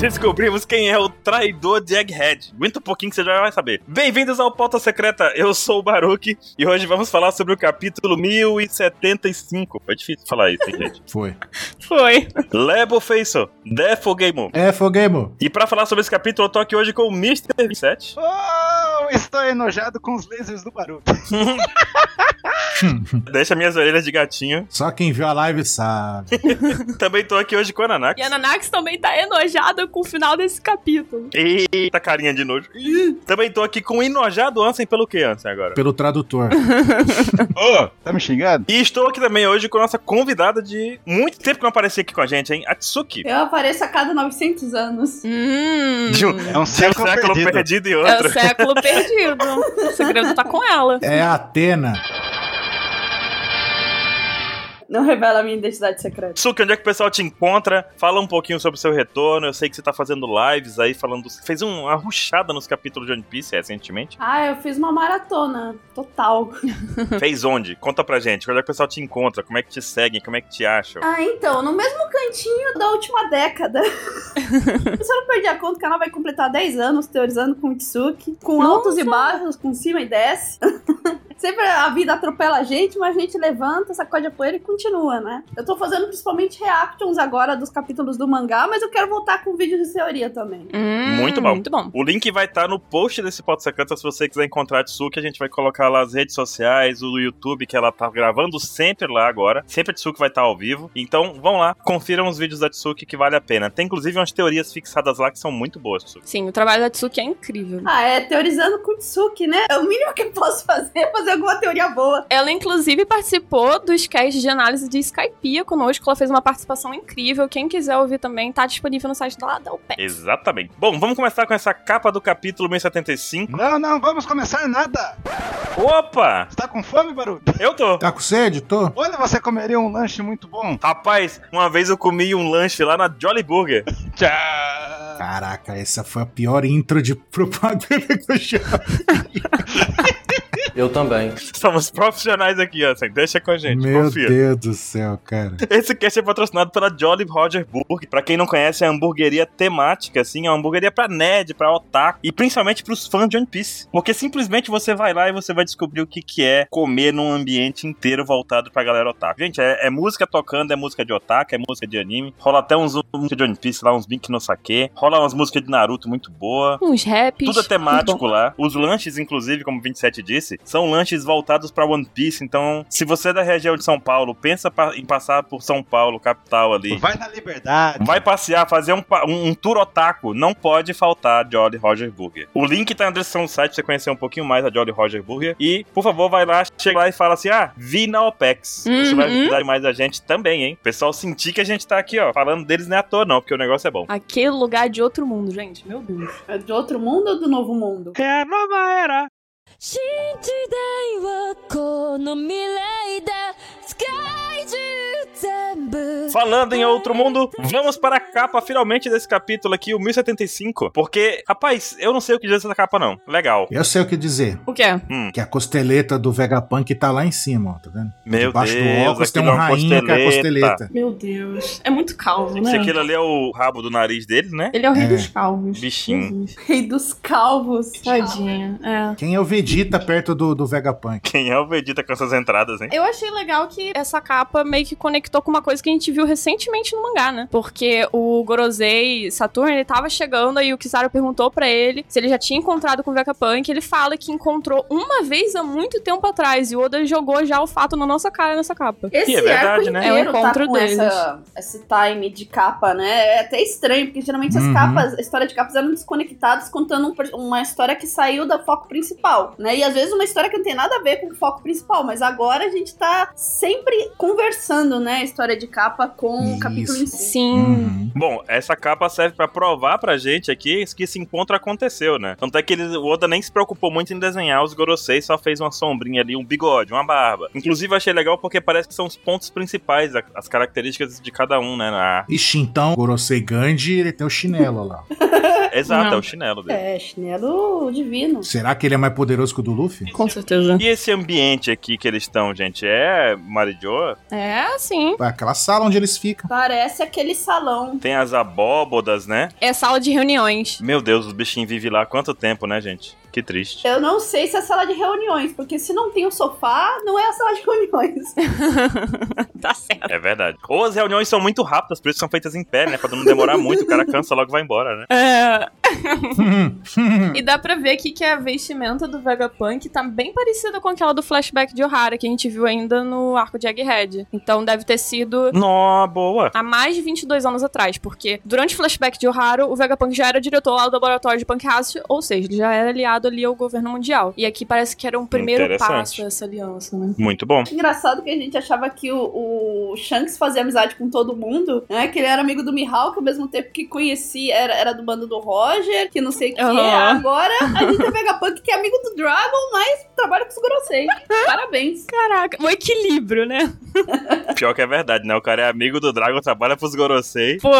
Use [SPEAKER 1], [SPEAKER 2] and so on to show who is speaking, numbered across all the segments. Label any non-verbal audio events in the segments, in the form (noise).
[SPEAKER 1] Descobrimos quem é o traidor de Egghead. Aguenta um pouquinho que você já vai saber. Bem-vindos ao Pauta Secreta, eu sou o Baruque e hoje vamos falar sobre o capítulo 1075. Foi difícil falar isso, hein,
[SPEAKER 2] (laughs)
[SPEAKER 1] gente?
[SPEAKER 3] Foi.
[SPEAKER 2] Foi.
[SPEAKER 1] Lebo Feiso, Defo Game.
[SPEAKER 3] É, Fogemo.
[SPEAKER 1] E pra falar sobre esse capítulo, eu tô aqui hoje com o Mr. 27.
[SPEAKER 4] Oh, estou enojado com os lasers do Baruque.
[SPEAKER 1] (laughs) Deixa minhas orelhas de gatinho.
[SPEAKER 3] Só quem viu a live sabe. (laughs)
[SPEAKER 1] Também tô aqui hoje com a Nanax.
[SPEAKER 2] E a Nanax também tá enojada com o final desse capítulo.
[SPEAKER 1] Eita carinha de nojo. Também tô aqui com o enojado Ansem pelo que, Ansem, agora?
[SPEAKER 3] Pelo tradutor.
[SPEAKER 4] Tá me xingando?
[SPEAKER 1] E estou aqui também hoje com a nossa convidada de muito tempo que não aparecia aqui com a gente, hein? Atsuki.
[SPEAKER 5] Eu apareço a cada 900 anos.
[SPEAKER 2] Hum.
[SPEAKER 1] De um,
[SPEAKER 4] É um
[SPEAKER 1] de um
[SPEAKER 4] século
[SPEAKER 1] século perdido.
[SPEAKER 4] perdido.
[SPEAKER 1] e
[SPEAKER 2] É o
[SPEAKER 1] outro. (laughs)
[SPEAKER 2] século perdido. O segredo tá com ela.
[SPEAKER 3] É a Atena.
[SPEAKER 5] Não revela a minha identidade secreta.
[SPEAKER 1] Atsuki, onde é que o pessoal te encontra? Fala um pouquinho sobre o seu retorno. Eu sei que você tá fazendo lives aí, falando. Você fez um- uma ruchada nos capítulos de One Piece recentemente.
[SPEAKER 5] Ah, eu fiz uma maratona total.
[SPEAKER 2] Uhum.
[SPEAKER 1] fez onde? Conta pra gente. Onde é que o pessoal te encontra? Como é que te seguem? Como é que te acham?
[SPEAKER 5] Ah, então, no mesmo cantinho da última década. Se eu não perdi a conta, o canal vai completar 10 anos teorizando com o Tsuki, com
[SPEAKER 2] Nossa.
[SPEAKER 5] altos e baixos, com cima e desce. (laughs) Sempre a vida atropela a gente, mas a gente levanta, sacode a poeira e continua, né? Eu tô fazendo principalmente reactions agora dos capítulos do mangá, mas eu quero voltar com vídeos de teoria também.
[SPEAKER 2] Hum,
[SPEAKER 1] Muito bom.
[SPEAKER 2] Muito bom.
[SPEAKER 1] O link vai estar no post desse Pauta Secreta se você quiser encontrar a Tsuki. A gente vai colocar lá as redes sociais, o YouTube que ela tá gravando sempre lá agora. Sempre a Tsuki vai estar ao vivo. Então, vão lá, confiram os vídeos da Tsuki que vale a pena. Tem inclusive umas teorias fixadas lá que são muito boas, Tsuki.
[SPEAKER 2] Sim, o trabalho da Tsuki é incrível.
[SPEAKER 5] Ah, é teorizando com o Tsuki, né? É o mínimo que eu posso fazer, é fazer alguma teoria boa.
[SPEAKER 2] Ela, inclusive, participou dos casts de análise de Skypiea conosco. Ela fez uma participação incrível. Quem quiser ouvir também, tá disponível no site da, da UPE.
[SPEAKER 1] Exatamente. Bom, vamos começar com essa capa do capítulo 1075.
[SPEAKER 4] Não, não, vamos começar nada.
[SPEAKER 1] Opa!
[SPEAKER 4] Você tá com fome, Baruque?
[SPEAKER 1] Eu tô.
[SPEAKER 3] Tá com sede? Tô.
[SPEAKER 4] Olha, você comeria um lanche muito bom.
[SPEAKER 1] Rapaz, uma vez eu comi um lanche lá na Jolly Burger. (laughs)
[SPEAKER 4] Tchau.
[SPEAKER 3] Caraca, essa foi a pior intro de propaganda que eu já
[SPEAKER 6] Eu também.
[SPEAKER 1] Somos profissionais aqui, ó. assim, Deixa com a gente,
[SPEAKER 3] Meu
[SPEAKER 1] confia.
[SPEAKER 3] Deus do céu, cara.
[SPEAKER 1] (laughs) Esse cast é patrocinado pela Jolly Roger Burger. Pra quem não conhece, é uma hamburgueria temática, assim, é uma hamburgueria pra nerd, pra otaku e principalmente pros fãs de One Piece. Porque simplesmente você vai lá e você vai descobrir o que, que é comer num ambiente inteiro voltado pra galera otaku. Gente, é, é música tocando, é música de otaku, é música de anime. Rola até uns música de One Piece lá, uns Bink no Sake. Rola umas músicas de Naruto muito boa.
[SPEAKER 2] Uns raps.
[SPEAKER 1] Tudo é temático
[SPEAKER 2] Muito
[SPEAKER 1] lá. Os lanches, inclusive, como o 27 disse, são lanches voltados pra One Piece. Então, se você é da região de São Paulo, pensa pa- em passar por São Paulo, capital ali.
[SPEAKER 4] Vai na liberdade.
[SPEAKER 1] Vai passear, fazer um, pa- um, um tour otaku. Não pode faltar a Jolly Roger Burger. O link tá na descrição do site pra você conhecer um pouquinho mais a Jolly Roger Burger. E, por favor, vai lá, chega lá e fala assim: ah, vi na OPEX. Isso vai
[SPEAKER 2] Uhum.
[SPEAKER 1] ajudar mais a gente também, hein? O pessoal sentir que a gente tá aqui, ó, falando deles não é à toa, não, porque o negócio é bom.
[SPEAKER 2] Aquele lugar de outro mundo, gente. Meu Deus.
[SPEAKER 5] É de outro mundo ou do novo mundo?
[SPEAKER 1] É a nova era.
[SPEAKER 7] 新時代はこの未来だ世界中全部
[SPEAKER 1] Falando em outro mundo, vamos para a capa finalmente desse capítulo aqui, o 1075. Porque, rapaz, eu não sei o que diz essa capa, não. Legal.
[SPEAKER 3] Eu sei o que dizer.
[SPEAKER 2] O quê?
[SPEAKER 3] Que a costeleta do Vegapunk tá lá em cima, ó, tá vendo?
[SPEAKER 1] Meu
[SPEAKER 3] Debaixo
[SPEAKER 1] Deus,
[SPEAKER 3] do óculos tem um
[SPEAKER 1] aquilo é uma
[SPEAKER 3] rainho que é a
[SPEAKER 1] costeleta.
[SPEAKER 3] costeleta.
[SPEAKER 2] Meu Deus. É muito calvo,
[SPEAKER 1] Se
[SPEAKER 2] né?
[SPEAKER 1] aquilo ali é o rabo do nariz dele, né?
[SPEAKER 2] Ele é o rei
[SPEAKER 3] É.
[SPEAKER 2] dos
[SPEAKER 5] Uhum.
[SPEAKER 2] calvos.
[SPEAKER 1] Bichinho.
[SPEAKER 5] Rei dos calvos.
[SPEAKER 2] Tadinha. É.
[SPEAKER 3] Quem é o Vegeta perto do, do Vegapunk?
[SPEAKER 1] Quem é o Vegeta com essas entradas, hein?
[SPEAKER 2] Eu achei legal que essa capa meio que conectou com uma coisa que a gente viu recentemente no mangá, né? Porque o Gorosei Saturn, ele tava chegando aí o Kizaru perguntou pra ele se ele já tinha encontrado com o Vegapunk. Ele fala que encontrou uma vez há muito tempo atrás e o Oda jogou já o fato na nossa cara nessa capa.
[SPEAKER 5] Esse
[SPEAKER 1] E é verdade,
[SPEAKER 5] arco
[SPEAKER 1] né?
[SPEAKER 5] inteiro
[SPEAKER 2] É o encontro
[SPEAKER 5] tá com
[SPEAKER 2] deles.
[SPEAKER 5] essa- esse time de capa, né? É até estranho, porque geralmente as
[SPEAKER 3] Uhum.
[SPEAKER 5] capas, a história de capas eram desconectadas, contando um per- uma história que saiu do foco principal, né? E às vezes uma história que não tem nada a ver com o foco principal, mas agora a gente tá sempre conversando, né? A história de capa com o
[SPEAKER 3] Isso.
[SPEAKER 5] capítulo em si.
[SPEAKER 2] Sim.
[SPEAKER 3] Uhum.
[SPEAKER 1] Bom, essa capa serve pra provar pra gente aqui que esse encontro aconteceu, né? Tanto é que ele- o Oda nem se preocupou muito em desenhar os Gorosei, só fez uma sombrinha ali, um bigode, uma barba. Inclusive, eu achei legal porque parece que são os pontos principais, a- as características de cada um, né? Na...
[SPEAKER 3] Ixi, então, Gorosei Gandhi, ele tem o chinelo lá.
[SPEAKER 1] Exato,
[SPEAKER 2] Não.
[SPEAKER 1] é o chinelo dele.
[SPEAKER 5] É, chinelo divino.
[SPEAKER 3] Será que ele é mais poderoso que o do Luffy?
[SPEAKER 2] Com certeza.
[SPEAKER 1] E esse ambiente aqui que eles estão, gente, é Marijoa?
[SPEAKER 2] É, sim. Uhum.
[SPEAKER 3] Aquela sala onde eles ficam.
[SPEAKER 5] Parece aquele salão.
[SPEAKER 1] Tem as abóbodas, né?
[SPEAKER 2] É sala de reuniões.
[SPEAKER 1] Meu Deus, os bichinhos vivem lá há quanto tempo, né, gente? Que triste.
[SPEAKER 5] Eu não sei se é sala de reuniões, porque se não tem o sofá, não é a sala de reuniões.
[SPEAKER 2] (laughs) tá certo.
[SPEAKER 1] É verdade. Ou as reuniões são muito rápidas, por isso são feitas em pé, né? Pra não demorar muito, o cara cansa logo e vai embora, né?
[SPEAKER 4] (laughs)
[SPEAKER 2] É,
[SPEAKER 3] Hum.
[SPEAKER 2] e dá pra ver aqui que a vestimenta do Vegapunk tá bem parecida com aquela do flashback de O'Hara, que a gente viu ainda no arco de Egghead. Então deve ter sido
[SPEAKER 1] Nó, boa.
[SPEAKER 2] há mais de 22 anos atrás, porque durante o flashback de O'Hara, o Vegapunk já era diretor lá do laboratório de Punk House, ou seja, ele já era aliado ali ao governo mundial. E aqui parece que era um primeiro
[SPEAKER 1] Interessante.
[SPEAKER 2] passo essa aliança, né?
[SPEAKER 1] Muito bom.
[SPEAKER 5] Engraçado que a gente achava que o, o Shanks fazia amizade com todo mundo, né? Que ele era amigo do Mihawk, ao mesmo tempo que conhecia, era, era do bando do Roger, que não sei o que.
[SPEAKER 2] Aham.
[SPEAKER 5] é. Agora a gente tem o Vegapunk, que é amigo do Dragon, mas trabalha com os Gorosei. Parabéns.
[SPEAKER 2] Caraca, um equilíbrio, né?
[SPEAKER 1] Pior que é verdade, né? O cara é amigo do Dragon, trabalha pros Gorosei
[SPEAKER 2] Pô,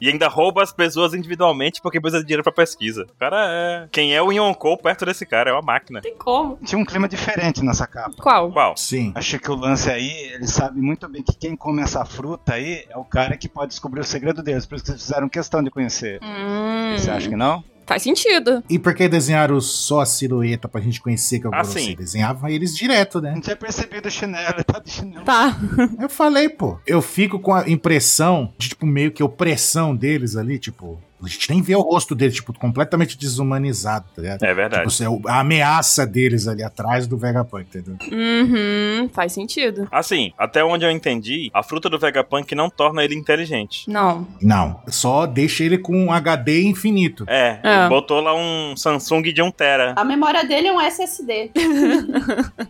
[SPEAKER 1] e ainda rouba as pessoas individualmente porque precisa de dinheiro pra pesquisa. O cara é. Quem é o Yonkou perto desse cara? É uma máquina.
[SPEAKER 2] tem como.
[SPEAKER 4] Tinha um clima diferente nessa capa.
[SPEAKER 2] Qual?
[SPEAKER 1] Qual?
[SPEAKER 3] Sim.
[SPEAKER 4] Achei que o lance aí, eles sabem muito bem que quem come essa fruta aí é o cara que pode descobrir o segredo deles, por isso que eles fizeram questão de conhecer.
[SPEAKER 2] Hum,
[SPEAKER 4] Você acha que não?
[SPEAKER 2] faz sentido.
[SPEAKER 3] E por que desenharam só a silhueta pra gente conhecer que é o
[SPEAKER 1] Ah,
[SPEAKER 3] Gorosei?
[SPEAKER 1] sim.
[SPEAKER 3] Desenhava eles direto, né?
[SPEAKER 4] Não tinha percebido o chinelo, (laughs) tá de chinelo.
[SPEAKER 2] Tá.
[SPEAKER 3] Eu falei, pô. Eu fico com a impressão de, tipo, meio que opressão deles ali, tipo. A gente nem vê o rosto deles, tipo, completamente desumanizado, tá ligado?
[SPEAKER 1] É verdade.
[SPEAKER 3] Tipo, você- a ameaça deles ali atrás do Vegapunk, entendeu?
[SPEAKER 2] Uhum, faz sentido.
[SPEAKER 1] Assim, até onde eu entendi, a fruta do Vegapunk não torna ele inteligente.
[SPEAKER 2] Não.
[SPEAKER 3] Não, só deixa ele com um HD infinito.
[SPEAKER 1] É,
[SPEAKER 2] É.
[SPEAKER 1] botou lá um Samsung de 1 tera.
[SPEAKER 5] A memória dele é um SSD.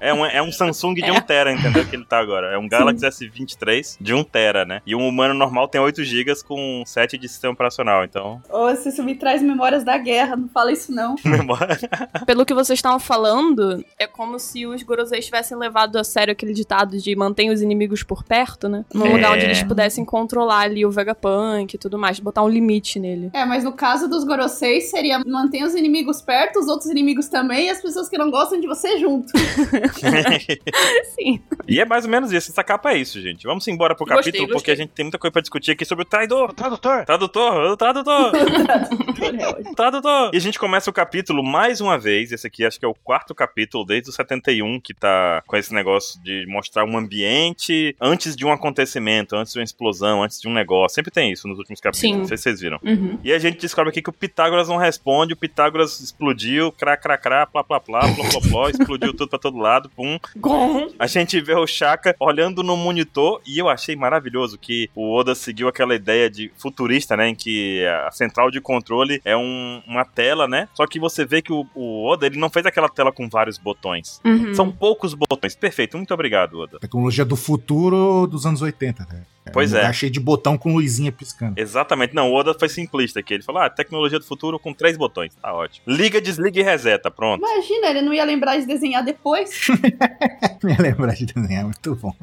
[SPEAKER 1] É um, é um Samsung de
[SPEAKER 2] É.
[SPEAKER 1] 1 tera, entendeu? Que ele tá agora. É um Galaxy S23 de 1 tera, né? E um humano normal tem 8 GB com 7 de sistema operacional. Então, (laughs)
[SPEAKER 5] Ou se isso me traz memórias da guerra, não fala isso não.
[SPEAKER 1] memória.
[SPEAKER 2] Pelo que vocês estavam falando, é como se os Goroseis tivessem levado a sério aquele ditado de mantém os inimigos por perto, né? Num
[SPEAKER 1] É.
[SPEAKER 2] lugar onde eles pudessem controlar ali o Vegapunk e tudo mais, botar um limite nele.
[SPEAKER 5] É, mas no caso dos Goroseis seria manter os inimigos perto, os outros inimigos também e as pessoas que não gostam de você junto.
[SPEAKER 2] Sim.
[SPEAKER 1] e é mais ou menos isso. Essa capa é isso, gente. Vamos embora pro
[SPEAKER 2] Gostei,
[SPEAKER 1] capítulo, porque
[SPEAKER 2] gostei.
[SPEAKER 1] a gente tem muita coisa pra discutir aqui sobre o traidor.
[SPEAKER 4] O tradutor?
[SPEAKER 1] Tradutor, o tradutor,
[SPEAKER 5] É ótimo.
[SPEAKER 1] o tradutor. E a gente começa o capítulo mais uma vez. Esse aqui acho que é o quarto capítulo desde o 71 que tá com esse negócio de mostrar um ambiente antes de um acontecimento, antes de uma explosão, antes de um negócio. Sempre tem isso nos últimos capítulos.
[SPEAKER 2] Sim.
[SPEAKER 1] Não sei se vocês viram.
[SPEAKER 2] Uhum.
[SPEAKER 1] E a gente descobre aqui que o Pitágoras não responde, o Pitágoras explodiu, crá, crá, crá, plá, plá, plá, plá, plá, plá, (laughs) explodiu tudo pra todo lado, pum.
[SPEAKER 2] Gom.
[SPEAKER 1] A gente vê o Chaka olhando no monitor e eu achei maravilhoso que o Oda seguiu aquela ideia de futurista, né? Em que a central de controle é um- uma tela, né? Só que você vê que o, o Oda ele não fez aquela tela com vários botões.
[SPEAKER 2] Uhum.
[SPEAKER 1] São poucos botões. Perfeito. Muito obrigado, Oda.
[SPEAKER 3] Tecnologia do futuro dos anos 80, né?
[SPEAKER 1] Pois é.
[SPEAKER 3] Achei de botão com luzinha piscando. (laughs)
[SPEAKER 1] Exatamente. Não, o Oda foi simplista aqui. Ele falou: ah, tecnologia do futuro com três botões. Tá ótimo. Liga, desliga e reseta. Pronto.
[SPEAKER 5] Imagina, ele não ia lembrar de desenhar depois.
[SPEAKER 3] Me lembrar de desenhar, é muito bom.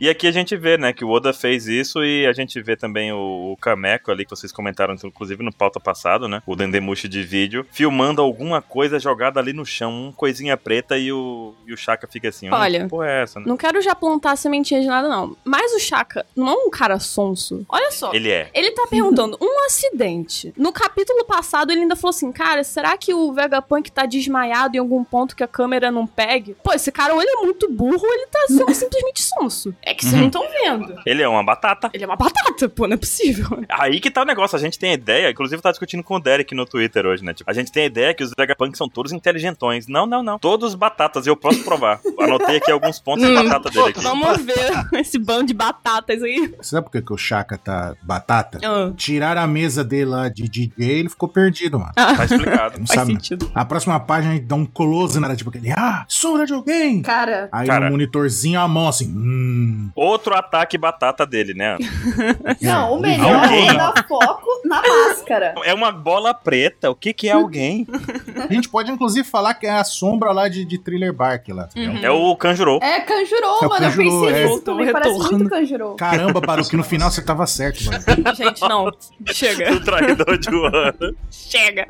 [SPEAKER 1] E aqui a gente vê, né, que o Oda fez isso e a gente vê também o, o Kameko ali, que vocês comentaram, inclusive, no pauta passado, né? O Dendemushi de vídeo, filmando alguma coisa jogada ali no chão, uma coisinha preta e o, e o Shaka fica assim,
[SPEAKER 2] Olha.
[SPEAKER 1] "Hum, que porra é essa, né?
[SPEAKER 2] Não quero já plantar sementinha de nada, não. Mas o Chaka não é um cara sonso. Olha só.
[SPEAKER 1] Ele é.
[SPEAKER 2] Ele tá perguntando, um acidente. No capítulo passado, ele ainda falou assim: cara, será que o Vegapunk tá desmaiado em algum ponto que a câmera não pegue? Pô, esse cara ou ele é muito burro, ou ele tá
[SPEAKER 3] (laughs)
[SPEAKER 2] sendo simplesmente sonso. É que
[SPEAKER 3] Uhum.
[SPEAKER 2] vocês não estão vendo.
[SPEAKER 1] Ele é uma batata.
[SPEAKER 2] Ele é uma batata, pô, não
[SPEAKER 3] (laughs)
[SPEAKER 2] é possível.
[SPEAKER 1] Aí que tá o negócio, a gente tem a ideia, inclusive eu tava discutindo com o Derek no Twitter hoje, né? Tipo, a gente tem a ideia que os Vegapunks são todos inteligentões. Não, não, não. Todos batatas, eu posso provar. Anotei aqui alguns pontos de
[SPEAKER 2] Hum.
[SPEAKER 1] batata dele aqui.
[SPEAKER 2] Vamos ver (laughs) esse bando de batatas aí.
[SPEAKER 3] Sabe por que, que o Chaka tá batata?
[SPEAKER 2] Ah,
[SPEAKER 3] Tiraram a mesa dele lá de DJ, ele ficou perdido, mano.
[SPEAKER 1] Tá explicado.
[SPEAKER 3] Não
[SPEAKER 2] faz
[SPEAKER 3] sabe. né?
[SPEAKER 2] sentido.
[SPEAKER 3] A próxima página a gente dá um close na tipo aquele, ah, sombra de alguém.
[SPEAKER 5] Cara,
[SPEAKER 3] Aí
[SPEAKER 1] Cara.
[SPEAKER 3] no monitorzinho a mão assim, hum.
[SPEAKER 1] Outro ataque batata dele, né?
[SPEAKER 5] (laughs) não, o
[SPEAKER 3] É,
[SPEAKER 5] melhor um
[SPEAKER 1] Alguém.
[SPEAKER 5] é dar foco na máscara.
[SPEAKER 1] É uma bola preta. O que que é alguém?
[SPEAKER 3] A gente pode, inclusive, falar que é a sombra lá de, de Thriller Bark lá. tá entendeu?
[SPEAKER 5] Uhum.
[SPEAKER 1] É o Kanjuro.
[SPEAKER 5] É, Kanjurou,
[SPEAKER 3] É o
[SPEAKER 5] mano.
[SPEAKER 3] Kanjurou,
[SPEAKER 5] eu pensei
[SPEAKER 3] é.
[SPEAKER 5] nisso também. Parece
[SPEAKER 8] Retorno.
[SPEAKER 5] muito Kanjurou.
[SPEAKER 3] Caramba, Baru, que no final você tava certo, mano.
[SPEAKER 8] Gente, não.
[SPEAKER 2] É.
[SPEAKER 8] Chega.
[SPEAKER 3] (laughs)
[SPEAKER 1] O traidor de Wuhan.
[SPEAKER 8] Chega.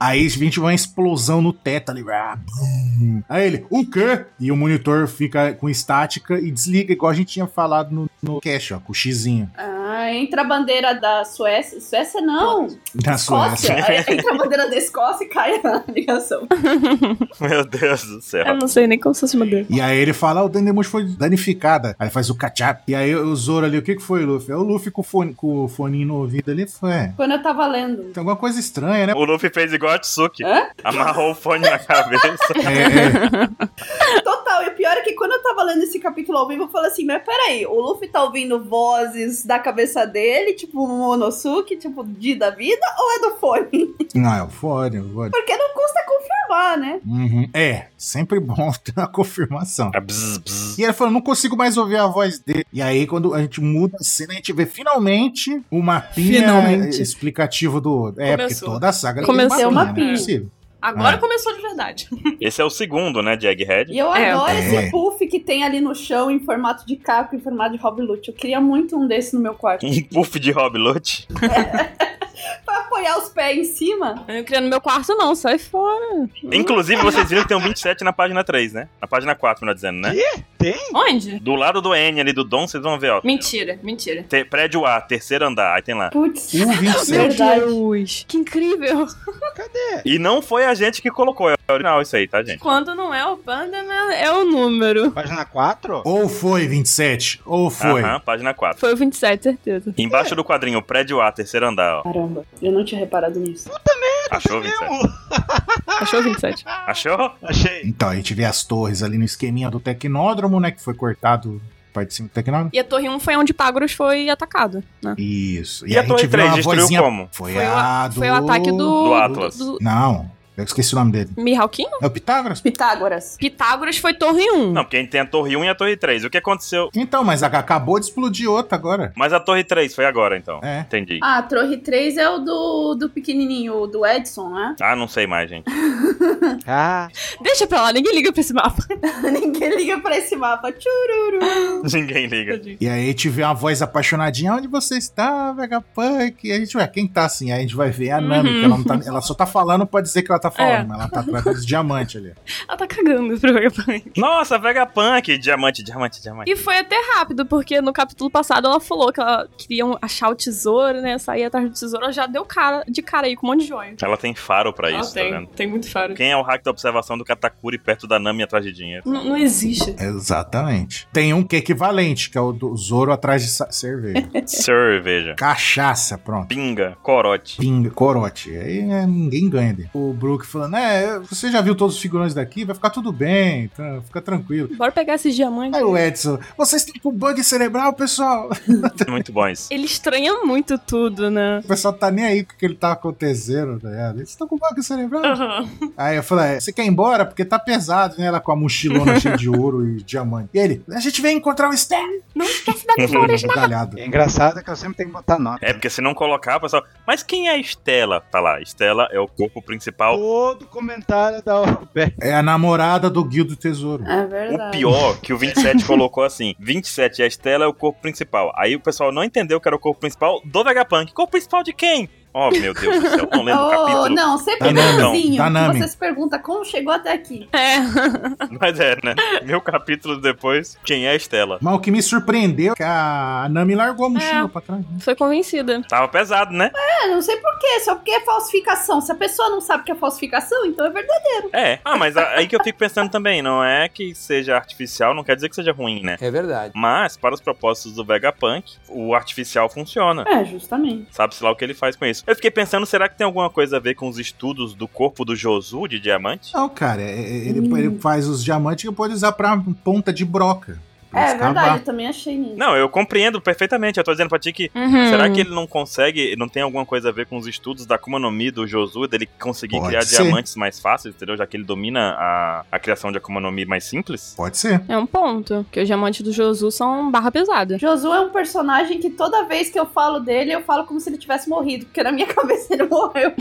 [SPEAKER 3] Aí gente uma explosão no teto ali. Ah, bum. Aí ele, o quê? E o monitor fica com estática e desliga, igual a gente tinha falado no, no cash, ó, com o xizinho.
[SPEAKER 5] Ah, entra a bandeira da Suécia. Suécia não.
[SPEAKER 3] Da (laughs)
[SPEAKER 5] Escócia.
[SPEAKER 3] Suécia.
[SPEAKER 5] Aí Entra a bandeira da Escócia e cai a ligação.
[SPEAKER 1] Meu Deus do
[SPEAKER 2] É
[SPEAKER 8] Eu
[SPEAKER 1] céu.
[SPEAKER 8] não sei nem como se fosse meu Deus.
[SPEAKER 3] E aí ele fala, "Ah, o Dendemush foi danificada. Aí faz o cachap. E aí o Zoro ali, o que que foi, Luffy? Aí o Luffy com o, fone, com o foninho no ouvido ali, foi. "É,
[SPEAKER 5] Quando eu tava lendo.
[SPEAKER 3] Tem alguma
[SPEAKER 1] (laughs)
[SPEAKER 3] coisa estranha, né?
[SPEAKER 1] O Luffy fez igual a Tsuki.
[SPEAKER 5] Hã?
[SPEAKER 1] Amarrou o fone na cabeça.
[SPEAKER 3] É, é.
[SPEAKER 5] Total, e o pior é que quando eu tava lendo esse capítulo ao vivo, eu falei assim, mas peraí, o Luffy tá ouvindo vozes da cabeça dele, tipo o Monosuke, tipo de da vida, ou é do fone?
[SPEAKER 3] Não, é o fone, é o fone.
[SPEAKER 5] (laughs) Porque não custa confirmar, né?
[SPEAKER 3] Uhum. É, sempre bom (laughs) ter uma confirmação.
[SPEAKER 1] Ah, bzz, bzz.
[SPEAKER 3] E ele falou, não consigo mais ouvir a voz dele. E aí, quando a gente muda a cena, a gente vê finalmente o mapinha
[SPEAKER 2] Finalmente.
[SPEAKER 3] explicativo do. É,
[SPEAKER 8] Começou.
[SPEAKER 3] porque toda a saga
[SPEAKER 8] Começou
[SPEAKER 3] né?
[SPEAKER 5] o mapinha.
[SPEAKER 3] Não é possível.
[SPEAKER 2] Agora
[SPEAKER 3] Ah.
[SPEAKER 2] começou de verdade.
[SPEAKER 1] Esse é o segundo, né, de Egghead.
[SPEAKER 5] E eu
[SPEAKER 8] É.
[SPEAKER 5] adoro esse
[SPEAKER 3] É.
[SPEAKER 5] puff que tem ali no chão em formato de caco, em formato de Rob Lute. Eu queria muito um desse no meu quarto.
[SPEAKER 1] Um puff de Rob Lute.
[SPEAKER 5] pra apoiar os pés em cima.
[SPEAKER 8] Eu não queria no meu quarto, não. Sai fora.
[SPEAKER 1] Inclusive, vocês viram que tem um 27 na página 3, né? Na página 4, melhor dizendo, né?
[SPEAKER 9] Tem?
[SPEAKER 2] Onde?
[SPEAKER 1] Do lado do N ali do Dom, vocês vão ver, ó.
[SPEAKER 2] Mentira, mentira.
[SPEAKER 1] Te- prédio A, terceiro andar, aí tem lá.
[SPEAKER 5] Putz,
[SPEAKER 3] O
[SPEAKER 2] (laughs)
[SPEAKER 3] 27.
[SPEAKER 5] Verdade.
[SPEAKER 8] Deus. Que incrível.
[SPEAKER 1] E não foi a gente que colocou, é original isso aí, tá, gente?
[SPEAKER 8] Quando não é o Pandaman, é o número.
[SPEAKER 9] Página 4?
[SPEAKER 3] Ou foi 27, ou foi.
[SPEAKER 1] Aham, página 4.
[SPEAKER 8] Foi o 27, certeza.
[SPEAKER 1] Embaixo do quadrinho, prédio A, terceiro andar, ó.
[SPEAKER 5] caramba, eu não tinha reparado nisso.
[SPEAKER 1] Achou, 27?
[SPEAKER 4] um.
[SPEAKER 2] Ah!
[SPEAKER 8] Achou o 27.
[SPEAKER 1] Achou?
[SPEAKER 9] Achei.
[SPEAKER 3] Então, a gente vê as torres ali no esqueminha do Tecnódromo, né? Que foi cortado parte de cima do Tecnódromo.
[SPEAKER 8] E a Torre 1 foi onde Pagros foi atacado, né?
[SPEAKER 3] Isso.
[SPEAKER 1] E a Torre 3 destruiu como?
[SPEAKER 3] Foi,
[SPEAKER 8] Foi o a-
[SPEAKER 3] a do...
[SPEAKER 8] Foi o ataque do...
[SPEAKER 1] Do Atlas.
[SPEAKER 8] Do, do
[SPEAKER 3] Não, eu esqueci o nome dele.
[SPEAKER 8] Mihawkinho?
[SPEAKER 3] É o Pitágoras?
[SPEAKER 5] Pitágoras.
[SPEAKER 8] Pitágoras foi Torre 1.
[SPEAKER 1] Não, porque a gente tem a Torre 1 e a Torre 3. O que aconteceu?
[SPEAKER 3] Então, mas a- acabou de explodir outra agora.
[SPEAKER 1] Mas a Torre 3 foi agora, então.
[SPEAKER 3] É.
[SPEAKER 1] Entendi.
[SPEAKER 5] Ah, a Torre 3 é o do, do pequenininho, o do Edson, né? (laughs)
[SPEAKER 1] Ah, não sei mais, gente.
[SPEAKER 9] Ah,
[SPEAKER 8] Deixa pra lá, ninguém liga pra esse mapa.
[SPEAKER 5] Ninguém liga pra esse mapa. Tchururu.
[SPEAKER 1] Ninguém liga.
[SPEAKER 3] E aí a gente vê uma voz apaixonadinha, onde você está, Vegapunk? E a gente, ué, quem tá assim? Aí a gente vai ver a Nami,
[SPEAKER 8] Uhum.
[SPEAKER 3] que ela, não tá- ela só tá falando pra dizer que ela tá falando,
[SPEAKER 8] É.
[SPEAKER 3] mas ela tá atrás dos (laughs) diamantes ali.
[SPEAKER 8] Ela tá cagando pro Vegapunk.
[SPEAKER 1] Nossa, Vegapunk! Diamante, diamante, diamante.
[SPEAKER 8] E foi até rápido, porque no capítulo passado ela falou que ela queria um, achar o tesouro, né? Sair atrás do tesouro, ela já deu cara de cara aí com um monte de joia.
[SPEAKER 1] Ela tem faro pra
[SPEAKER 2] Ah,
[SPEAKER 1] isso,
[SPEAKER 2] tem.
[SPEAKER 1] tá vendo?
[SPEAKER 2] Tem muito faro.
[SPEAKER 1] Quem é o hack da observação do Katakuri perto da Nami atrás de
[SPEAKER 2] (laughs)
[SPEAKER 1] dinheiro?
[SPEAKER 2] N- não existe.
[SPEAKER 3] Exatamente. Tem um que é equivalente, que é o do Zoro atrás de
[SPEAKER 8] (laughs)
[SPEAKER 3] sa- cerveja.
[SPEAKER 1] Cerveja.
[SPEAKER 3] Cachaça, pronto.
[SPEAKER 1] Pinga, corote.
[SPEAKER 3] Pinga, corote. Aí é, ninguém ganha dele. O Brook falando, é, você já viu todos os figurões daqui, vai ficar tudo bem, tá, fica tranquilo.
[SPEAKER 8] Bora pegar esses diamantes.
[SPEAKER 3] Aí o Edson, vocês estão com bug cerebral, pessoal? (laughs)
[SPEAKER 1] Muito bom
[SPEAKER 2] (laughs)
[SPEAKER 1] isso.
[SPEAKER 8] Ele estranha muito tudo, né?
[SPEAKER 3] O pessoal tá nem aí com o que ele tá acontecendo, tá ligado? Eles estão com bug cerebral.
[SPEAKER 2] (laughs)
[SPEAKER 3] Aí eu falei, "É, você quer ir embora? Porque tá pesado, né? Ela com a mochilona cheia de ouro e diamante. E ele, a gente vem encontrar o Stan.
[SPEAKER 8] Não esquece da
[SPEAKER 1] (laughs)
[SPEAKER 8] flor.
[SPEAKER 3] Galhado.
[SPEAKER 9] é engraçado que eu sempre tenho que botar nota.
[SPEAKER 1] É, porque se não colocar, o pessoal. Mas quem é a Estela? Tá lá, Estela é o corpo principal.
[SPEAKER 9] Todo comentário da OP.
[SPEAKER 3] É a namorada do Guil do Tesouro.
[SPEAKER 5] É
[SPEAKER 1] O
[SPEAKER 5] verdade.
[SPEAKER 1] pior que o 27
[SPEAKER 5] (laughs)
[SPEAKER 1] colocou assim: 27 é a Estela, é o corpo principal. Aí o pessoal não entendeu que era o corpo principal do Vegapunk. Corpo principal de quem? Oh, meu Deus do céu, não lembro o
[SPEAKER 5] (laughs) Oh,
[SPEAKER 1] capítulo.
[SPEAKER 5] não, sempre
[SPEAKER 3] Da Nami.
[SPEAKER 5] bonzinho.
[SPEAKER 3] Da Nami.
[SPEAKER 5] Você se pergunta como chegou até aqui.
[SPEAKER 8] É. (laughs)
[SPEAKER 1] (laughs) Mas é, né? Meu capítulo depois, quem é a Estela?
[SPEAKER 3] Mas o que me surpreendeu é que a Nami largou a mochila
[SPEAKER 8] É.
[SPEAKER 3] pra trás.
[SPEAKER 8] Foi convencida.
[SPEAKER 1] Tava pesado, né?
[SPEAKER 5] É, não sei porquê, só porque é falsificação. Se a pessoa não sabe que é falsificação, então é verdade.
[SPEAKER 1] É. Ah, mas a- aí que eu fico pensando também, não é que seja artificial, não quer dizer que seja ruim, né?
[SPEAKER 4] É verdade.
[SPEAKER 1] Mas, para os propósitos do Vegapunk, o artificial funciona.
[SPEAKER 5] É, justamente.
[SPEAKER 1] Sabe-se lá o que ele faz com isso. Eu fiquei pensando, será que tem alguma coisa a ver com os estudos do corpo do Josu de diamante?
[SPEAKER 3] Não, cara, é- é- ele,
[SPEAKER 5] Hum.
[SPEAKER 3] ele faz os diamantes que pode usar pra ponta de broca. pra
[SPEAKER 5] É
[SPEAKER 3] escavar.
[SPEAKER 5] verdade, eu também achei nisso.
[SPEAKER 1] Não, eu compreendo perfeitamente. Eu tô dizendo pra ti que.
[SPEAKER 8] Uhum.
[SPEAKER 2] Hum.
[SPEAKER 1] Será que ele não consegue, não tem alguma coisa a ver com os estudos da Akuma no Mi do Josu, dele conseguir
[SPEAKER 3] Pode
[SPEAKER 1] criar
[SPEAKER 3] ser.
[SPEAKER 1] diamantes mais fáceis, entendeu? Já que ele domina a, a criação de Akuma no Mi mais simples?
[SPEAKER 3] Pode ser.
[SPEAKER 8] É um ponto. Porque os diamantes do Josu são barra pesada.
[SPEAKER 5] Josu é um (laughs) personagem que toda vez que eu falo dele, eu falo como se ele tivesse morrido, porque na minha cabeça ele morreu.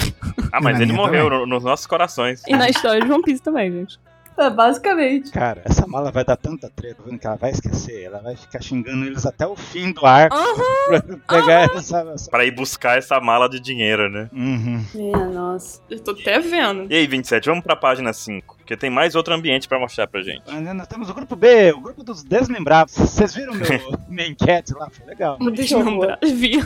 [SPEAKER 1] Ah, mas
[SPEAKER 3] Na
[SPEAKER 1] ele
[SPEAKER 3] minha
[SPEAKER 1] morreu no- nos nossos corações.
[SPEAKER 8] E na história de One Piece também, gente.
[SPEAKER 5] É, basicamente.
[SPEAKER 9] Cara, essa mala vai dar tanta treta, vendo que ela vai esquecer. Ela vai ficar xingando eles até o fim do arco
[SPEAKER 8] Aham.
[SPEAKER 9] pra (laughs) pegar essa. essa-
[SPEAKER 1] Pra ir buscar essa mala de dinheiro, né?
[SPEAKER 9] Uhum.
[SPEAKER 5] Minha nossa.
[SPEAKER 2] Eu tô até vendo.
[SPEAKER 1] E aí, 27, vamos pra página 5, porque tem mais outro ambiente pra mostrar pra gente.
[SPEAKER 9] Mas Nós temos o grupo B, o grupo dos desmembrados. Vocês viram meu, minha enquete lá? Foi legal.
[SPEAKER 1] (laughs)
[SPEAKER 2] Vou desmembrar. Vi.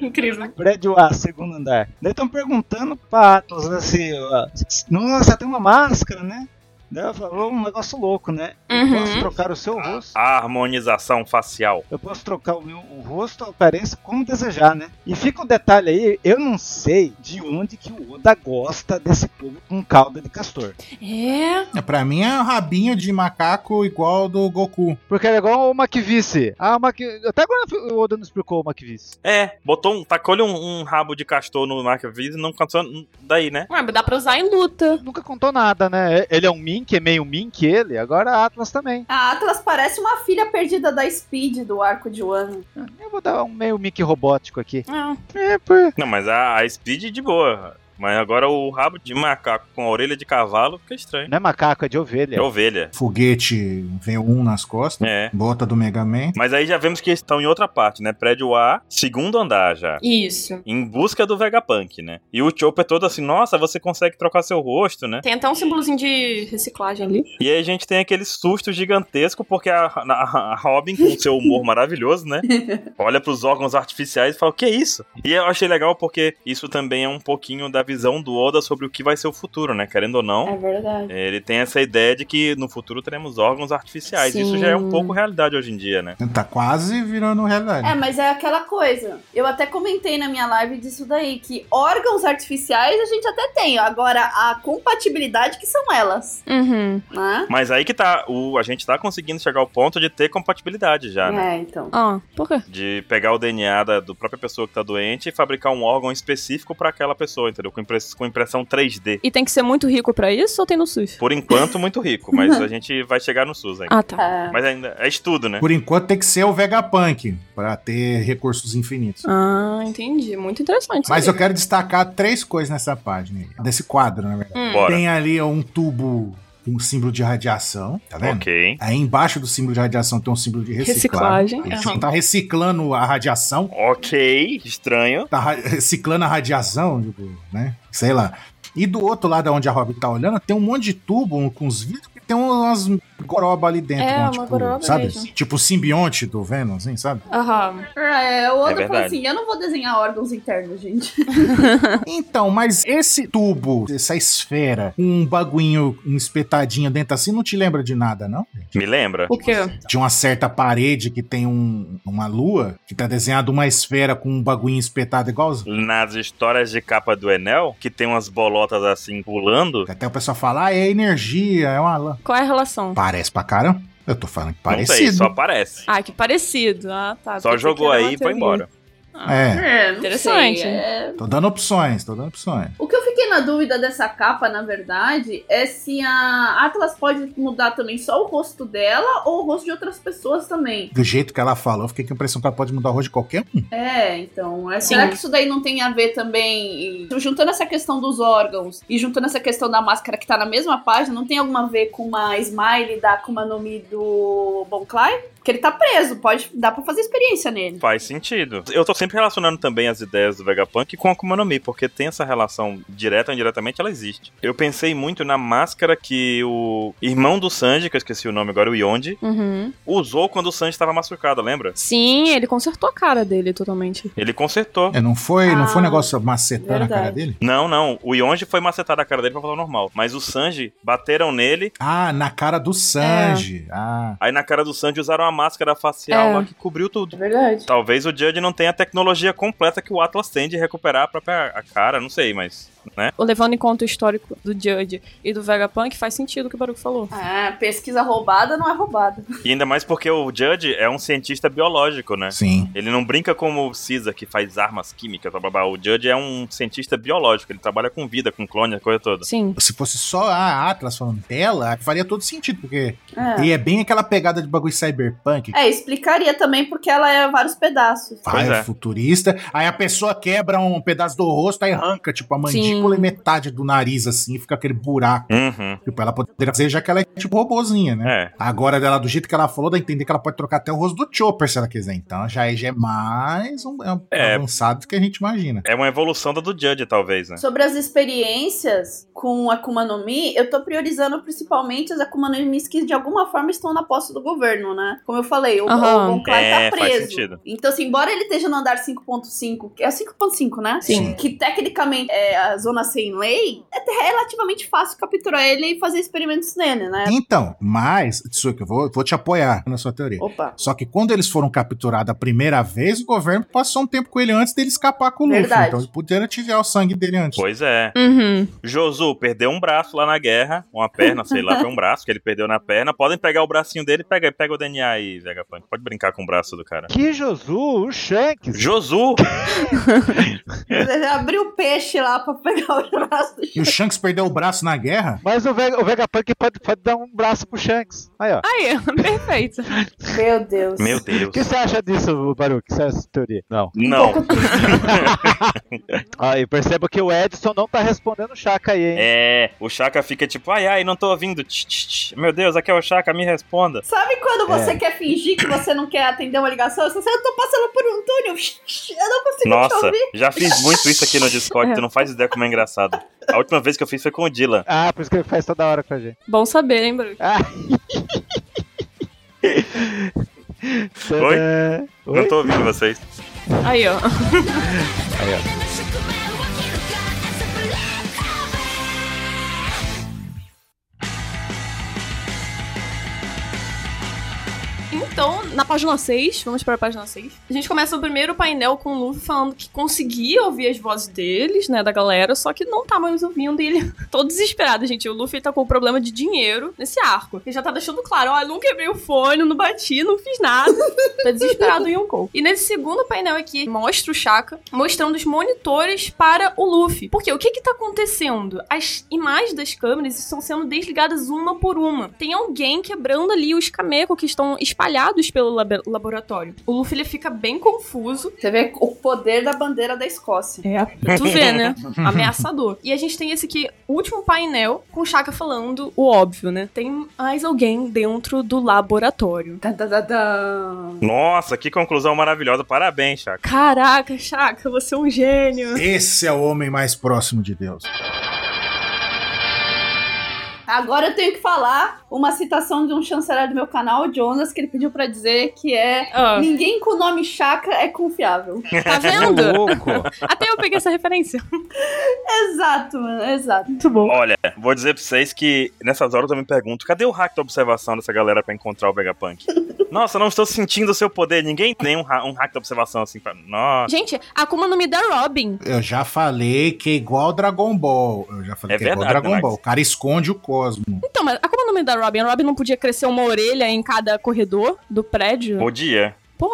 [SPEAKER 2] Incrível.
[SPEAKER 9] Prédio A, segundo andar. Daí estão perguntando pra Atlas assim: ó, Nossa, tem uma máscara, né? Daí ela falou um negócio louco, né? Posso
[SPEAKER 2] Uhum.
[SPEAKER 9] trocar o seu rosto?
[SPEAKER 1] A harmonização facial.
[SPEAKER 9] Eu posso trocar o meu o rosto, a aparência, como desejar, né? E fica o detalhe aí, eu não sei de onde que o Oda gosta desse povo com cauda de castor.
[SPEAKER 2] É.
[SPEAKER 3] É, Pra mim é um rabinho de macaco igual ao do Goku.
[SPEAKER 4] Porque era igual o McVice. Ah, o Mac... Até agora o Oda não explicou o McVice.
[SPEAKER 1] É, botou um. Tacou-lhe um, um rabo de castor no Mark Viz e não cansou daí, né?
[SPEAKER 2] Ué, mas dá pra usar em luta.
[SPEAKER 4] Nunca contou nada, né? Ele é um mink, é meio mink ele. Agora a Atlas também.
[SPEAKER 5] A Atlas parece uma filha perdida da Speed do arco de Wano.
[SPEAKER 4] Eu vou dar um meio mink robótico aqui.
[SPEAKER 2] Ah,
[SPEAKER 4] É, pô.
[SPEAKER 1] Não, mas a, a Speed de boa. Mas agora o rabo de macaco com a orelha de cavalo fica estranho.
[SPEAKER 4] Não é macaco, é de ovelha.
[SPEAKER 1] É ovelha.
[SPEAKER 3] Foguete V1 nas costas.
[SPEAKER 1] É.
[SPEAKER 3] Bota do Mega Man.
[SPEAKER 1] Mas aí já vemos que estão em outra parte, né? Prédio A, segundo andar já.
[SPEAKER 2] isso.
[SPEAKER 1] Em busca do Vegapunk, né? E o Chopper todo assim, nossa, você consegue trocar seu rosto, né?
[SPEAKER 2] Tem até um símbolozinho de reciclagem ali.
[SPEAKER 1] E aí a gente tem aquele susto gigantesco, porque a, a- a Robin, com seu humor maravilhoso, né? Olha pros órgãos artificiais e fala, que é isso? E eu achei legal porque isso também é um pouquinho da visão do Oda sobre o que vai ser o futuro, né? Querendo ou não.
[SPEAKER 5] É verdade.
[SPEAKER 1] Ele tem essa ideia de que no futuro teremos órgãos artificiais. Isso já é um
[SPEAKER 2] Sim.
[SPEAKER 1] pouco realidade hoje em dia, né?
[SPEAKER 3] Tá quase virando realidade.
[SPEAKER 5] É, mas é aquela coisa. Eu até comentei na minha live disso daí, que órgãos artificiais a gente até tem. Agora, a compatibilidade que são elas,
[SPEAKER 8] Uhum.
[SPEAKER 5] né?
[SPEAKER 1] Mas aí que tá, o, a gente tá conseguindo chegar ao ponto de ter compatibilidade já, né?
[SPEAKER 5] É, então.
[SPEAKER 8] Ó, por quê?
[SPEAKER 1] De pegar o DNA da do própria pessoa que tá doente e fabricar um órgão específico pra aquela pessoa, entendeu? Com, impress- com impressão 3D.
[SPEAKER 8] E tem que ser muito rico pra isso ou tem no SUS?
[SPEAKER 1] Por enquanto, muito rico, mas
[SPEAKER 2] (laughs)
[SPEAKER 1] a gente vai chegar no SUS ainda.
[SPEAKER 8] Ah, tá.
[SPEAKER 5] É.
[SPEAKER 1] Mas ainda é estudo, né?
[SPEAKER 3] Por enquanto tem que ser o Vegapunk, pra ter recursos infinitos.
[SPEAKER 8] Ah, entendi. Muito interessante. isso
[SPEAKER 3] Mas
[SPEAKER 8] aí.
[SPEAKER 3] eu quero destacar três coisas nessa página, aí, desse quadro, na verdade.
[SPEAKER 8] Hum.
[SPEAKER 1] Bora.
[SPEAKER 3] Tem ali um tubo com um símbolo de radiação, tá vendo?
[SPEAKER 1] Ok.
[SPEAKER 3] Aí embaixo do símbolo de radiação tem um símbolo de reciclagem.
[SPEAKER 8] Reciclagem,
[SPEAKER 3] Aí,
[SPEAKER 2] aham.
[SPEAKER 3] tipo, Tá reciclando a radiação,
[SPEAKER 1] Ok. Estranho.
[SPEAKER 3] tá ra- reciclando a radiação, tipo, né? Sei lá. E do outro lado onde a Robin tá olhando, tem um monte de tubo com os vidros que tem umas gorobas ali dentro.
[SPEAKER 8] É,
[SPEAKER 3] né?
[SPEAKER 8] uma
[SPEAKER 3] tipo,
[SPEAKER 8] goroba
[SPEAKER 3] sabe?
[SPEAKER 8] mesmo.
[SPEAKER 3] Tipo o simbionte do Venom, assim, sabe?
[SPEAKER 2] Aham.
[SPEAKER 5] É, o outro
[SPEAKER 1] É
[SPEAKER 5] falou
[SPEAKER 1] verdade.
[SPEAKER 5] assim: eu não vou desenhar órgãos internos, gente.
[SPEAKER 3] Então, mas esse tubo, essa esfera, um baguinho um espetadinho dentro assim, não te lembra de nada, não?
[SPEAKER 1] Me lembra?
[SPEAKER 2] O quê?
[SPEAKER 3] De uma certa parede que tem um- uma lua, que tá desenhado uma esfera com um baguinho espetado igual os...
[SPEAKER 1] Nas histórias de capa do Enel, que tem umas bolotas assim pulando,
[SPEAKER 3] Até o pessoal fala, ah, é energia, é uma lã.
[SPEAKER 8] Qual é a relação?
[SPEAKER 3] Parece pra caramba. Eu tô falando que
[SPEAKER 1] Não sei,
[SPEAKER 3] parecido.
[SPEAKER 1] só aparece.
[SPEAKER 8] Ah, que parecido. Ah, tá.
[SPEAKER 1] só
[SPEAKER 8] Pensei que
[SPEAKER 1] jogou
[SPEAKER 8] era uma
[SPEAKER 1] aí e foi
[SPEAKER 8] teoria.
[SPEAKER 1] embora.
[SPEAKER 3] É,
[SPEAKER 5] É, não
[SPEAKER 8] Interessante.
[SPEAKER 5] sei, é-
[SPEAKER 3] tô dando opções, tô dando opções.
[SPEAKER 5] O que eu fiquei na dúvida dessa capa, na verdade, é se a Atlas pode mudar também só o rosto dela ou o rosto de outras pessoas também.
[SPEAKER 3] Do jeito que ela falou, eu fiquei com a impressão que ela pode mudar o rosto de qualquer um.
[SPEAKER 5] É, então. é-
[SPEAKER 2] Sim.
[SPEAKER 5] será que isso daí não tem a ver também? e- tipo, juntando essa questão dos órgãos e juntando essa questão da máscara que tá na mesma página, não tem alguma a ver com uma smile da Akuma no Mi do Bon Clive? Porque ele tá preso, pode dá pra fazer experiência nele.
[SPEAKER 1] Faz sentido. Eu tô sempre relacionando também as ideias do Vegapunk com a Akuma no Mi, porque tem essa relação direta ou indiretamente, ela existe. Eu pensei muito na máscara que o irmão do Sanji, que eu esqueci o nome agora, o Yonde,
[SPEAKER 8] Uhum.
[SPEAKER 1] usou quando o Sanji estava machucado, lembra?
[SPEAKER 8] Sim, ele consertou a cara dele totalmente.
[SPEAKER 1] Ele consertou.
[SPEAKER 3] É, não foi, não foi um
[SPEAKER 5] Ah,
[SPEAKER 3] negócio macetando a cara
[SPEAKER 5] verdade.
[SPEAKER 3] dele?
[SPEAKER 1] Não, não. O Yonji foi macetado a cara dele pra falar o normal. Mas o Sanji bateram nele.
[SPEAKER 3] Ah, na cara do Sanji.
[SPEAKER 5] É.
[SPEAKER 3] Ah,
[SPEAKER 1] Aí na cara do Sanji usaram a máscara facial
[SPEAKER 8] É.
[SPEAKER 1] lá que cobriu tudo.
[SPEAKER 5] verdade.
[SPEAKER 1] Talvez o Judge não tenha a tecnologia completa que o Atlas tem de recuperar a própria a cara, não sei, mas.
[SPEAKER 8] Levando em conta o histórico do Judge e do Vegapunk, faz sentido o que o Baruco falou.
[SPEAKER 5] Ah, pesquisa roubada não é roubada.
[SPEAKER 1] E ainda mais porque o Judge é um cientista biológico, né?
[SPEAKER 3] sim.
[SPEAKER 1] Ele não brinca como o Caesar, que faz armas químicas, blá, blá, blá. O Judge é um cientista biológico, ele trabalha com vida, com clone, a coisa toda.
[SPEAKER 8] Sim.
[SPEAKER 3] Se fosse só a Atlas falando dela, faria todo sentido, porque
[SPEAKER 5] É.
[SPEAKER 3] E é bem aquela pegada de bagulho cyberpunk.
[SPEAKER 5] É, explicaria também porque ela é vários pedaços.
[SPEAKER 3] Vai,
[SPEAKER 1] Pois é.
[SPEAKER 3] futurista. Aí a pessoa quebra um pedaço do rosto, aí arranca, tipo, a mandíbula testículo e metade do nariz, assim, fica aquele buraco.
[SPEAKER 1] Uhum.
[SPEAKER 3] Tipo, ela poderia fazer, já que ela é tipo robozinha, né?
[SPEAKER 1] É.
[SPEAKER 3] Agora, dela, do jeito que ela falou, dá a entender que ela pode trocar até o rosto do Chopper, se ela quiser. Então, já é, já é mais um, é um
[SPEAKER 1] É.
[SPEAKER 3] avançado do que a gente imagina.
[SPEAKER 1] É uma evolução da do Judge, talvez, né?
[SPEAKER 5] Sobre as experiências com Akuma no Mi, eu tô priorizando principalmente as Akuma no Mi que de alguma forma estão na posse do governo, né? Como eu falei, o,
[SPEAKER 2] Aham.
[SPEAKER 5] o Gonclar
[SPEAKER 1] É,
[SPEAKER 5] tá
[SPEAKER 1] faz
[SPEAKER 5] preso.
[SPEAKER 1] sentido.
[SPEAKER 5] Então, assim, embora ele esteja no andar 5.5, que é 5.5, né?
[SPEAKER 3] Sim.
[SPEAKER 5] Que tecnicamente é a zona sem lei, é até relativamente fácil capturar ele e fazer experimentos nele, né?
[SPEAKER 3] Então, mas, Tsuki, eu vou, vou te apoiar na sua teoria.
[SPEAKER 5] Opa. (laughs)
[SPEAKER 3] Só que quando eles foram capturados a primeira vez, o governo passou um tempo com ele antes dele escapar com o Luffy.
[SPEAKER 5] Verdade.
[SPEAKER 3] Então, eles puderam tirar o sangue dele antes.
[SPEAKER 1] Pois é.
[SPEAKER 2] Uhum.
[SPEAKER 1] Josu perdeu um braço lá na guerra, uma perna, sei lá, foi um braço que ele perdeu na perna. Podem pegar o bracinho dele, pega, pega o DNA aí, Vegapunk. Pode brincar com o braço do cara.
[SPEAKER 4] Que Josu, o Shanks.
[SPEAKER 1] Josu!
[SPEAKER 5] Ele abriu o peixe lá pra pegar o braço do
[SPEAKER 3] E o Shanks perdeu o braço na guerra?
[SPEAKER 4] Mas o, Vega, o Vegapunk pode, pode dar um braço pro Shanks. Aí, ó.
[SPEAKER 2] Aí, (laughs) perfeito.
[SPEAKER 5] Meu Deus.
[SPEAKER 1] Meu
[SPEAKER 4] O
[SPEAKER 1] Deus.
[SPEAKER 4] que você acha disso, Baruch? Que você acha dessa teoria? Não.
[SPEAKER 1] Não.
[SPEAKER 4] Ah, e perceba que o Edson não tá respondendo o Chaka aí, hein?
[SPEAKER 1] É, o Chaka fica tipo, ai, ai, não tô ouvindo. Tch, tch, tch. Meu Deus, aqui é o Chaka, me responda.
[SPEAKER 5] Sabe quando
[SPEAKER 1] É.
[SPEAKER 5] você quer fingir que você não quer atender uma ligação? Você fala, eu tô passando por um túnel, eu não consigo te
[SPEAKER 1] Nossa,
[SPEAKER 5] ouvir.
[SPEAKER 1] já fiz muito isso aqui no Discord, tu não faz ideia como é engraçado. A última vez que eu fiz foi com o Dylan.
[SPEAKER 4] Ah, por isso que ele faz toda hora com a gente.
[SPEAKER 2] Bom saber, hein, Bruno?
[SPEAKER 4] Ah. Tadã.
[SPEAKER 1] Não tô ouvindo vocês.
[SPEAKER 2] Aí, ó. Então, na página 6, vamos para a página 6. A gente começa o primeiro painel com o Luffy falando que conseguia ouvir as vozes deles, né, da galera, só que não tá mais ouvindo e ele (laughs) todo desesperado, gente. O Luffy tá com problema de dinheiro nesse arco. Ele já tá deixando claro, ó, não quebrei o fone, não bati, não fiz nada. Tá desesperado o Yonkou. E nesse segundo painel aqui, mostra o Shaka mostrando os monitores para o Luffy. Porque o que que tá acontecendo? As imagens das câmeras estão sendo desligadas uma por uma. Tem alguém quebrando ali os camecos que estão espalhados pelo lab- laboratório. O Luffy, ele fica bem confuso.
[SPEAKER 5] Você vê o poder da bandeira da Escócia.
[SPEAKER 2] É. Tu vê, né? Ameaçador. E a gente tem esse aqui, último painel, com o Shaka falando o óbvio, né? Tem mais alguém dentro do laboratório.
[SPEAKER 5] Tá, tá, tá, tá.
[SPEAKER 1] Nossa, que conclusão maravilhosa. Parabéns, Chaka.
[SPEAKER 2] Caraca, Shaka, você é um gênio.
[SPEAKER 3] Esse é o homem mais próximo de Deus.
[SPEAKER 5] Agora eu tenho que falar uma citação de um chanceler do meu canal, o Jonas, que ele pediu pra dizer que é
[SPEAKER 2] Ah,
[SPEAKER 5] ninguém com o nome Chakra é confiável.
[SPEAKER 1] (laughs)
[SPEAKER 2] tá
[SPEAKER 4] Ô,
[SPEAKER 2] vendo?
[SPEAKER 4] louco.
[SPEAKER 2] Até eu peguei essa referência.
[SPEAKER 5] exato, mano, exato.
[SPEAKER 2] Muito bom.
[SPEAKER 1] Olha, vou dizer pra vocês que nessas horas eu me pergunto, cadê o hack da observação dessa galera pra encontrar o
[SPEAKER 5] (laughs)
[SPEAKER 1] Vegapunk? Nossa, eu não estou sentindo o seu poder. Ninguém tem um, ha- um hack da observação assim pra... Nossa.
[SPEAKER 2] Gente, a Akuma no Mi da Robin.
[SPEAKER 3] Eu já falei que é igual ao Dragon Ball. Eu já falei
[SPEAKER 1] É
[SPEAKER 3] que é igual ao
[SPEAKER 1] verdade,
[SPEAKER 3] Dragon
[SPEAKER 1] Max.
[SPEAKER 3] Ball. O cara esconde o cosmo.
[SPEAKER 2] Então, mas a Akuma no Mi da Robin, a Robin não podia crescer uma orelha em cada corredor do prédio?
[SPEAKER 1] Podia.
[SPEAKER 2] Pô,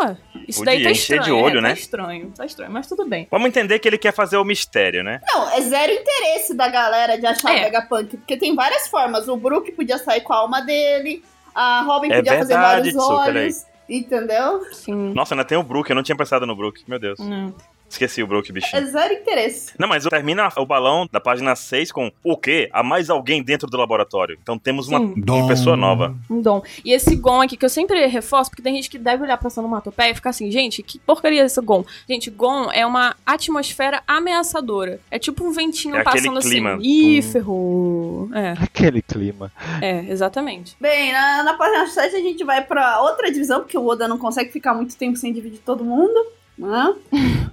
[SPEAKER 2] isso
[SPEAKER 1] Podia,
[SPEAKER 2] daí tá
[SPEAKER 1] encher
[SPEAKER 2] estranho.
[SPEAKER 1] de olho,
[SPEAKER 2] é,
[SPEAKER 1] né?
[SPEAKER 2] Tá estranho, tá estranho, mas tudo bem.
[SPEAKER 1] Vamos entender que ele quer fazer o mistério, né?
[SPEAKER 5] Não, é zero interesse da galera de achar
[SPEAKER 2] É.
[SPEAKER 5] o Vegapunk, porque tem várias formas. O Brook podia sair com a alma dele, a Robin
[SPEAKER 1] É
[SPEAKER 5] podia
[SPEAKER 1] verdade,
[SPEAKER 5] fazer vários
[SPEAKER 1] Tsuka, olha aí.
[SPEAKER 5] olhos, entendeu?
[SPEAKER 2] Sim.
[SPEAKER 1] Nossa, ainda tem o Brook. Eu não tinha pensado no Brook. Meu Deus.
[SPEAKER 2] Hum.
[SPEAKER 1] Esqueci o Brook,
[SPEAKER 5] É
[SPEAKER 1] bichinho.
[SPEAKER 5] zero interesse.
[SPEAKER 1] Não, mas termina o balão da página 6 com o quê? Há mais alguém dentro do laboratório. Então temos uma,
[SPEAKER 2] Sim.
[SPEAKER 1] uma pessoa nova.
[SPEAKER 2] Um dom. E esse Gon aqui, que eu sempre reforço, porque tem gente que deve olhar pra onomatopeia e ficar assim, gente, que porcaria é esse Gon? Gente, Gon é uma atmosfera ameaçadora. É tipo um ventinho
[SPEAKER 1] É aquele
[SPEAKER 2] passando
[SPEAKER 1] clima.
[SPEAKER 2] assim. Ih, ferrou. É,
[SPEAKER 4] Aquele clima.
[SPEAKER 2] é, exatamente.
[SPEAKER 5] Bem, na, na página 7 a gente vai pra outra divisão, porque o Oda não consegue ficar muito tempo sem dividir todo mundo. Né?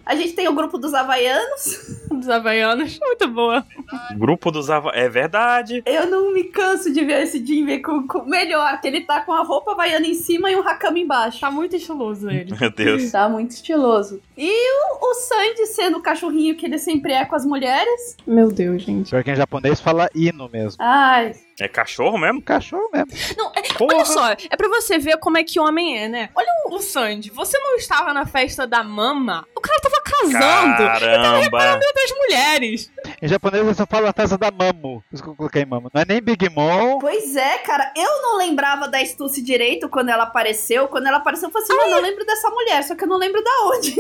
[SPEAKER 5] A gente tem o grupo dos havaianos.
[SPEAKER 2] Dos Havaianos, muito boa.
[SPEAKER 1] Grupo dos Ava... É verdade. (laughs)
[SPEAKER 5] Eu não me canso de ver esse Jinbe com, com- melhor, que ele tá com a roupa havaiana em cima e um hakama embaixo.
[SPEAKER 2] Tá muito estiloso ele.
[SPEAKER 1] Meu Deus.
[SPEAKER 5] Tá muito estiloso. E o, o Sandy sendo o cachorrinho que ele sempre é com as mulheres.
[SPEAKER 2] (laughs) Meu Deus, gente.
[SPEAKER 4] Pior que em japonês fala hino mesmo.
[SPEAKER 5] Ai.
[SPEAKER 1] É cachorro mesmo?
[SPEAKER 4] Um Cachorro mesmo.
[SPEAKER 2] Não, é-
[SPEAKER 1] Porra.
[SPEAKER 2] olha só, é pra você ver como é que homem é, né? Olha o, o Sandy, você não estava na festa da mama? O cara tava casando
[SPEAKER 1] Caramba.
[SPEAKER 2] com outras mulheres.
[SPEAKER 4] Em japonês eles só falam a taça da Mamo. Por isso que eu coloquei Mamo. Não é nem Big Mom.
[SPEAKER 5] Pois é, cara. Eu não lembrava da Stussy direito quando ela apareceu. Quando ela apareceu, eu falei assim, mano, eu lembro dessa mulher, só que eu não lembro da onde.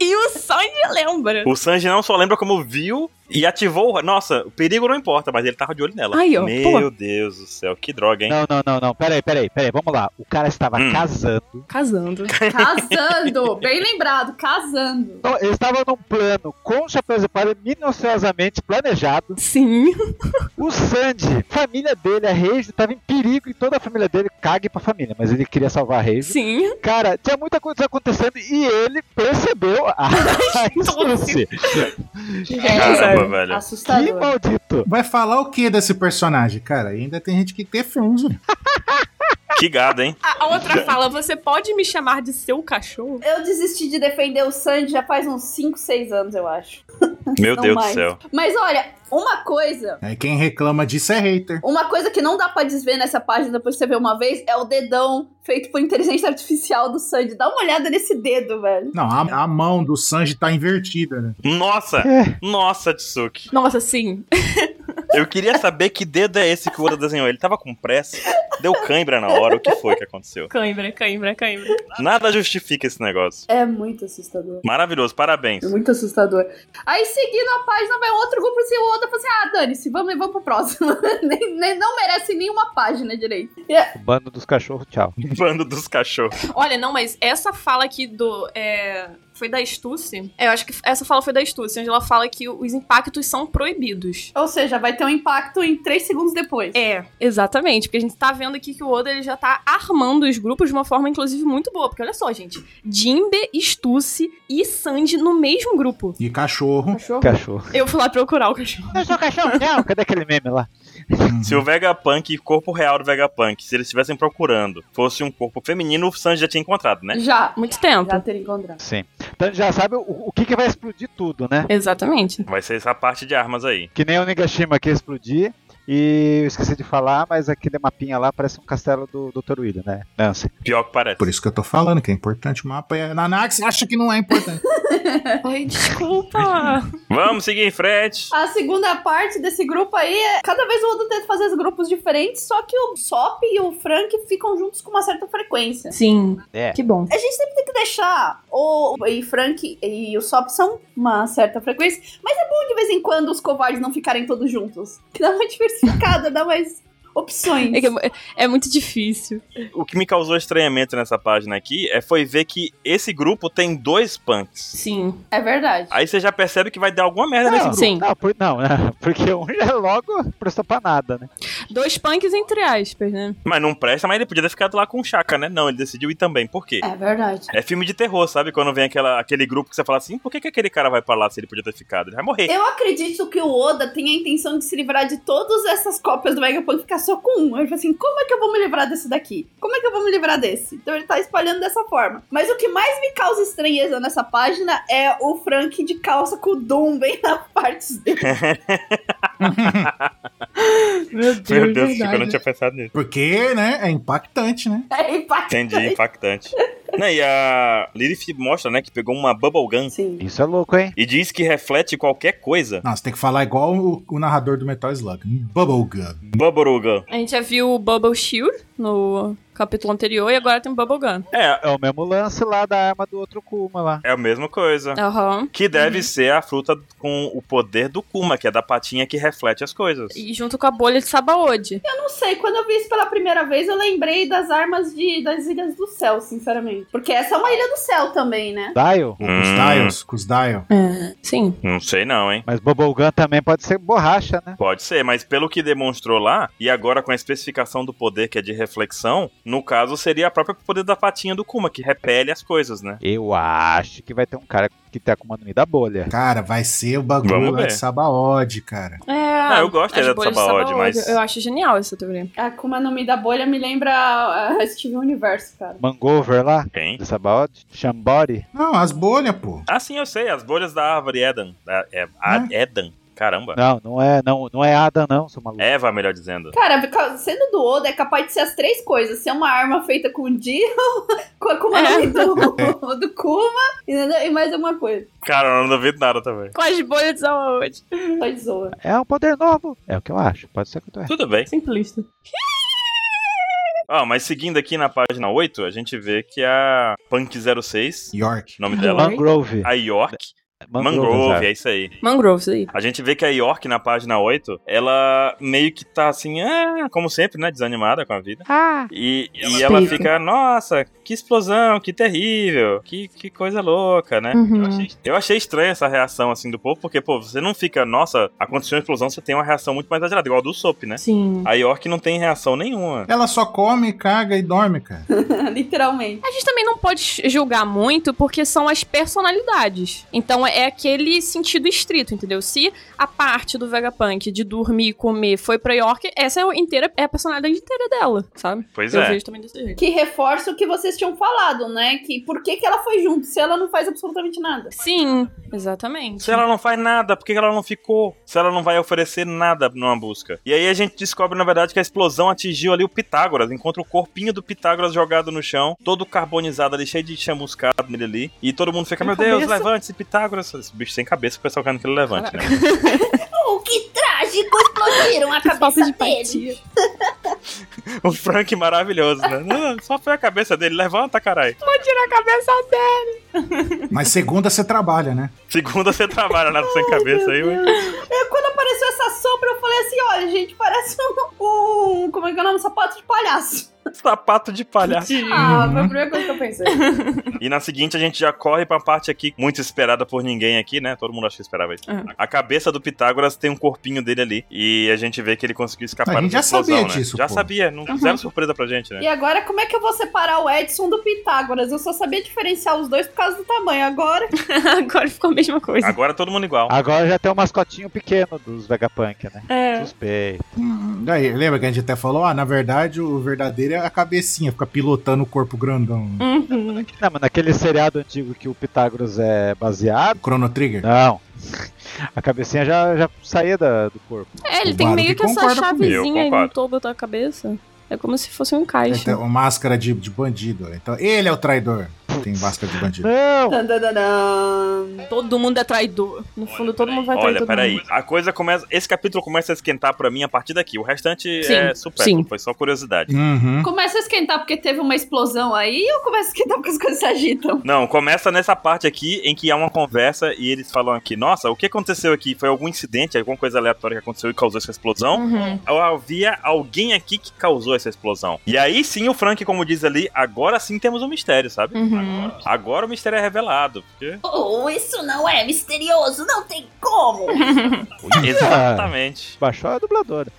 [SPEAKER 2] E o Sandy lembra.
[SPEAKER 1] O Sanji não só lembra como viu, E ativou o. Nossa, o perigo não importa, mas ele tava de olho nela.
[SPEAKER 2] Aí, ó,
[SPEAKER 1] Meu
[SPEAKER 2] pô.
[SPEAKER 1] Deus do céu, que droga, hein?
[SPEAKER 4] Não, não, não, não. Peraí, peraí, peraí. Vamos lá. O cara estava
[SPEAKER 1] Hum.
[SPEAKER 4] casando.
[SPEAKER 2] Casando.
[SPEAKER 5] Casando, bem lembrado, casando.
[SPEAKER 4] Então, ele estava num plano com o Chapéu de Palha minuciosamente planejado.
[SPEAKER 2] Sim.
[SPEAKER 4] O Sandy, família dele, a Reis, estava em perigo e toda a família dele cague pra família, mas ele queria salvar a Reis.
[SPEAKER 2] Sim.
[SPEAKER 4] Cara, tinha muita coisa acontecendo e ele percebeu
[SPEAKER 1] (laughs)
[SPEAKER 4] (laughs) a astúcia.
[SPEAKER 1] Caramba, velho.
[SPEAKER 4] que
[SPEAKER 5] Assustador.
[SPEAKER 4] maldito.
[SPEAKER 3] Vai falar o que desse personagem, cara? E ainda tem gente que né? defende.
[SPEAKER 1] Que gado, hein?
[SPEAKER 2] A, a outra fala: Você pode me chamar de seu cachorro?
[SPEAKER 5] Eu desisti de defender o Sandy já faz uns 5, 6 anos, eu acho.
[SPEAKER 1] Meu
[SPEAKER 5] Não
[SPEAKER 1] Deus do
[SPEAKER 5] mais.
[SPEAKER 1] céu.
[SPEAKER 5] Mas olha, uma coisa.
[SPEAKER 3] Aí quem reclama disso é hater.
[SPEAKER 5] Uma coisa que não dá pra desver nessa página depois que você vê uma vez é o dedão feito por inteligência artificial do Sandy. Dá uma olhada nesse dedo, velho.
[SPEAKER 3] Não, a, a mão do Sanji tá invertida, né?
[SPEAKER 1] Nossa!
[SPEAKER 2] É.
[SPEAKER 1] Nossa, Tsuki.
[SPEAKER 2] Nossa, sim.
[SPEAKER 1] Eu queria saber que dedo é esse que o Oda desenhou. Ele tava com pressa, deu cãibra na hora. O que foi que aconteceu?
[SPEAKER 2] Cãibra, cãibra, cãibra.
[SPEAKER 1] Nada justifica esse negócio.
[SPEAKER 5] É muito assustador.
[SPEAKER 1] Maravilhoso, parabéns.
[SPEAKER 5] É muito assustador. Aí seguindo a página vai outro grupo assim, o Oda fala assim: ah, dane-se, vamos, vamos pro próximo. (laughs) nem, nem- não merece nenhuma página direito.
[SPEAKER 4] O bando dos cachorros, tchau.
[SPEAKER 1] Bando dos cachorros.
[SPEAKER 2] Olha, não, mas essa fala aqui do. é, Foi da Stussy? É, eu acho que essa fala foi da Stussy, onde ela fala que os impactos são proibidos.
[SPEAKER 5] Ou seja, vai ter um impacto em 3 segundos depois.
[SPEAKER 2] É, exatamente, porque a gente tá vendo aqui que o Oda ele já tá armando os grupos de uma forma, inclusive, muito boa. Porque olha só, gente, Jimbe, Stussy e Sandy no mesmo grupo.
[SPEAKER 3] E cachorro.
[SPEAKER 4] (laughs)
[SPEAKER 5] Cachorro?
[SPEAKER 4] Cachorro.
[SPEAKER 2] Eu fui lá procurar o cachorro.
[SPEAKER 4] Eu sou cachorro, não. (laughs) Cadê aquele meme lá?
[SPEAKER 1] (laughs) Se
[SPEAKER 3] Uhum.
[SPEAKER 1] o Vegapunk, corpo real do Vegapunk, se eles estivessem procurando, fosse um corpo feminino, o Sanji já tinha encontrado, né?
[SPEAKER 5] Já.
[SPEAKER 2] Muito tempo.
[SPEAKER 5] Já ter encontrado.
[SPEAKER 4] Sim. Então já sabe o, o que, que vai explodir tudo, né?
[SPEAKER 2] Exatamente.
[SPEAKER 1] Vai ser essa parte de armas aí.
[SPEAKER 4] Que nem o Nigashima que ia explodir. E eu esqueci de falar, mas aquele mapinha lá parece um castelo do Dr. William, né? Nancy.
[SPEAKER 1] Pior que parece.
[SPEAKER 3] Por isso que eu tô falando que é importante o mapa. E a Nanax acha que não é importante.
[SPEAKER 2] Ai, desculpa.
[SPEAKER 1] Vamos seguir em frente.
[SPEAKER 5] A segunda parte desse grupo aí é. Cada vez o Oda tenta fazer os grupos diferentes, só que o Sop e o Frank ficam juntos com uma certa frequência.
[SPEAKER 2] Sim.
[SPEAKER 4] É.
[SPEAKER 2] Que bom.
[SPEAKER 5] A gente sempre tem que deixar o e Frank e o Sop são uma certa frequência, mas é bom de vez em quando os covardes não ficarem todos juntos. (laughs) Que dá uma diversificada, dá mais opções.
[SPEAKER 2] É, que é- é muito difícil.
[SPEAKER 1] O que me causou estranhamento nessa página aqui é foi ver que esse grupo tem dois punks.
[SPEAKER 2] Sim.
[SPEAKER 5] É verdade.
[SPEAKER 1] Aí você já percebe que vai dar alguma merda nesse
[SPEAKER 4] Não,
[SPEAKER 1] grupo.
[SPEAKER 2] Sim.
[SPEAKER 4] não, por- não, né? porque um já logo prestou pra nada, né?
[SPEAKER 2] Dois punks entre aspas, né?
[SPEAKER 1] Mas não presta, mas ele podia ter ficado lá com o Chaka, né? Não, ele decidiu ir também. Por quê?
[SPEAKER 5] É verdade.
[SPEAKER 1] É filme de terror, sabe? Quando vem aquela, aquele grupo que você fala assim, por que, que aquele cara vai pra lá se ele podia ter ficado? Ele vai morrer.
[SPEAKER 5] Eu acredito que o Oda tem a intenção de se livrar de todas essas cópias do Megapunk e ficar só com um. Ele fala assim: como é que eu vou me livrar desse daqui? Como é que eu vou me livrar desse? Então ele tá espalhando dessa forma. Mas o que mais me causa estranheza nessa página é o Frank de calça com o Doom bem na parte (laughs) dele.
[SPEAKER 2] Meu
[SPEAKER 1] Meu Deus, é Chico, eu não tinha pensado nisso.
[SPEAKER 3] Porque, né? É impactante, né?
[SPEAKER 5] É impactante.
[SPEAKER 1] Entendi, impactante. Não, e a Lilith mostra, né, que pegou uma bubble gun
[SPEAKER 5] Sim.
[SPEAKER 4] Isso é louco, hein?
[SPEAKER 1] e diz que reflete qualquer coisa.
[SPEAKER 3] Nossa, tem que falar igual o, o narrador do Metal Slug. Bubblegum.
[SPEAKER 1] Bubble gun.
[SPEAKER 2] A gente já viu o Bubble Shield no capítulo anterior e agora tem o Bubble Gun.
[SPEAKER 1] É,
[SPEAKER 4] É o mesmo lance lá da arma do outro Kuma lá.
[SPEAKER 1] é a mesma coisa.
[SPEAKER 2] Aham.
[SPEAKER 1] Que deve ser a fruta com o poder do Kuma, que é da patinha que reflete as coisas.
[SPEAKER 2] E junto com a bolha de Sabaody.
[SPEAKER 5] Eu não sei, quando eu vi isso pela primeira vez, eu lembrei das armas de, das Ilhas do Céu, sinceramente. Porque essa é uma Ilha do Céu também, né?
[SPEAKER 4] Dial?
[SPEAKER 3] Ou Com os
[SPEAKER 1] Hum.
[SPEAKER 3] dials, com os dial.
[SPEAKER 2] Sim.
[SPEAKER 1] Não sei não, hein?
[SPEAKER 4] Mas Bubblegum também pode ser borracha, né?
[SPEAKER 1] Pode ser, mas pelo que demonstrou lá, e agora com a especificação do poder que é de reflexão, no caso seria a própria poder da patinha do Kuma, que repele as coisas, né?
[SPEAKER 4] Eu acho que vai ter um cara que tá com o nome da bolha.
[SPEAKER 3] Cara, vai ser o bagulho
[SPEAKER 1] Vamos
[SPEAKER 3] lá
[SPEAKER 1] ver.
[SPEAKER 3] de Sabaody, cara.
[SPEAKER 2] É,
[SPEAKER 1] Ah, eu gosto
[SPEAKER 2] as
[SPEAKER 1] da
[SPEAKER 2] bolhas de
[SPEAKER 1] Sabaody, mas-
[SPEAKER 2] Eu acho genial essa teoria.
[SPEAKER 5] A Kuma no Mi da Bolha me lembra a Steven Universo, cara.
[SPEAKER 4] Mangover lá?
[SPEAKER 1] Quem?
[SPEAKER 4] Dessa bode? Shambori?
[SPEAKER 3] Não, as bolhas, pô.
[SPEAKER 1] Ah, sim, eu sei, as bolhas da árvore Eden. Da- é, a-
[SPEAKER 3] Hum.
[SPEAKER 1] Eden, caramba.
[SPEAKER 4] Não, não é, não, não é Adam, não, seu maluco.
[SPEAKER 1] Eva, melhor dizendo.
[SPEAKER 5] Cara, porque sendo do Oda, é capaz de ser as três coisas. Ser uma arma feita com o Dio, (laughs) com a Kuma no Mi do, (laughs) do Kuma, entendeu? e mais alguma coisa.
[SPEAKER 1] Cara, eu não duvido nada também.
[SPEAKER 2] (laughs) Com as bolhas de Sabaody.
[SPEAKER 5] Só de zoa. (laughs)
[SPEAKER 4] É um poder novo. É o que eu acho. Pode ser que eu tô errado.
[SPEAKER 1] Tudo bem.
[SPEAKER 2] Simplista.
[SPEAKER 1] Ó, mas seguindo aqui na página 8, a gente vê que a Punk 06,
[SPEAKER 3] York.
[SPEAKER 1] nome
[SPEAKER 2] Ai.
[SPEAKER 1] dela,
[SPEAKER 4] Mangrove.
[SPEAKER 1] a York, é Mangrove,
[SPEAKER 4] Mangrove
[SPEAKER 1] é isso aí.
[SPEAKER 2] Mangroves aí.
[SPEAKER 1] A gente vê que a York, na página 8, ela meio que tá assim, ah, como sempre, né? Desanimada com a vida.
[SPEAKER 7] Ah.
[SPEAKER 1] E, e ela
[SPEAKER 2] Explica.
[SPEAKER 1] fica, nossa, que explosão, que terrível, que, que coisa louca, né?
[SPEAKER 2] Uhum.
[SPEAKER 1] Eu, achei, eu achei estranha essa reação, assim, do povo, porque, pô, você não fica, nossa, aconteceu uma explosão, você tem uma reação muito mais exagerada, igual a do Sop, né?
[SPEAKER 2] Sim.
[SPEAKER 1] A York não tem reação nenhuma.
[SPEAKER 3] Ela só come, caga e dorme, cara.
[SPEAKER 5] Literalmente.
[SPEAKER 2] A gente também não pode julgar muito porque são as personalidades. Então é aquele sentido estrito, entendeu? Se a parte do Vegapunk de dormir e comer foi pra York, essa é, inteira, é a personalidade inteira dela, sabe?
[SPEAKER 1] Pois
[SPEAKER 2] Eu
[SPEAKER 1] é.
[SPEAKER 2] vejo também desse jeito.
[SPEAKER 5] Que reforça o que vocês tinham falado, né? Que por que, que ela foi junto se ela não faz absolutamente nada?
[SPEAKER 2] Sim, exatamente. (laughs)
[SPEAKER 1] Se ela não faz nada, por que ela não ficou? Se ela não vai oferecer nada numa busca. E aí a gente descobre, na verdade, que a explosão atingiu ali o Pitágoras. Encontra o corpinho do Pitágoras jogado no chão, todo carbonizado ali, cheio de chamuscado nele ali. E todo mundo fica,
[SPEAKER 2] Sem
[SPEAKER 1] meu Deus,
[SPEAKER 2] cabeça."
[SPEAKER 1] levante-se, Pitágoras. Esse bicho sem cabeça, o pessoal querendo que ele levante, né?
[SPEAKER 5] Oh, que trágico! Explodiram (laughs) a
[SPEAKER 2] Falta de
[SPEAKER 5] cabeça dele!
[SPEAKER 2] empatia.
[SPEAKER 1] (laughs) O Frank maravilhoso, né? Não, só foi a cabeça dele, levanta, caralho.
[SPEAKER 2] Tira a cabeça (laughs) dela.
[SPEAKER 3] Mas segunda você trabalha, né?
[SPEAKER 1] Segunda você trabalha nada sem cabeça aí, ué.
[SPEAKER 5] Eu, quando apareceu essa sombra, eu falei assim: olha, gente, parece um. um- como é que é o nome? Sapato de palhaço.
[SPEAKER 1] sapato de palhaço.
[SPEAKER 5] Ah, foi a primeira coisa que eu pensei.
[SPEAKER 1] E na seguinte a gente já corre pra parte aqui muito esperada por ninguém aqui, né? Todo mundo acho que esperava isso.
[SPEAKER 2] Uhum.
[SPEAKER 1] A cabeça do Pitágoras tem um corpinho dele ali e a gente vê que ele conseguiu escapar
[SPEAKER 3] A gente
[SPEAKER 1] dessa
[SPEAKER 3] já sabia
[SPEAKER 1] explosão, né?
[SPEAKER 3] disso,
[SPEAKER 1] Já
[SPEAKER 3] pô.
[SPEAKER 1] sabia, não zero surpresa pra gente, né?
[SPEAKER 5] E agora, como é que eu vou separar o Edson do Pitágoras? Eu só sabia diferenciar os dois por causa do tamanho. Agora,
[SPEAKER 2] Agora ficou a mesma coisa.
[SPEAKER 1] Agora todo mundo igual.
[SPEAKER 4] Agora já tem um mascotinho pequeno dos Vegapunk, né?
[SPEAKER 2] É.
[SPEAKER 4] Suspeito.
[SPEAKER 3] Daí, lembra que a gente até falou, ah, na verdade, o verdadeiro é a cabecinha, fica pilotando o corpo grandão. né?
[SPEAKER 2] Uhum.
[SPEAKER 4] Não, mas naquele seriado antigo que o Pitágoras é baseado.
[SPEAKER 3] Chrono Trigger.
[SPEAKER 4] Não. A cabecinha já, já saía da- do corpo.
[SPEAKER 2] É, ele
[SPEAKER 3] O
[SPEAKER 2] tem
[SPEAKER 3] Baruch
[SPEAKER 2] meio que essa
[SPEAKER 3] concorda comigo,
[SPEAKER 1] eu
[SPEAKER 2] chavezinha aí no
[SPEAKER 1] concordo.
[SPEAKER 2] topo da cabeça. É como se fosse um encaixe.
[SPEAKER 3] Então, uma máscara de, de bandido. Então, ele é o traidor. Tem máscara de bandido.
[SPEAKER 4] Não!
[SPEAKER 5] Dan, dan, dan, dan.
[SPEAKER 2] Todo mundo é traidor. No fundo, todo mundo vai trair
[SPEAKER 1] Olha,
[SPEAKER 2] todo
[SPEAKER 1] peraí,
[SPEAKER 2] mundo.
[SPEAKER 1] a coisa começa. Esse capítulo começa a esquentar pra mim a partir daqui. O restante
[SPEAKER 2] Sim,
[SPEAKER 1] é super,
[SPEAKER 2] sim.
[SPEAKER 1] foi só curiosidade.
[SPEAKER 3] Uhum.
[SPEAKER 5] Começa a esquentar porque teve uma explosão aí ou começa a esquentar porque as coisas se agitam?
[SPEAKER 1] Não, começa nessa parte aqui em que há uma conversa e eles falam aqui: Nossa, o que aconteceu aqui? Foi algum incidente, alguma coisa aleatória que aconteceu e causou essa explosão?
[SPEAKER 2] Uhum.
[SPEAKER 1] eu havia alguém aqui que causou essa explosão. E aí sim o Frank, como diz ali, agora sim temos um mistério, sabe?
[SPEAKER 2] Uhum.
[SPEAKER 1] Agora o mistério é revelado.
[SPEAKER 2] (laughs)
[SPEAKER 1] Porque...
[SPEAKER 5] (laughs) Oh, isso não é misterioso, não tem como!
[SPEAKER 1] Exatamente.
[SPEAKER 4] Baixou a dubladora.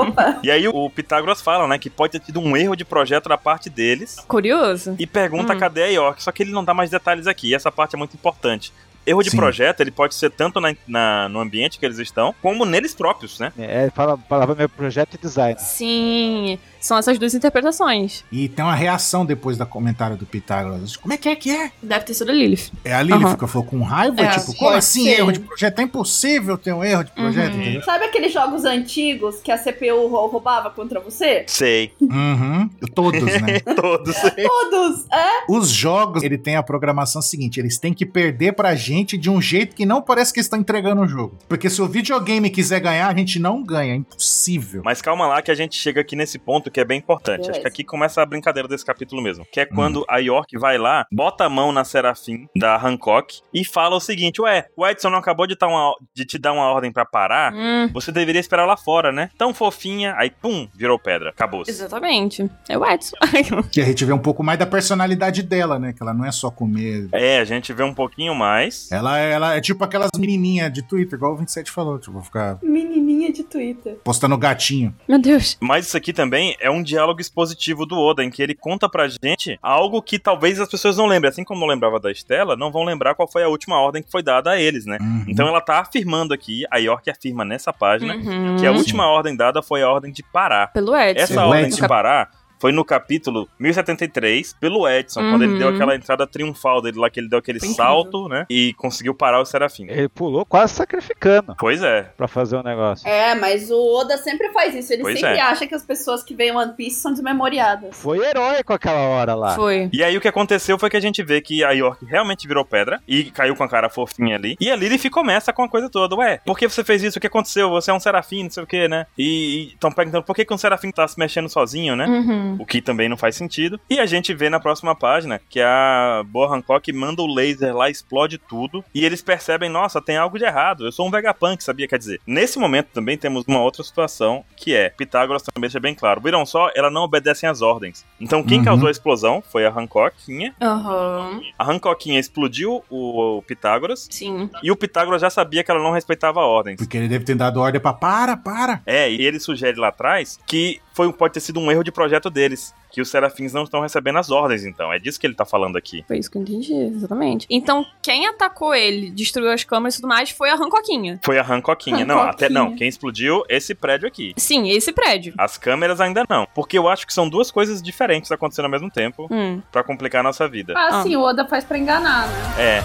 [SPEAKER 5] (laughs) Opa!
[SPEAKER 1] E aí o Pitágoras fala, né, que pode ter tido um erro de projeto da parte deles
[SPEAKER 2] Curioso.
[SPEAKER 1] e pergunta
[SPEAKER 2] Hum.
[SPEAKER 1] cadê a York, só que ele não dá mais detalhes aqui, e essa parte é muito importante. Erro de
[SPEAKER 3] Sim.
[SPEAKER 1] projeto, ele pode ser tanto na- na- no ambiente que eles estão, como neles próprios, né?
[SPEAKER 4] É, fala palavra meu projeto e design.
[SPEAKER 2] Sim, são essas duas interpretações.
[SPEAKER 3] E tem uma reação depois do comentário do Pitágoras. Como é que é que é?
[SPEAKER 2] Deve ter sido a Lilith.
[SPEAKER 3] É ali ele
[SPEAKER 2] Aham.
[SPEAKER 3] fica falou com raiva,
[SPEAKER 2] É,
[SPEAKER 3] tipo, como
[SPEAKER 5] pode
[SPEAKER 3] assim
[SPEAKER 5] ser.
[SPEAKER 3] erro de projeto? É impossível ter um erro de projeto,
[SPEAKER 1] Uhum.
[SPEAKER 3] entendeu?
[SPEAKER 5] Sabe aqueles jogos antigos que a CPU rou- roubava contra você?
[SPEAKER 1] Sei.
[SPEAKER 3] Uhum. (laughs) Todos, né?
[SPEAKER 1] Todos.
[SPEAKER 5] Todos! É?
[SPEAKER 3] Os jogos, ele tem a programação seguinte, eles têm que perder pra gente de um jeito que não parece que eles estão entregando o jogo. Porque se o videogame quiser ganhar, a gente não ganha, é impossível.
[SPEAKER 1] (laughs) Mas calma lá que a gente chega aqui nesse ponto que é bem importante. Acho
[SPEAKER 5] Beleza.
[SPEAKER 1] que aqui começa a brincadeira desse capítulo mesmo. Que é quando a York vai lá, bota a mão na Serafim da Hancock e fala o seguinte: Ué, o Edson não acabou de, tá uma- de te dar uma ordem pra parar?
[SPEAKER 2] Hum,
[SPEAKER 1] Você deveria esperar lá fora, né? Tão fofinha. Aí, pum, virou pedra. Acabou.
[SPEAKER 2] exatamente. É o Edson. (laughs)
[SPEAKER 3] Que a gente vê um pouco mais da personalidade dela, né? Que ela não é só comer.
[SPEAKER 1] É, a gente vê um pouquinho mais.
[SPEAKER 3] Ela, ela é tipo aquelas menininhas de Twitter, igual o 27 falou, tipo, ficar
[SPEAKER 5] Menininha de Twitter.
[SPEAKER 3] postando gatinho.
[SPEAKER 2] Meu Deus.
[SPEAKER 1] Mas isso aqui também é um diálogo expositivo do Oda, em que ele conta pra gente algo que talvez as pessoas não lembrem. Assim como não lembrava da Estela, não vão lembrar qual foi a última ordem que foi dada a eles, né?
[SPEAKER 3] Uhum.
[SPEAKER 1] Então ela tá afirmando aqui, a York afirma nessa página,
[SPEAKER 2] Uhum.
[SPEAKER 1] que a última ordem dada foi a ordem de parar.
[SPEAKER 2] Pelo Edson.
[SPEAKER 1] Essa
[SPEAKER 3] o
[SPEAKER 1] ordem
[SPEAKER 3] Edson.
[SPEAKER 1] de parar foi no capítulo 1073, pelo Edson, quando ele
[SPEAKER 2] Uhum.
[SPEAKER 1] deu aquela entrada triunfal dele lá, que ele deu aquele
[SPEAKER 2] Incrível.
[SPEAKER 1] salto, né? E conseguiu parar o Serafim.
[SPEAKER 4] Ele pulou quase sacrificando
[SPEAKER 1] Pois é.
[SPEAKER 4] pra fazer o negócio.
[SPEAKER 5] É, mas o Oda sempre faz isso. Ele
[SPEAKER 1] Pois
[SPEAKER 5] sempre
[SPEAKER 1] é.
[SPEAKER 5] acha que as pessoas que veem One Piece são desmemoriadas.
[SPEAKER 4] Foi heróico aquela hora
[SPEAKER 1] né?
[SPEAKER 4] lá.
[SPEAKER 2] Foi.
[SPEAKER 1] E aí o que aconteceu foi que a gente vê que a York realmente virou pedra e caiu com a cara fofinha ali. E a Lilith começa com a coisa toda. Ué, por que você fez isso? O que aconteceu? Você é um serafim, não sei o que, né? E estão perguntando por que, que um serafim tá se mexendo sozinho, né?
[SPEAKER 2] Uhum.
[SPEAKER 1] o que também não faz sentido. E a gente vê na próxima página que a Boa Hancock manda o laser lá, explode tudo, e eles percebem, nossa, tem algo de errado, eu sou um Vegapunk, sabia? Quer dizer, nesse momento também temos uma outra situação, que é, Pitágoras também deixa bem claro, viram só, ela não obedecem às ordens. Então quem
[SPEAKER 3] Uhum.
[SPEAKER 1] causou a explosão foi a Hancockinha,
[SPEAKER 2] Aham.
[SPEAKER 1] a Hancockinha explodiu o, o Pitágoras,
[SPEAKER 2] Sim.
[SPEAKER 1] e o Pitágoras já sabia que ela não respeitava ordens.
[SPEAKER 3] Porque ele deve ter dado ordem pra para, para.
[SPEAKER 1] É, e ele sugere lá atrás que foi, pode ter sido um erro de projeto deles. Que os serafins não estão recebendo as ordens, então. É disso que ele tá falando aqui.
[SPEAKER 2] Foi isso que eu entendi, exatamente. Então, quem atacou ele, destruiu as câmeras e tudo mais, foi a Hancoquinha.
[SPEAKER 1] Foi a Hancoquinha. Não,
[SPEAKER 5] Hancoquinha.
[SPEAKER 1] até não. Quem explodiu? Esse prédio aqui.
[SPEAKER 2] Sim, esse prédio.
[SPEAKER 1] As câmeras ainda não. Porque eu acho que são duas coisas diferentes acontecendo ao mesmo tempo
[SPEAKER 2] Hum.
[SPEAKER 1] pra complicar a nossa vida.
[SPEAKER 5] Ah,
[SPEAKER 2] Ah.
[SPEAKER 5] sim, o Oda faz pra enganar, né?
[SPEAKER 1] É.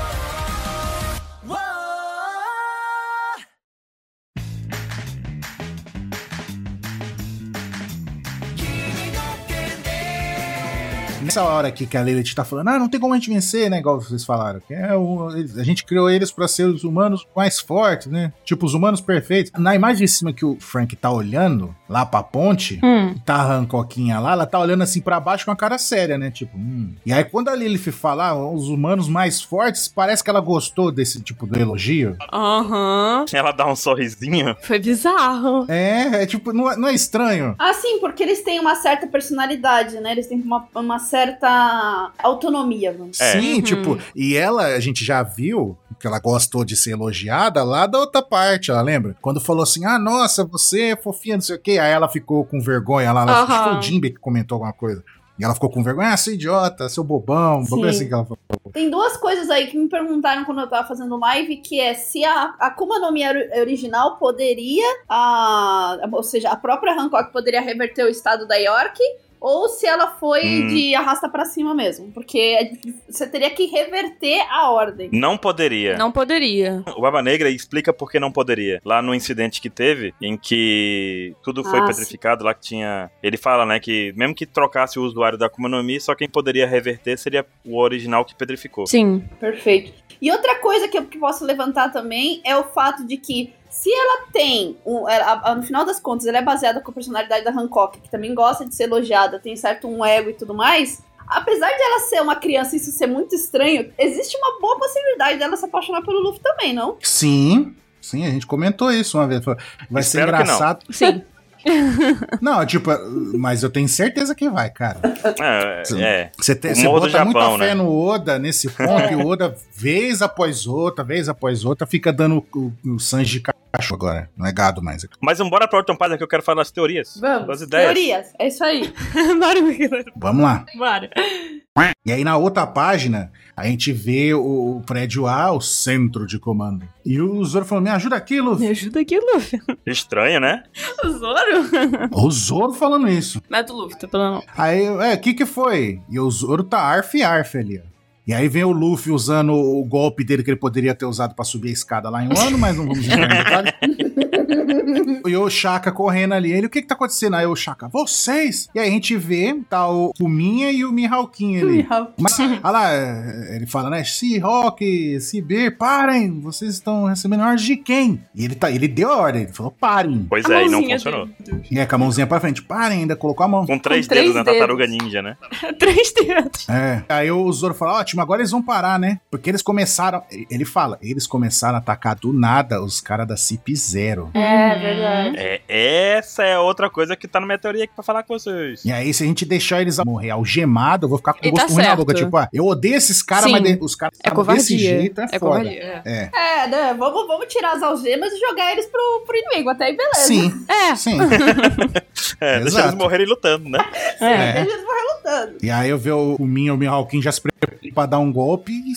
[SPEAKER 3] Nessa hora aqui que a Lilith tá falando, ah, não tem como a gente vencer, né? Igual vocês falaram. que É o, eles- a gente criou eles pra ser os humanos mais fortes, né? Tipo, os humanos perfeitos. Na imagem de cima que o Frank tá olhando, lá pra ponte,
[SPEAKER 2] Hum.
[SPEAKER 3] tá a Hancoquinha lá, ela tá olhando assim pra baixo com a cara séria, né? Tipo, hum. E aí quando a Lilith fala, ah, os humanos mais fortes, parece que ela gostou desse tipo de elogio.
[SPEAKER 2] Aham.
[SPEAKER 1] Ela dá um sorrisinho.
[SPEAKER 2] Foi bizarro.
[SPEAKER 3] É, é tipo, não é- não é estranho?
[SPEAKER 5] Ah, sim, porque eles têm uma certa personalidade, né? Eles têm uma, uma certa autonomia, vamos
[SPEAKER 1] É.
[SPEAKER 3] Sim,
[SPEAKER 2] Uhum.
[SPEAKER 3] tipo, e ela, a gente já viu que ela gostou de ser elogiada lá da outra parte, ela lembra? Quando falou assim, ah, nossa, você é fofinha, não sei o quê. Aí ela ficou com vergonha lá, ela, acho que foi
[SPEAKER 2] Aham.
[SPEAKER 3] o Jimbe que comentou alguma coisa. E ela ficou com vergonha, ah, seu idiota, seu bobão, um bagulho
[SPEAKER 5] Sim.
[SPEAKER 3] assim que ela falou.
[SPEAKER 5] Tem duas coisas aí que me perguntaram quando eu tava fazendo live, que é se a a Akuma no Mi ori- original poderia, a, ou seja, a própria Hancock poderia reverter o estado da York, ou se ela foi
[SPEAKER 1] Hum.
[SPEAKER 5] de arrasta pra cima mesmo, porque é dif- você teria que reverter a ordem.
[SPEAKER 1] Não poderia.
[SPEAKER 2] Não poderia.
[SPEAKER 1] O Baba Negra explica por que não poderia. Lá no incidente que teve, em que tudo foi
[SPEAKER 5] Ah,
[SPEAKER 1] petrificado, lá que tinha. Ele fala, né, que mesmo que trocasse o usuário da Akuma no Mi, só quem poderia reverter seria o original que petrificou.
[SPEAKER 2] Sim.
[SPEAKER 5] Perfeito. E outra coisa que eu que posso levantar também é o fato de que se ela tem, um- ela- a- a- no final das contas, ela é baseada com a personalidade da Hancock, que também gosta de ser elogiada, tem certo um ego e tudo mais. Apesar de ela ser uma criança e isso ser muito estranho, existe uma boa possibilidade dela se apaixonar pelo Luffy também, não?
[SPEAKER 3] Sim. Sim, a gente comentou isso uma vez. falou, Vai
[SPEAKER 1] Espero
[SPEAKER 3] ser
[SPEAKER 1] que não.
[SPEAKER 3] engraçado.
[SPEAKER 2] Sim.
[SPEAKER 3] Não. tipo, mas eu tenho certeza que vai, cara.
[SPEAKER 1] É,
[SPEAKER 3] Sim.
[SPEAKER 1] é.
[SPEAKER 3] Você, tem,
[SPEAKER 1] O
[SPEAKER 3] você
[SPEAKER 1] humor do
[SPEAKER 3] bota
[SPEAKER 1] Japão,
[SPEAKER 3] muita
[SPEAKER 1] né?
[SPEAKER 3] fé no Oda nesse ponto, e o Oda, vez após outra, vez após outra, fica dando o, o Sanji de cachorro agora. Não é gado mais, é
[SPEAKER 1] Mas vamos embora pra outra página que eu quero falar das teorias.
[SPEAKER 5] Vamos.
[SPEAKER 1] Das ideias.
[SPEAKER 5] Teorias, é isso aí.
[SPEAKER 2] Bora, Miguel.
[SPEAKER 3] Vamos lá.
[SPEAKER 2] Bora.
[SPEAKER 3] E aí na outra página, a gente vê o, o prédio A, o centro de comando. E o Zoro falando, me ajuda aqui,
[SPEAKER 2] Me (laughs)
[SPEAKER 3] Luffy.
[SPEAKER 2] ajuda aqui, Luffy.
[SPEAKER 1] Estranho, né?
[SPEAKER 2] O Zoro?
[SPEAKER 3] o Zoro falando isso.
[SPEAKER 2] Mata o Luffy, tá falando.
[SPEAKER 3] Aí, é, o que que foi? E o Zoro tá arf e arf ali, ó. E aí vem o Luffy usando o golpe dele que ele poderia ter usado pra subir a escada lá em um ano, mas não vamos entrar em detalhe. e o Shaka correndo ali. Ele, o que que tá acontecendo? Aí o Shaka, vocês! E aí a gente vê, tá o Kuminha e o Mihawkinho ali. Mas, olha lá, ele fala, né? Se Rock, se Beer, parem! Vocês estão recebendo ordens de quem? E ele, tá, ele deu a ordem, ele falou, parem.
[SPEAKER 1] Pois é,
[SPEAKER 2] A
[SPEAKER 1] e não
[SPEAKER 2] mãozinha
[SPEAKER 1] funcionou.
[SPEAKER 2] dele.
[SPEAKER 3] E é com a mãozinha pra frente, parem, ainda colocou a mão.
[SPEAKER 1] Com três
[SPEAKER 2] Com
[SPEAKER 1] dedos
[SPEAKER 2] três
[SPEAKER 1] na
[SPEAKER 2] dedos.
[SPEAKER 1] tartaruga ninja, né?
[SPEAKER 2] (laughs) Três dedos.
[SPEAKER 3] É. Aí o Zoro fala, ótimo, agora eles vão parar, né? Porque eles começaram. Ele fala, eles começaram a atacar do nada os caras da CIP Zero.
[SPEAKER 5] É verdade.
[SPEAKER 1] É, essa é outra coisa que tá na minha teoria aqui pra falar com vocês.
[SPEAKER 3] E aí, se a gente deixar eles morrer algemado, eu vou ficar com o
[SPEAKER 2] E
[SPEAKER 3] gosto
[SPEAKER 2] tá
[SPEAKER 3] ruim na
[SPEAKER 2] certo.
[SPEAKER 3] boca. Tipo, ah, eu odeio esses caras,
[SPEAKER 2] Sim.
[SPEAKER 3] mas de- os caras
[SPEAKER 2] É
[SPEAKER 3] estavam desse
[SPEAKER 2] covardia.
[SPEAKER 3] jeito, é, foda.
[SPEAKER 2] é covardia.
[SPEAKER 3] É.
[SPEAKER 5] É, né? Vamos, vamos tirar as algemas e jogar eles pro, pro inimigo, até aí beleza.
[SPEAKER 2] (laughs)
[SPEAKER 3] Sim,
[SPEAKER 2] É.
[SPEAKER 3] sim.
[SPEAKER 1] É, deixa
[SPEAKER 3] Exato.
[SPEAKER 1] eles morrerem lutando, né?
[SPEAKER 2] É.
[SPEAKER 3] é.
[SPEAKER 5] Eles vão relutando.
[SPEAKER 3] E aí eu vi o o Minha e o Mihawkin já se preparando pra dar um golpe e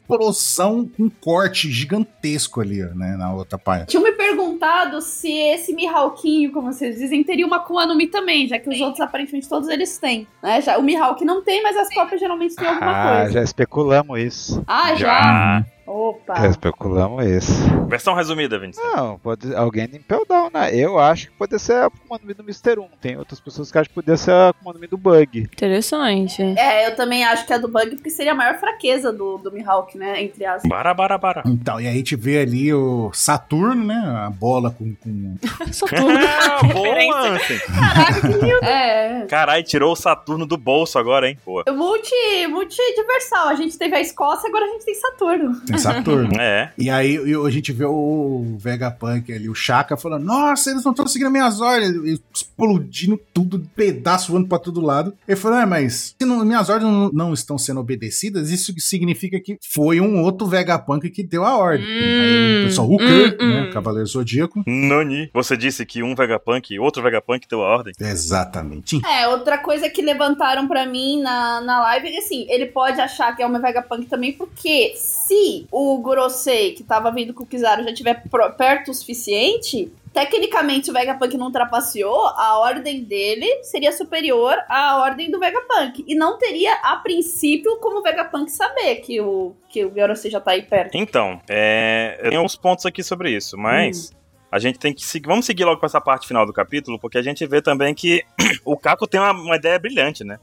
[SPEAKER 3] explosão com um corte gigantesco ali, ó, né? Na outra parte.
[SPEAKER 5] Tinha me perguntado se esse Mihawkinho, como vocês dizem, teria uma Kuma no Mi também, já que os outros, aparentemente, todos eles têm. Né? Já, o Mihawk não tem, mas as cópias geralmente têm alguma
[SPEAKER 4] Ah,
[SPEAKER 5] coisa.
[SPEAKER 4] já especulamos isso.
[SPEAKER 5] Ah, já?
[SPEAKER 1] Já.
[SPEAKER 5] Opa.
[SPEAKER 4] É, especulamos esse.
[SPEAKER 1] Versão resumida, Vinícius.
[SPEAKER 4] Não, pode alguém de Impel Down, né? Eu acho que pode ser a Akuma no Mi do Mr. 1. Tem outras pessoas que acham que poderia ser a Akuma no Mi do Bug.
[SPEAKER 2] Interessante.
[SPEAKER 5] É, eu também acho que é do Bug, porque seria a maior fraqueza do, do Mihawk, né? Entre as.
[SPEAKER 1] Bara, bara, bara.
[SPEAKER 3] Então, e aí a gente vê ali o Saturno, né? A bola com. com...
[SPEAKER 2] Só
[SPEAKER 1] (laughs)
[SPEAKER 2] tudo. é
[SPEAKER 1] Ah, boa, Ansem.
[SPEAKER 5] Caraca, que lindo! É.
[SPEAKER 1] Caralho, tirou o Saturno do bolso agora, hein? Boa.
[SPEAKER 5] Multi, multiversal. A gente teve a Escócia, agora a gente tem Saturno.
[SPEAKER 3] Tem Saturno.
[SPEAKER 1] É.
[SPEAKER 3] E aí e a gente vê o Vegapunk ali, o Chaka, falando: Nossa, eles não estão seguindo minhas ordens. E Explodindo tudo, pedaço voando pra todo lado. Ele falou: É, mas se não- minhas ordens não, não estão sendo obedecidas, isso significa que foi um outro Vegapunk que deu a ordem. aí o pessoal, o quê?
[SPEAKER 2] hum,
[SPEAKER 3] né?
[SPEAKER 2] hum.
[SPEAKER 3] Cavaleiro Zodíaco.
[SPEAKER 1] Nani, você disse que um Vegapunk e outro Vegapunk deu a ordem.
[SPEAKER 3] Exatamente.
[SPEAKER 5] É, outra coisa que levantaram pra mim na, na live é que, assim, ele pode achar que é uma Vegapunk também, porque se o Gorosei, que tava vindo com o Kizaru, já estiver perto o suficiente, tecnicamente o Vegapunk não trapaceou, a ordem dele seria superior à ordem do Vegapunk. E não teria, a princípio, como o Vegapunk saber que o, que o Gorosei já tá aí perto.
[SPEAKER 1] Então, é, eu tenho uns pontos aqui sobre isso, mas a gente tem que seguir. Vamos seguir logo com essa parte final do capítulo, porque a gente vê também que (clears throat) o Caco tem uma, uma ideia brilhante, né?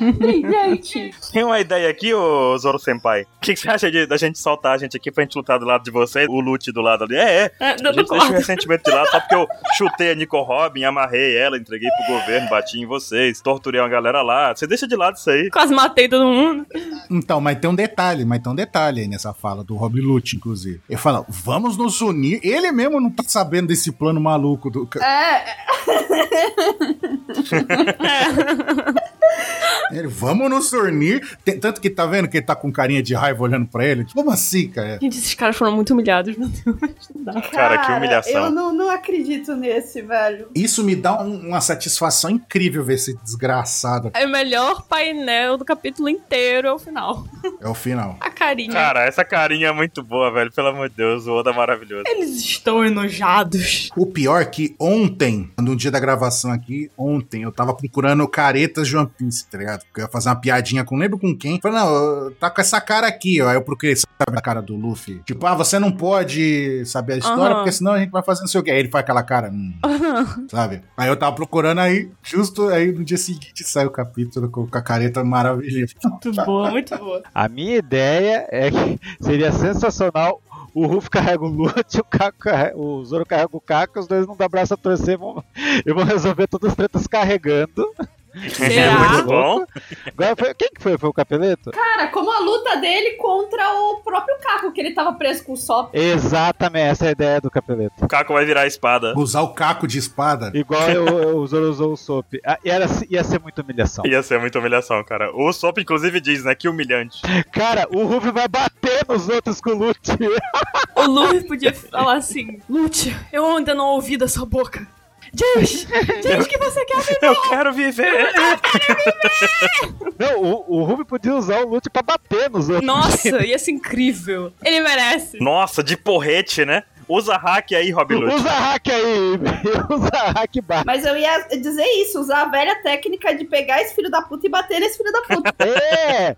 [SPEAKER 5] Gente!
[SPEAKER 1] Tem uma ideia aqui, ô Zoro Senpai. O que, que você acha de, da gente soltar a gente aqui pra gente lutar do lado de você, o Lute do lado ali? É, é.
[SPEAKER 2] É,
[SPEAKER 1] A
[SPEAKER 2] do- do
[SPEAKER 1] gente deixa o
[SPEAKER 2] corte.
[SPEAKER 1] ressentimento de lado só porque eu chutei a Nico Robin, amarrei ela, entreguei pro governo, bati em vocês, torturei uma galera lá. Você deixa de lado isso aí.
[SPEAKER 2] Quase matei todo mundo.
[SPEAKER 3] Então, mas tem um detalhe, mas tem um detalhe aí nessa fala do Rob Lute, inclusive. Ele fala: vamos nos unir. Ele mesmo não tá sabendo desse plano maluco do. ca-
[SPEAKER 5] É,
[SPEAKER 3] (laughs) Ele, vamos nos unir. Tem- Tanto que tá vendo que ele tá com carinha de raiva olhando pra ele. Como assim, cara?
[SPEAKER 2] Gente, esses caras foram muito humilhados, meu Deus. Não dá.
[SPEAKER 1] Cara, que humilhação.
[SPEAKER 5] Eu não, não acredito nesse, velho.
[SPEAKER 3] Isso me dá um- uma satisfação incrível ver esse desgraçado.
[SPEAKER 2] É o melhor painel do capítulo inteiro é o final.
[SPEAKER 3] É o final.
[SPEAKER 2] A carinha.
[SPEAKER 1] Cara, essa carinha é muito boa, velho. Pelo amor de Deus, o Oda é maravilhoso.
[SPEAKER 2] Eles estão (laughs) enojados.
[SPEAKER 3] O pior é que ontem, no dia da gravação aqui, ontem, eu tava procurando caretas de One Piece, tá ligado? Porque eu ia fazer uma piadinha com não lembro com quem. Falei, não, eu- tá com essa cara aqui, ó. Aí eu procurei, sabe, a cara do Luffy. Tipo, ah, você não pode saber a história,
[SPEAKER 2] Aham.
[SPEAKER 3] porque senão a gente vai fazer não sei o quê. Aí ele faz aquela cara, hum, sabe? Aí eu tava procurando aí, justo aí no dia seguinte sai o capítulo com, com a careta maravilhosa.
[SPEAKER 2] Muito boa, muito boa.
[SPEAKER 4] A minha ideia é que (laughs) seria sensacional. O Rufo carrega o Lute, o, Caco carrega- o Zoro carrega o Caco, os dois não dá braço a torcer e vão, (laughs) e vão resolver todas as tretas carregando.
[SPEAKER 1] (laughs)
[SPEAKER 2] Será?
[SPEAKER 1] É muito bom.
[SPEAKER 4] Agora foi, quem que foi? Foi o Capeleto?
[SPEAKER 5] Cara, como a luta dele contra o próprio Caco, que ele tava preso com o Sop.
[SPEAKER 4] Exatamente, essa é a ideia do Capeleto.
[SPEAKER 1] O Caco vai virar a espada.
[SPEAKER 3] Usar o caco de espada.
[SPEAKER 4] Igual eu, eu, o Zoro usou o Sop. Ah, Era, ia ser muita humilhação.
[SPEAKER 1] Ia ser muita humilhação, cara. O Sop, inclusive, diz, né? Que humilhante.
[SPEAKER 4] Cara, o Rufo vai bater nos outros com o Lute.
[SPEAKER 2] O Luffy podia falar assim: Lute, eu ainda não ouvi da sua boca. Diz! Diz que você
[SPEAKER 1] (laughs)
[SPEAKER 2] quer me
[SPEAKER 1] Eu quero viver!
[SPEAKER 4] (laughs) Não, o, o Rufo podia usar o Lute pra bater nos
[SPEAKER 2] (laughs)
[SPEAKER 4] outros.
[SPEAKER 2] Nossa, ia ser incrível. Ele merece.
[SPEAKER 1] Nossa, de porrete, né? Usa hack aí, Rob
[SPEAKER 4] (laughs)
[SPEAKER 1] Lute.
[SPEAKER 4] Usa hack aí, (laughs) usa hack e bate.
[SPEAKER 5] Mas eu ia dizer isso, usar a velha técnica de pegar esse filho da puta e bater nesse filho da puta.
[SPEAKER 4] É!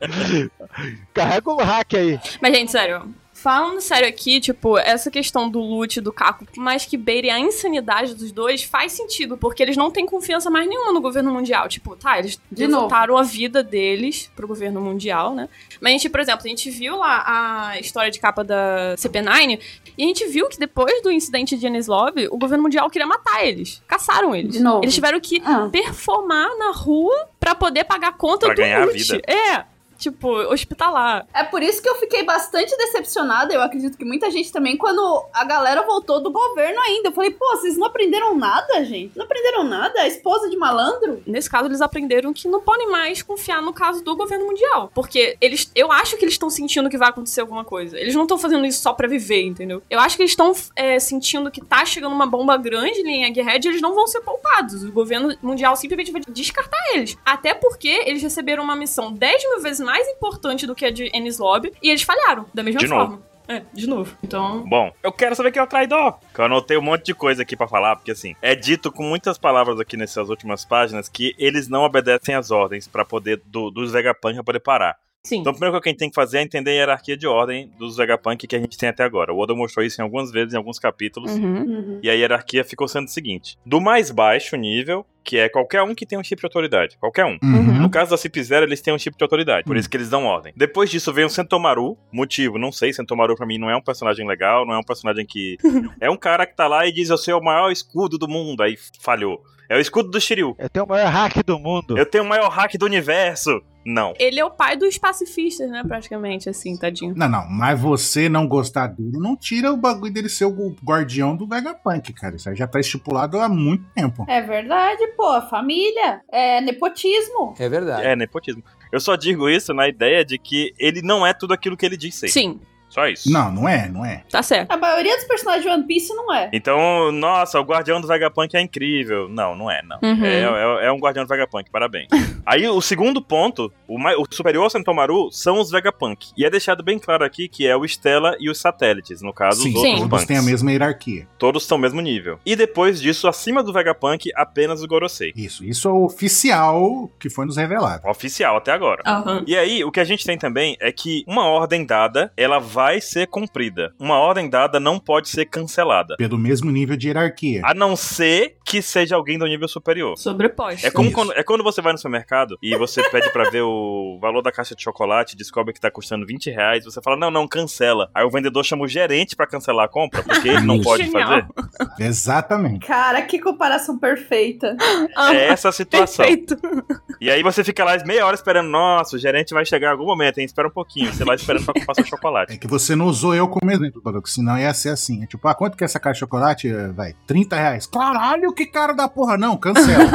[SPEAKER 4] Carrega o hack aí.
[SPEAKER 2] Mas, gente, sério. Falando sério aqui, tipo, essa questão do loot do Caco, por mais que beire a insanidade dos dois, faz sentido, porque eles não têm confiança mais nenhuma no governo mundial. Tipo, tá, eles
[SPEAKER 5] De novo.
[SPEAKER 2] voltaram a vida deles pro governo mundial, né? Mas a gente, por exemplo, a gente viu lá a história de capa da CP9 e a gente viu que depois do incidente de Enies Lobby, o governo mundial queria matar eles. Caçaram eles.
[SPEAKER 5] De novo.
[SPEAKER 2] Eles tiveram que
[SPEAKER 5] (laughs) Ah.
[SPEAKER 2] performar na rua pra poder pagar a conta
[SPEAKER 1] Pra
[SPEAKER 2] do
[SPEAKER 1] ganhar a
[SPEAKER 2] loot.
[SPEAKER 1] vida.
[SPEAKER 2] É, tipo, hospitalar.
[SPEAKER 5] É por isso que eu fiquei bastante decepcionada, eu acredito que muita gente também, quando a galera voltou do governo ainda. Eu falei, pô, vocês não aprenderam nada, gente? Não aprenderam nada? A esposa de malandro?
[SPEAKER 2] Nesse caso, eles aprenderam que não podem mais confiar no caso do governo mundial. Porque eles. Eu acho que eles estão sentindo que vai acontecer alguma coisa. Eles não estão fazendo isso só pra viver, entendeu? Eu acho que eles estão é, sentindo que tá chegando uma bomba grande em Egghead e eles não vão ser poupados. O governo mundial simplesmente vai descartar eles. Até porque eles receberam uma missão 10 mil vezes mais importante do que a de Ennis Lobby e eles falharam, da mesma
[SPEAKER 1] De
[SPEAKER 2] forma. É, de novo. Então.
[SPEAKER 1] Bom, eu quero saber quem é o traidor. Que eu anotei um monte de coisa aqui pra falar, porque assim, é dito com muitas palavras aqui nessas últimas páginas que eles não obedecem às ordens para poder do, dos Vegapunk pra poder parar.
[SPEAKER 2] Sim.
[SPEAKER 1] Então, primeiro que a gente tem que fazer é entender a hierarquia de ordem dos Vegapunk que a gente tem até agora. O Oda mostrou isso em algumas vezes, em alguns capítulos.
[SPEAKER 2] Uhum.
[SPEAKER 1] E a hierarquia ficou sendo o seguinte: do mais baixo nível, que é qualquer um que tem um chip de autoridade. Qualquer um.
[SPEAKER 3] Uhum.
[SPEAKER 1] No caso da Cip Zero, eles têm um chip de autoridade. Por isso que eles dão ordem. Depois disso vem o Sentomaru. Motivo, não sei. Sentomaru pra mim não é um personagem legal, não é um personagem que. é um cara que tá lá e diz: Eu sou o maior escudo do mundo. Aí falhou. É o escudo do Shiryu.
[SPEAKER 4] Eu tenho o maior hack do mundo.
[SPEAKER 1] Eu tenho o maior hack do universo. Não.
[SPEAKER 2] Ele é o pai dos pacifistas, né? Praticamente, assim, tadinho.
[SPEAKER 3] Não, não, mas você não gostar dele não tira o bagulho dele ser o guardião do Vegapunk, cara. Isso aí já tá estipulado há muito tempo.
[SPEAKER 5] É verdade, pô. Família. É nepotismo.
[SPEAKER 6] É verdade.
[SPEAKER 1] É nepotismo. Eu só digo isso na ideia de que ele não é tudo aquilo que ele diz ser.
[SPEAKER 2] Sim,
[SPEAKER 1] Só isso.
[SPEAKER 3] Não, não é, não é.
[SPEAKER 2] tá certo.
[SPEAKER 5] A maioria dos personagens de One Piece não é.
[SPEAKER 1] Então, nossa, o Guardião do Vegapunk é incrível. Não, não é, não.
[SPEAKER 2] Uhum.
[SPEAKER 1] É, é- é um Guardião do Vegapunk, parabéns. (laughs) Aí, o segundo ponto, o, mai- o superior ao Sentomaru são os Vegapunk. E é deixado bem claro aqui que é o Stella e os satélites, no caso,
[SPEAKER 3] Sim,
[SPEAKER 1] os outros
[SPEAKER 2] Sim.
[SPEAKER 3] todos
[SPEAKER 1] punks.
[SPEAKER 3] têm a mesma hierarquia.
[SPEAKER 1] Todos estão no mesmo nível. E depois disso, acima do Vegapunk, apenas o Gorosei.
[SPEAKER 3] Isso, isso é o oficial que foi nos revelado.
[SPEAKER 1] Oficial até agora.
[SPEAKER 2] Aham.
[SPEAKER 1] E aí, o que a gente tem também é que uma ordem dada, ela vai ser cumprida. Uma ordem dada não pode ser cancelada.
[SPEAKER 3] Pelo mesmo nível de hierarquia.
[SPEAKER 1] A não ser que seja alguém do nível superior.
[SPEAKER 2] Sobreposto.
[SPEAKER 1] É como
[SPEAKER 3] Isso.
[SPEAKER 1] quando, é quando você vai no supermercado e você pede pra ver o valor da caixa de chocolate, descobre que tá custando 20 reais, você fala, não, não, cancela. Aí o vendedor chama o gerente pra cancelar a compra, porque ele não
[SPEAKER 3] Isso.
[SPEAKER 1] pode
[SPEAKER 2] Genial.
[SPEAKER 1] fazer.
[SPEAKER 3] Exatamente.
[SPEAKER 5] Cara, que comparação perfeita.
[SPEAKER 2] Ah,
[SPEAKER 1] É essa a situação.
[SPEAKER 2] Perfeito.
[SPEAKER 1] E aí você fica lá meia hora esperando, nossa, o gerente vai chegar em algum momento, hein? Espera um pouquinho, você vai esperando pra comprar seu chocolate.
[SPEAKER 3] É que você não usou eu como exemplo, Badoc, senão ia ser assim. É tipo, ah, quanto que é essa caixa de chocolate? Eh, Vai, 30 reais. Caralho, que cara da porra. Não, cancela.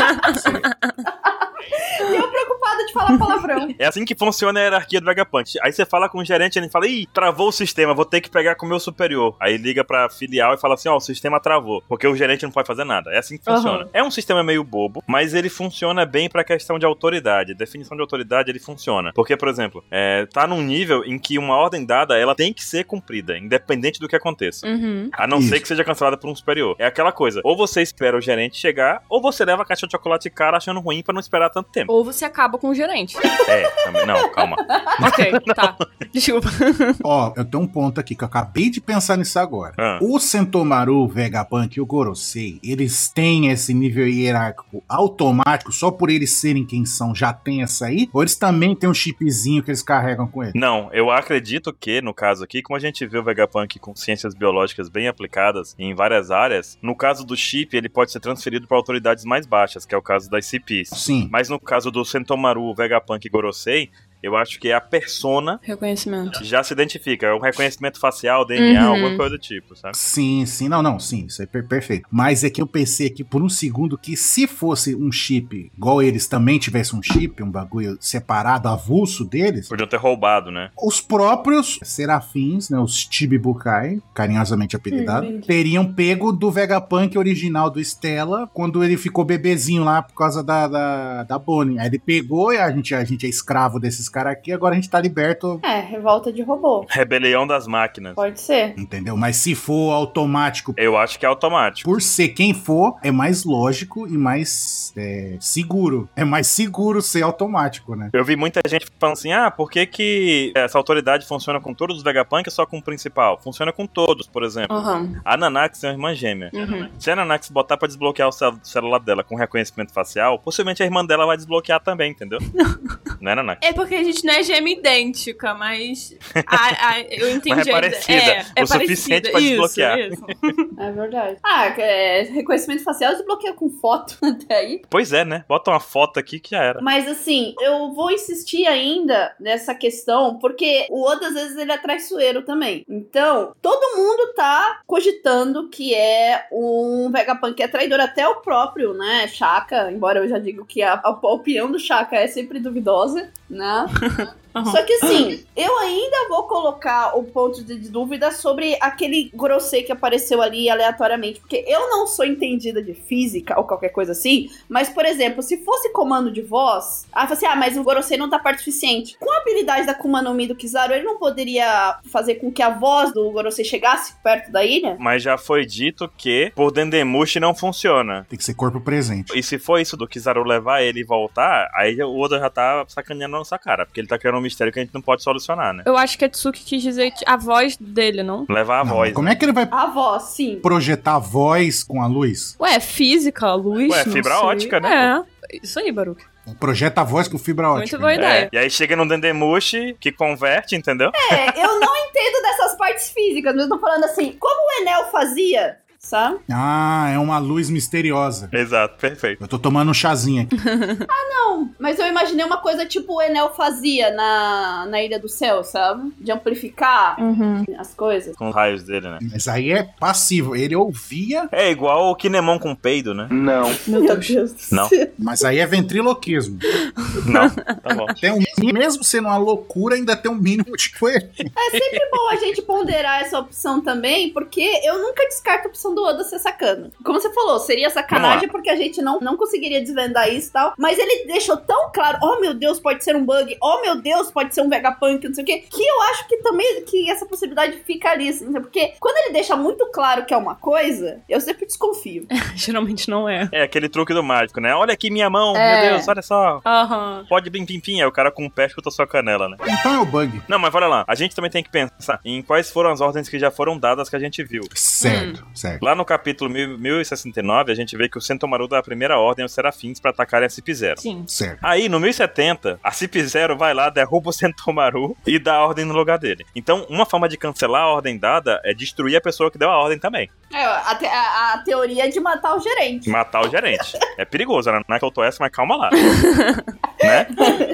[SPEAKER 5] E eu preocupada de falar palavrão.
[SPEAKER 1] É assim que funciona a hierarquia do Vegapunk. Aí você fala com o gerente, ele fala, ih, travou o sistema, vou ter que pegar com o meu superior. Aí liga pra filial e fala assim, ó, o sistema travou, porque o gerente não pode fazer nada. É assim que funciona. É um sistema meio bobo, mas ele funciona bem pra questão de autoridade. Definição de autoridade, ele funciona. Porque, por exemplo, é, tá num nível em que uma ordem dada, ela tem que ser cumprida, independente do que aconteça.
[SPEAKER 2] Uhum.
[SPEAKER 1] A não ser
[SPEAKER 3] Isso.
[SPEAKER 1] que seja cancelada por um superior. É aquela coisa, ou você espera o gerente chegar, ou você leva a caixa de chocolate cara achando ruim pra não esperar tanto tempo.
[SPEAKER 2] Ou você acaba com o gerente.
[SPEAKER 1] É, também, não, calma.
[SPEAKER 2] (laughs)
[SPEAKER 1] (laughs)
[SPEAKER 2] ok, tá. Desculpa.
[SPEAKER 3] Ó, eu tenho um ponto aqui que eu acabei de pensar nisso agora.
[SPEAKER 1] Ah.
[SPEAKER 3] O Sentomaru, o Vegapunk e o Gorosei, eles têm esse nível hierárquico automático só por eles serem quem são, já tem essa aí? Ou eles também têm um chipzinho que eles carregam com ele?
[SPEAKER 1] Não, eu acredito que, no caso aqui, como a gente vê o Vegapunk com ciências biológicas bem aplicadas em várias áreas, no caso do chip, ele pode ser transferido para autoridades mais baixas, que é o caso das CPs.
[SPEAKER 3] Sim.
[SPEAKER 1] Mas no caso do Sentomaru, Vegapunk e Gorosei, eu acho que é a persona
[SPEAKER 2] Reconhecimento.
[SPEAKER 1] que já se identifica. É um reconhecimento facial, DNA,
[SPEAKER 2] Uhum.
[SPEAKER 1] alguma coisa do tipo, sabe?
[SPEAKER 3] Sim, sim, não, não, sim, isso é per- perfeito. Mas é que eu pensei aqui por um segundo que se fosse um chip, igual eles também tivessem um chip, um bagulho separado, avulso deles,
[SPEAKER 1] Podiam ter roubado, né?
[SPEAKER 3] os próprios serafins, né, os Chibibukai, carinhosamente apelidados,
[SPEAKER 5] Hum,
[SPEAKER 3] teriam pego do Vegapunk original do Stella quando ele ficou bebezinho lá por causa da, da, da Bonnie. Aí ele pegou e a gente, a gente é escravo desses caras aqui, agora a gente tá liberto,
[SPEAKER 5] É, revolta de robô.
[SPEAKER 1] Rebelião das máquinas.
[SPEAKER 5] Pode ser.
[SPEAKER 3] entendeu? Mas se for automático
[SPEAKER 1] Eu acho que é automático.
[SPEAKER 3] por ser quem for, é mais lógico e mais é, seguro. É mais seguro ser automático, né?
[SPEAKER 1] Eu vi muita gente falando assim: ah, por que, que essa autoridade funciona com todos os Vegapunk e só com o principal? Funciona com todos, por exemplo.
[SPEAKER 2] Aham.
[SPEAKER 1] A Nanax é uma irmã gêmea.
[SPEAKER 2] Uhum.
[SPEAKER 1] Se a Nanax botar pra desbloquear o cel- celular dela com reconhecimento facial, possivelmente a irmã dela vai desbloquear também, entendeu? Não é, Nanax?
[SPEAKER 2] É porque a gente não é gêmea idêntica, mas a- a- eu entendi
[SPEAKER 1] Mas é
[SPEAKER 2] a
[SPEAKER 1] parecida.
[SPEAKER 2] ideia. É, é
[SPEAKER 1] O suficiente
[SPEAKER 2] parecida.
[SPEAKER 1] pra
[SPEAKER 2] Isso,
[SPEAKER 1] desbloquear.
[SPEAKER 2] isso.
[SPEAKER 5] É verdade. Ah, é, reconhecimento facial desbloqueia com foto (laughs) até aí.
[SPEAKER 1] Pois é, né? Bota uma foto aqui que já era.
[SPEAKER 5] Mas assim, eu vou insistir ainda nessa questão, porque o Oda às vezes ele é traiçoeiro também. Então, todo mundo tá cogitando que é um Vegapunk que é traidor, até o próprio, né, Chaka, embora eu já digo que a, a opinião do Chaka é sempre duvidosa, né?
[SPEAKER 2] Aham.
[SPEAKER 5] Só que assim, eu ainda vou colocar o ponto de dúvida sobre aquele grossei que apareceu ali aleatoriamente, porque eu não sou entendida de física ou qualquer coisa assim, mas por exemplo, se fosse comando de voz, aí fala assim, ah, mas o grossei não tá parte suficiente. Com a habilidade da Kuma no Mi do Kizaru, ele não poderia fazer com que a voz do grossei chegasse perto da ilha?
[SPEAKER 1] Mas já foi dito que por Dendemushi não funciona.
[SPEAKER 3] Tem que ser corpo presente.
[SPEAKER 1] E se for isso do Kizaru levar ele e voltar, aí o Oda já tá sacaneando nossa cara, porque ele tá criando um mistério que a gente não pode solucionar, né?
[SPEAKER 2] Eu acho que a Tsuki quis dizer a voz dele, não?
[SPEAKER 1] Levar a
[SPEAKER 3] Não,
[SPEAKER 1] voz. né?
[SPEAKER 3] Como é que ele vai
[SPEAKER 5] A voz, sim.
[SPEAKER 3] projetar a voz com a luz?
[SPEAKER 2] Ué, é física, luz.
[SPEAKER 1] Ué,
[SPEAKER 2] não
[SPEAKER 1] fibra
[SPEAKER 2] sei.
[SPEAKER 1] ótica, né?
[SPEAKER 2] É. Isso aí, Baruch. (laughs)
[SPEAKER 3] Projeta a voz com fibra
[SPEAKER 2] Muito
[SPEAKER 3] ótica.
[SPEAKER 2] boa
[SPEAKER 1] É,
[SPEAKER 2] ideia.
[SPEAKER 1] e aí chega no Dendemushi, que converte, entendeu?
[SPEAKER 5] É, eu não entendo dessas partes físicas, mas eu tô falando assim, como o Enel fazia, sabe?
[SPEAKER 3] Ah, é uma luz misteriosa.
[SPEAKER 1] Exato, perfeito.
[SPEAKER 3] Eu tô tomando um chazinho aqui.
[SPEAKER 5] Não, mas eu imaginei uma coisa tipo o Enel fazia na, na Ilha do Céu, sabe? De amplificar
[SPEAKER 2] Uhum.
[SPEAKER 5] as coisas.
[SPEAKER 1] Com os raios dele, né?
[SPEAKER 3] Mas aí é passivo. Ele ouvia,
[SPEAKER 1] É igual o Kinemon com peido, né?
[SPEAKER 6] Não.
[SPEAKER 5] Meu Deus do
[SPEAKER 1] Não.
[SPEAKER 5] céu.
[SPEAKER 3] mas aí é ventriloquismo.
[SPEAKER 5] (laughs)
[SPEAKER 1] Não, tá bom.
[SPEAKER 3] Tem um, mesmo sendo uma loucura, ainda tem um mínimo de coerência.
[SPEAKER 5] É sempre bom a gente ponderar essa opção também, porque eu nunca descarto a opção do Oda ser sacana. Como você falou, seria sacanagem porque a gente não, não conseguiria desvendar isso e tal. Mas ele deixou tão claro: oh meu Deus, pode ser um bug, oh meu Deus, pode ser um Vegapunk, não sei o quê. Que eu acho que também que essa possibilidade fica ali, assim, sabe? porque quando ele deixa muito claro que é uma coisa, eu sempre desconfio.
[SPEAKER 2] Geralmente não é.
[SPEAKER 1] É aquele truque do mágico, né? Olha aqui minha mão,
[SPEAKER 5] É.
[SPEAKER 1] meu Deus, olha só.
[SPEAKER 2] Aham.
[SPEAKER 1] Pode bim pim pim, aí o cara com o pé escuta sua canela, né?
[SPEAKER 3] Então é o bug.
[SPEAKER 1] Não, mas olha lá, a gente também tem que pensar em quais foram as ordens que já foram dadas que a gente viu.
[SPEAKER 3] Certo,
[SPEAKER 2] Hum.
[SPEAKER 3] certo.
[SPEAKER 1] Lá no capítulo 1000 1069, a gente vê que o Sentomaru dá a primeira ordem aos serafins pra atacarem a Cip0.
[SPEAKER 2] Sim.
[SPEAKER 3] Certo.
[SPEAKER 1] Aí, no 1070, a Cip0 vai lá, derruba o Sentomaru e dá a ordem no lugar dele. Então, uma forma de cancelar a ordem dada é destruir a pessoa que deu a ordem também.
[SPEAKER 5] É, a, te- a- a teoria é de matar o gerente.
[SPEAKER 1] Matar o gerente. É perigoso, né? Não é que eu tô essa, mas calma lá. né?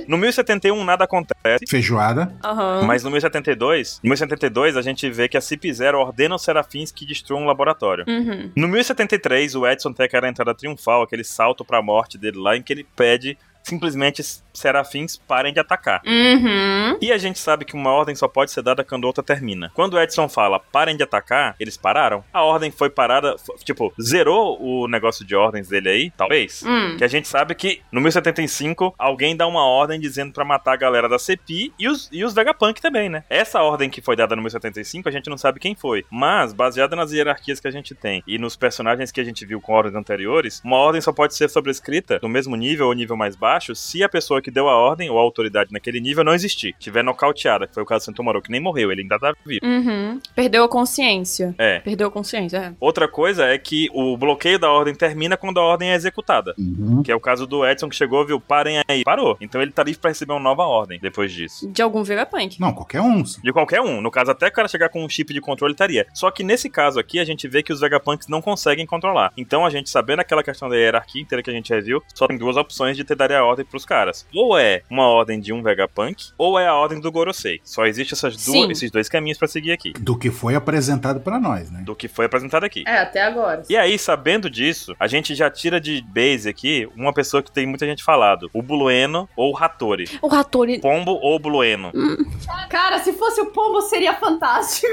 [SPEAKER 1] No 1071, nada acontece.
[SPEAKER 3] Feijoada.
[SPEAKER 2] Aham.
[SPEAKER 1] Mas no 1072, no 1072 a gente vê que a Cip0 ordena os serafins que destruam o laboratório.
[SPEAKER 2] Uhum.
[SPEAKER 1] No 1073, o Edson tem aquela entrada triunfal, aquele salto pra morte dele lá, em que ele pede simplesmente serafins parem de atacar.
[SPEAKER 2] Uhum.
[SPEAKER 1] E a gente sabe que uma ordem só pode ser dada quando outra termina. Quando o Edson fala parem de atacar, eles pararam. A ordem foi parada, f- tipo, zerou o negócio de ordens dele aí, talvez.
[SPEAKER 2] Hum.
[SPEAKER 1] Que a gente sabe que no 1075 alguém dá uma ordem dizendo pra matar a galera da CPI e os, e os Vegapunk também, né? Essa ordem que foi dada no 1075 a gente não sabe quem foi. Mas, baseada nas hierarquias que a gente tem e nos personagens que a gente viu com ordens anteriores, uma ordem só pode ser sobrescrita no mesmo nível ou nível mais baixo se a pessoa que deu a ordem ou a autoridade naquele nível não existir. Tiver nocauteada, que foi o caso do Santomaru, que nem morreu, ele ainda tá vivo.
[SPEAKER 2] Uhum. Perdeu a consciência.
[SPEAKER 1] É.
[SPEAKER 2] Perdeu a consciência, é.
[SPEAKER 1] Outra coisa é que o bloqueio da ordem termina quando a ordem é executada.
[SPEAKER 3] Uhum.
[SPEAKER 1] Que é o caso do Edson que chegou, viu? Parem aí. Parou. Então ele tá livre pra receber uma nova ordem depois disso.
[SPEAKER 2] De algum Vegapunk.
[SPEAKER 3] Não, qualquer um.
[SPEAKER 1] De qualquer um. No caso, até o cara chegar com um chip de controle estaria. Só que nesse caso aqui, a gente vê que os Vegapunks não conseguem controlar. Então a gente, sabendo aquela questão da hierarquia inteira que a gente reviu, só tem duas opções de ter dar a ordem pros caras. Ou é uma ordem de um Vegapunk, ou é a ordem do Gorosei. Só existe essas duas,
[SPEAKER 2] Sim.
[SPEAKER 1] esses dois caminhos pra seguir aqui.
[SPEAKER 3] Do que foi apresentado pra nós, né?
[SPEAKER 1] Do que foi apresentado aqui.
[SPEAKER 5] É, até agora.
[SPEAKER 1] E aí, sabendo disso, a gente já tira de base aqui uma pessoa que tem muita gente falado: o Bulueno ou o Hattori.
[SPEAKER 2] O Hattori.
[SPEAKER 1] Pombo ou Blueno?
[SPEAKER 5] Cara, se fosse o pombo, seria fantástico.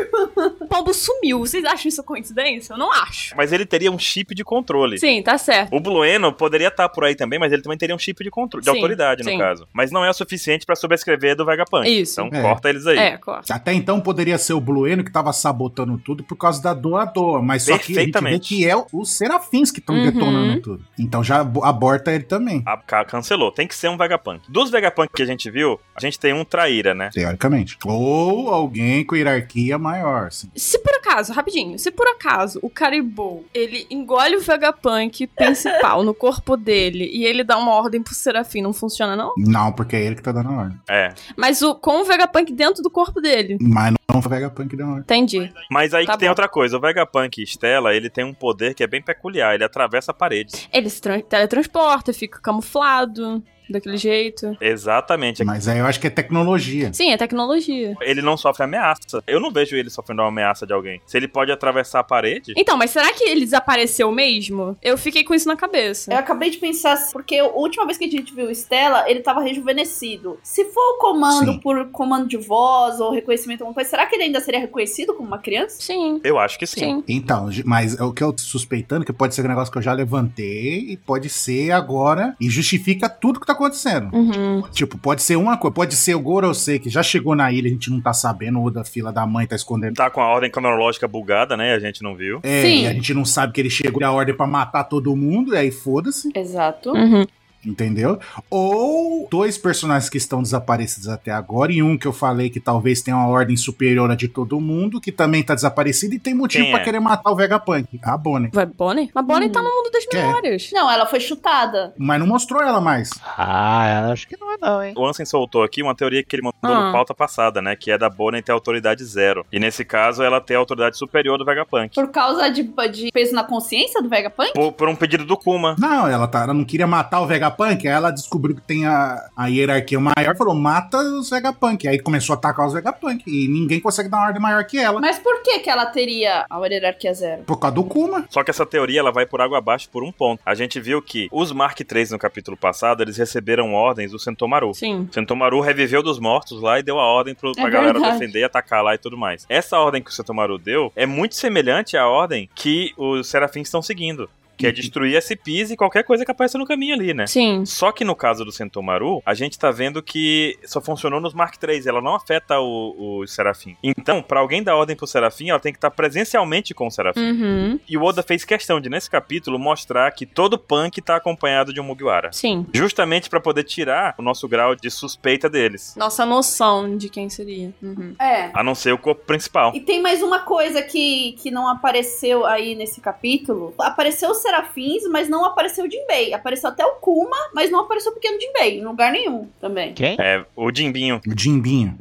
[SPEAKER 2] O pombo sumiu. Vocês acham isso coincidência? Eu não acho.
[SPEAKER 1] Mas ele teria um chip de controle.
[SPEAKER 2] Sim, tá certo.
[SPEAKER 1] O Blueno poderia estar por aí também, mas ele também teria um chip de controle, de
[SPEAKER 2] Sim,
[SPEAKER 1] autoridade, no
[SPEAKER 2] sim.
[SPEAKER 1] caso. Mas não é o suficiente pra subscrever do Vegapunk.
[SPEAKER 2] Isso.
[SPEAKER 1] Então
[SPEAKER 3] É.
[SPEAKER 1] corta eles aí.
[SPEAKER 2] É, claro.
[SPEAKER 3] Até então poderia ser o Blueno que tava sabotando tudo por causa da doadora, mas só que a gente vê
[SPEAKER 1] Perfeitamente.
[SPEAKER 3] que é os serafins que estão
[SPEAKER 2] Uhum.
[SPEAKER 3] detonando tudo. Então já ab- aborta ele também,
[SPEAKER 1] A- ca- cancelou. Tem que ser um Vegapunk. Dos Vegapunk que a gente viu, a gente tem um traíra, né?
[SPEAKER 3] teoricamente. Ou alguém com hierarquia maior. assim.
[SPEAKER 2] Se por acaso, rapidinho, se por acaso o Caribou, ele engole o Vegapunk principal (laughs) no corpo dele e ele dá uma ordem pro Serafim, não funciona não?
[SPEAKER 3] Não, porque é ele que tá dando a ordem.
[SPEAKER 1] É.
[SPEAKER 2] Mas o, com o Vegapunk dentro do corpo dele.
[SPEAKER 3] Mas não foi o Vegapunk que deu a ordem.
[SPEAKER 2] Entendi.
[SPEAKER 1] Mas aí
[SPEAKER 2] Tá
[SPEAKER 1] que tem
[SPEAKER 2] bom.
[SPEAKER 1] outra coisa. O Vegapunk Stella, ele tem um poder que é bem peculiar. Ele atravessa paredes.
[SPEAKER 2] Ele se tran- teletransporta, fica camuflado, daquele jeito.
[SPEAKER 1] Exatamente.
[SPEAKER 3] Mas aí eu acho que é tecnologia.
[SPEAKER 2] Sim, é tecnologia.
[SPEAKER 1] Ele não sofre ameaça. Eu não vejo ele sofrendo uma ameaça de alguém. Se ele pode atravessar a parede,
[SPEAKER 2] Então, mas será que ele desapareceu mesmo? Eu fiquei com isso na cabeça.
[SPEAKER 5] (laughs) Eu acabei de pensar, porque a última vez que a gente viu o Stella, ele tava rejuvenescido. Se for o comando
[SPEAKER 3] Sim.
[SPEAKER 5] por comando de voz ou reconhecimento, alguma coisa, será que ele ainda seria reconhecido como uma criança?
[SPEAKER 2] Sim,
[SPEAKER 1] eu acho que sim.
[SPEAKER 2] sim.
[SPEAKER 3] Então, j- mas é o que eu tô suspeitando que pode ser um negócio que eu já levantei e pode ser agora e justifica tudo que tá acontecendo.
[SPEAKER 2] Uhum.
[SPEAKER 3] Tipo, pode ser uma coisa, pode ser o Gorosei que já chegou na ilha, a gente não tá sabendo, ou da fila da mãe tá escondendo.
[SPEAKER 1] Tá com a ordem cronológica bugada, né? A gente não viu.
[SPEAKER 3] É,
[SPEAKER 2] Sim.
[SPEAKER 3] e a gente não sabe que ele chegou da ordem pra matar todo mundo, e aí foda-se.
[SPEAKER 5] Exato.
[SPEAKER 2] Uhum.
[SPEAKER 3] entendeu? Ou dois personagens que estão desaparecidos até agora e um que eu falei que talvez tenha uma ordem superior a de todo mundo, que também tá desaparecido e tem motivo
[SPEAKER 1] Quem
[SPEAKER 3] pra
[SPEAKER 1] é?
[SPEAKER 3] querer matar o Vegapunk. A Bonnie.
[SPEAKER 2] Vai Bonnie? Mas Bonnie tá no mundo das
[SPEAKER 3] É.
[SPEAKER 2] memórias.
[SPEAKER 5] Não, ela foi chutada.
[SPEAKER 3] Mas não mostrou ela mais.
[SPEAKER 4] Ah, eu acho que não é não, hein?
[SPEAKER 1] O Ansem soltou aqui uma teoria que ele mandou
[SPEAKER 2] Ah.
[SPEAKER 1] no pauta passada, né? Que é da Bonnie ter autoridade zero. E nesse caso, ela ter a autoridade superior do Vegapunk.
[SPEAKER 5] Por causa de, de peso na consciência do Vegapunk?
[SPEAKER 1] Por, por um pedido do Kuma.
[SPEAKER 3] Não, ela, tá, ela não queria matar o Vegapunk, aí ela descobriu que tem a, a hierarquia maior, falou, mata os Vegapunk. Aí começou a atacar os Vegapunk e ninguém consegue dar uma ordem maior que ela.
[SPEAKER 5] Mas por que que ela teria a hierarquia zero?
[SPEAKER 3] Por causa do Kuma.
[SPEAKER 1] Só que essa teoria ela vai por água abaixo por um ponto. A gente viu que os Mark III no capítulo passado, eles receberam ordens do Sentomaru.
[SPEAKER 2] Sim.
[SPEAKER 1] Sentomaru reviveu dos mortos lá e deu a ordem pro, pra
[SPEAKER 5] É
[SPEAKER 1] galera
[SPEAKER 5] verdade.
[SPEAKER 1] defender, atacar lá e tudo mais. Essa ordem que o Sentomaru deu é muito semelhante à ordem que os serafins estão seguindo. Que
[SPEAKER 5] (laughs)
[SPEAKER 1] é destruir a Cipis e qualquer coisa que apareça no caminho ali, né?
[SPEAKER 2] Sim.
[SPEAKER 1] Só que no caso do Sentomaru, a gente tá vendo que só funcionou nos Mark III, ela não afeta o, o Serafim. Então, pra alguém dar ordem pro Serafim, ela tem que estar presencialmente com o Serafim.
[SPEAKER 5] Hum.
[SPEAKER 2] Uhum.
[SPEAKER 1] E o Oda fez questão de, nesse capítulo, mostrar que todo punk tá acompanhado de um Mugiwara.
[SPEAKER 2] Sim.
[SPEAKER 1] Justamente pra poder tirar o nosso grau de suspeita deles.
[SPEAKER 2] Nossa noção de quem seria. Uhum.
[SPEAKER 5] É.
[SPEAKER 1] A não ser o corpo principal.
[SPEAKER 5] E tem mais uma coisa que, que não apareceu aí nesse capítulo. Apareceu os Serafins, mas não apareceu o Jinbei. Apareceu até o Kuma, mas não apareceu o pequeno Jinbei, em lugar nenhum também.
[SPEAKER 4] Quem?
[SPEAKER 1] É, o Jimbinho.
[SPEAKER 3] O Jimbinho.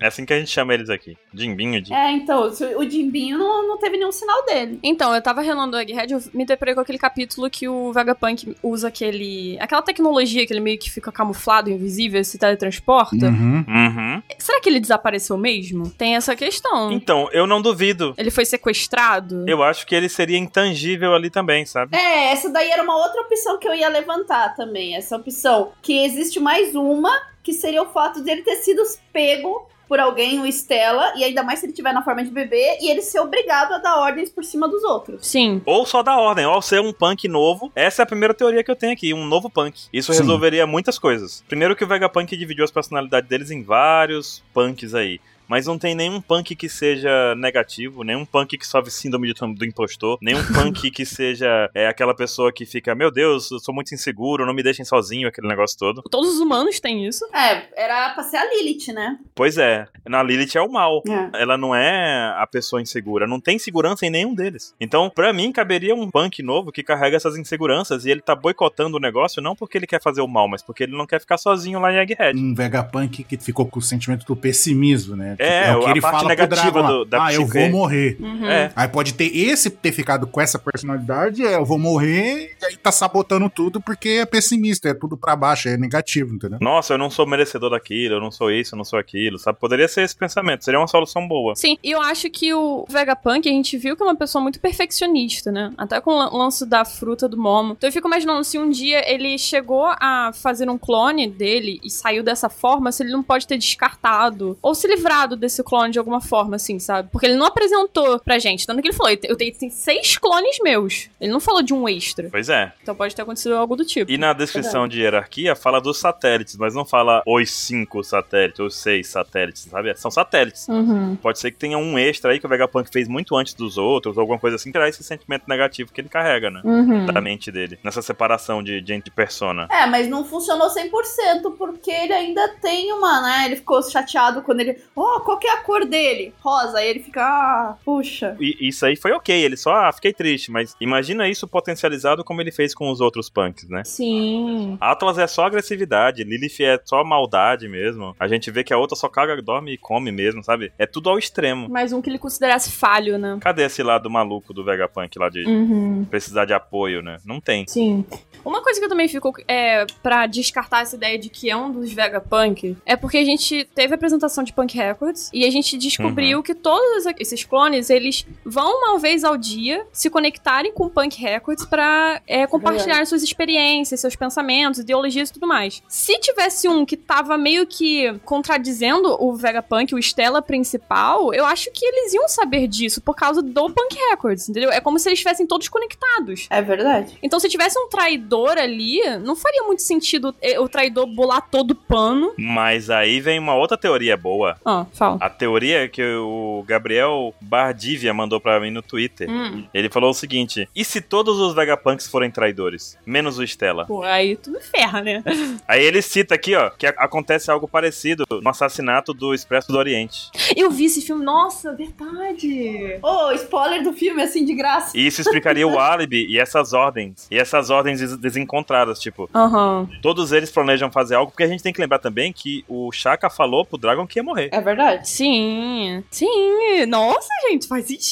[SPEAKER 1] É assim que a gente chama eles aqui. Jimbinho, Jim...
[SPEAKER 5] É, então, se- o Jimbinho não, não teve nenhum sinal dele.
[SPEAKER 2] Então, eu tava relando o Egghead, eu me deparei com aquele capítulo que o Vegapunk usa aquele. aquela tecnologia que ele meio que fica camuflado, invisível, se teletransporta. É,
[SPEAKER 3] Uhum.
[SPEAKER 1] Uhum.
[SPEAKER 2] Será que ele desapareceu mesmo? Tem essa questão.
[SPEAKER 1] Então, eu não duvido.
[SPEAKER 2] Ele foi sequestrado?
[SPEAKER 1] Eu acho que ele seria intangível ali também, sabe?
[SPEAKER 5] É, essa daí era uma outra opção que eu ia levantar também. Essa opção. Que existe mais uma, que seria o fato dele ter sido pego por alguém, o Stella, e ainda mais se ele tiver na forma de bebê, e ele ser obrigado a dar ordens por cima dos outros.
[SPEAKER 2] Sim.
[SPEAKER 1] Ou só da ordem, ou ser um punk novo. Essa é a primeira teoria que eu tenho aqui, um novo punk. Isso
[SPEAKER 3] Sim.
[SPEAKER 1] resolveria muitas coisas. Primeiro que o Vegapunk dividiu as personalidades deles em vários punks aí. Mas não tem nenhum punk que seja negativo, nenhum punk que sofre síndrome de tam- do impostor, nenhum punk que seja é, aquela pessoa que fica, meu Deus, eu sou muito inseguro, não me deixem sozinho, aquele negócio todo.
[SPEAKER 2] Todos os humanos têm isso.
[SPEAKER 5] É, era pra ser a Lilith, né?
[SPEAKER 1] Pois é, na Lilith é o mal.
[SPEAKER 5] É.
[SPEAKER 1] ela não é a pessoa insegura, não tem segurança em nenhum deles. Então, pra mim, caberia um punk novo que carrega essas inseguranças e ele tá boicotando o negócio não porque ele quer fazer o mal, mas porque ele não quer ficar sozinho lá em Egghead.
[SPEAKER 3] Um Vegapunk que ficou com o sentimento do pessimismo, né?
[SPEAKER 1] É, a parte negativa
[SPEAKER 3] lá,
[SPEAKER 1] do- da
[SPEAKER 3] ah, eu
[SPEAKER 1] psique.
[SPEAKER 3] vou morrer.
[SPEAKER 2] Uhum.
[SPEAKER 1] É.
[SPEAKER 3] Aí pode ter esse ter ficado com essa personalidade, é, eu vou morrer, e aí tá sabotando tudo porque é pessimista, é tudo pra baixo, é negativo, entendeu?
[SPEAKER 1] Nossa, eu não sou merecedor daquilo, eu não sou isso, eu não sou aquilo, sabe? Poderia ser esse pensamento, seria uma solução boa.
[SPEAKER 2] Sim, e eu acho que o Vegapunk, a gente viu que é uma pessoa muito perfeccionista, né? Até com o lan- lance da fruta do Momo. Então eu fico imaginando se um dia ele chegou a fazer um clone dele e saiu dessa forma, se ele não pode ter descartado ou se livrado desse clone de alguma forma, assim, sabe? Porque ele não apresentou pra gente. Tanto que ele falou, "Eu te- eu tenho tem seis clones meus. Ele não falou de um extra.
[SPEAKER 1] Pois é.
[SPEAKER 2] Então pode ter acontecido algo do tipo.
[SPEAKER 1] E na descrição de hierarquia fala dos satélites, mas não fala os cinco satélites, os seis satélites, sabe? São satélites.
[SPEAKER 2] Uhum.
[SPEAKER 1] Pode ser que tenha um extra aí que o Vegapunk fez muito antes dos outros, ou alguma coisa assim, que traz esse sentimento negativo que ele carrega, né?
[SPEAKER 2] Uhum.
[SPEAKER 1] da mente dele, nessa separação de, de, de persona.
[SPEAKER 5] É, mas não funcionou 100% porque ele ainda tem uma, né? Ele ficou chateado quando ele. Oh, qual que é a cor dele? Rosa. Aí ele fica. Ah, puxa.
[SPEAKER 1] E isso aí foi ok, ele só, ah, fiquei triste, mas imagina isso potencializado como ele fez com os outros punks, né?
[SPEAKER 2] Sim.
[SPEAKER 1] Atlas é só agressividade, Lilith é só maldade mesmo. A gente vê que a outra só caga, dorme e come mesmo, sabe? É tudo ao extremo.
[SPEAKER 2] Mais um que ele considerasse falho, né?
[SPEAKER 1] Cadê esse lado maluco do Vegapunk lá de
[SPEAKER 2] Uhum.
[SPEAKER 1] precisar de apoio, né? Não tem.
[SPEAKER 2] Sim. Uma coisa que eu também fico é, pra descartar essa ideia de que é um dos Vegapunk é porque a gente teve a apresentação de Punk Records e a gente descobriu que todos esses clones eles vão uma vez ao dia se conectarem com Punk Records pra é, compartilhar suas experiências, seus pensamentos, ideologias e tudo mais. Se tivesse um que tava meio que contradizendo o Vegapunk, o Stella principal, eu acho que eles iam saber disso por causa do Punk Records, entendeu? É como se eles estivessem todos conectados.
[SPEAKER 5] É verdade.
[SPEAKER 2] Então, se tivesse um traidor ali, não faria muito sentido eh, o traidor bolar todo o pano.
[SPEAKER 1] Mas aí vem uma outra teoria boa.
[SPEAKER 2] Ah, Fala.
[SPEAKER 1] A teoria é que o Gabriel Bardivia mandou pra mim no Twitter.
[SPEAKER 2] Hum,
[SPEAKER 1] Ele falou o seguinte: e se todos os Vegapunks forem traidores? Menos o Stella.
[SPEAKER 2] pô, aí tu me ferra, né?
[SPEAKER 1] Aí ele cita aqui, ó, que a- acontece algo parecido no assassinato do Expresso do Oriente.
[SPEAKER 2] (laughs) Eu vi esse filme, nossa, verdade.
[SPEAKER 5] Ô, spoiler do filme, assim, de graça.
[SPEAKER 1] E isso explicaria o álibi e essas ordens. E essas ordens des- desencontradas, tipo,
[SPEAKER 2] Aham.
[SPEAKER 1] todos eles planejam fazer algo, porque a gente tem que lembrar também que o Shaka falou pro Dragon que ia morrer.
[SPEAKER 5] É verdade.
[SPEAKER 2] Sim. Sim. Nossa, gente, faz sentido.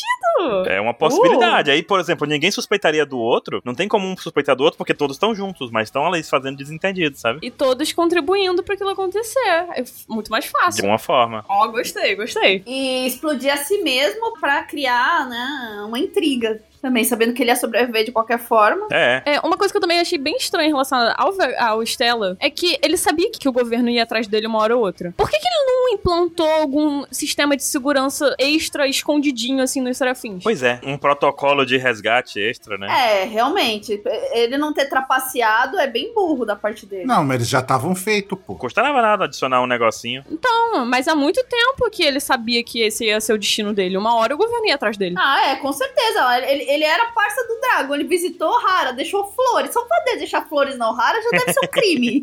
[SPEAKER 1] É uma possibilidade. Aí, por exemplo, ninguém suspeitaria do outro. Não tem como um suspeitar do outro, porque todos estão juntos, mas estão ali se fazendo desentendido, sabe?
[SPEAKER 2] E todos contribuindo pra aquilo acontecer. É f- muito mais
[SPEAKER 1] De
[SPEAKER 2] fácil.
[SPEAKER 1] uma forma.
[SPEAKER 2] Ó, gostei, gostei.
[SPEAKER 5] E explodir a si mesmo pra criar, né, uma intriga. Também, sabendo que ele ia sobreviver de qualquer forma.
[SPEAKER 1] É.
[SPEAKER 2] É, uma coisa que eu também achei bem estranha em relação ao, Ve- ao Stella é que ele sabia que o governo ia atrás dele uma hora ou outra. Por que, que ele não implantou algum sistema de segurança extra escondidinho assim nos serafins?
[SPEAKER 1] Pois é. Um protocolo de resgate extra, né?
[SPEAKER 5] É, realmente. Ele não ter trapaceado é bem burro da parte dele.
[SPEAKER 3] Não, mas eles já estavam feitos,
[SPEAKER 1] Não
[SPEAKER 3] pô.
[SPEAKER 1] custava nada adicionar um negocinho.
[SPEAKER 2] Não, mas há muito tempo que ele sabia que esse ia ser o destino dele. Uma hora o governo ia atrás dele.
[SPEAKER 5] Ah, é, com certeza. Ele, ele era parça do Dragon, ele visitou Rara, deixou flores. Só poder deixar flores na Rara já deve ser um (laughs) crime.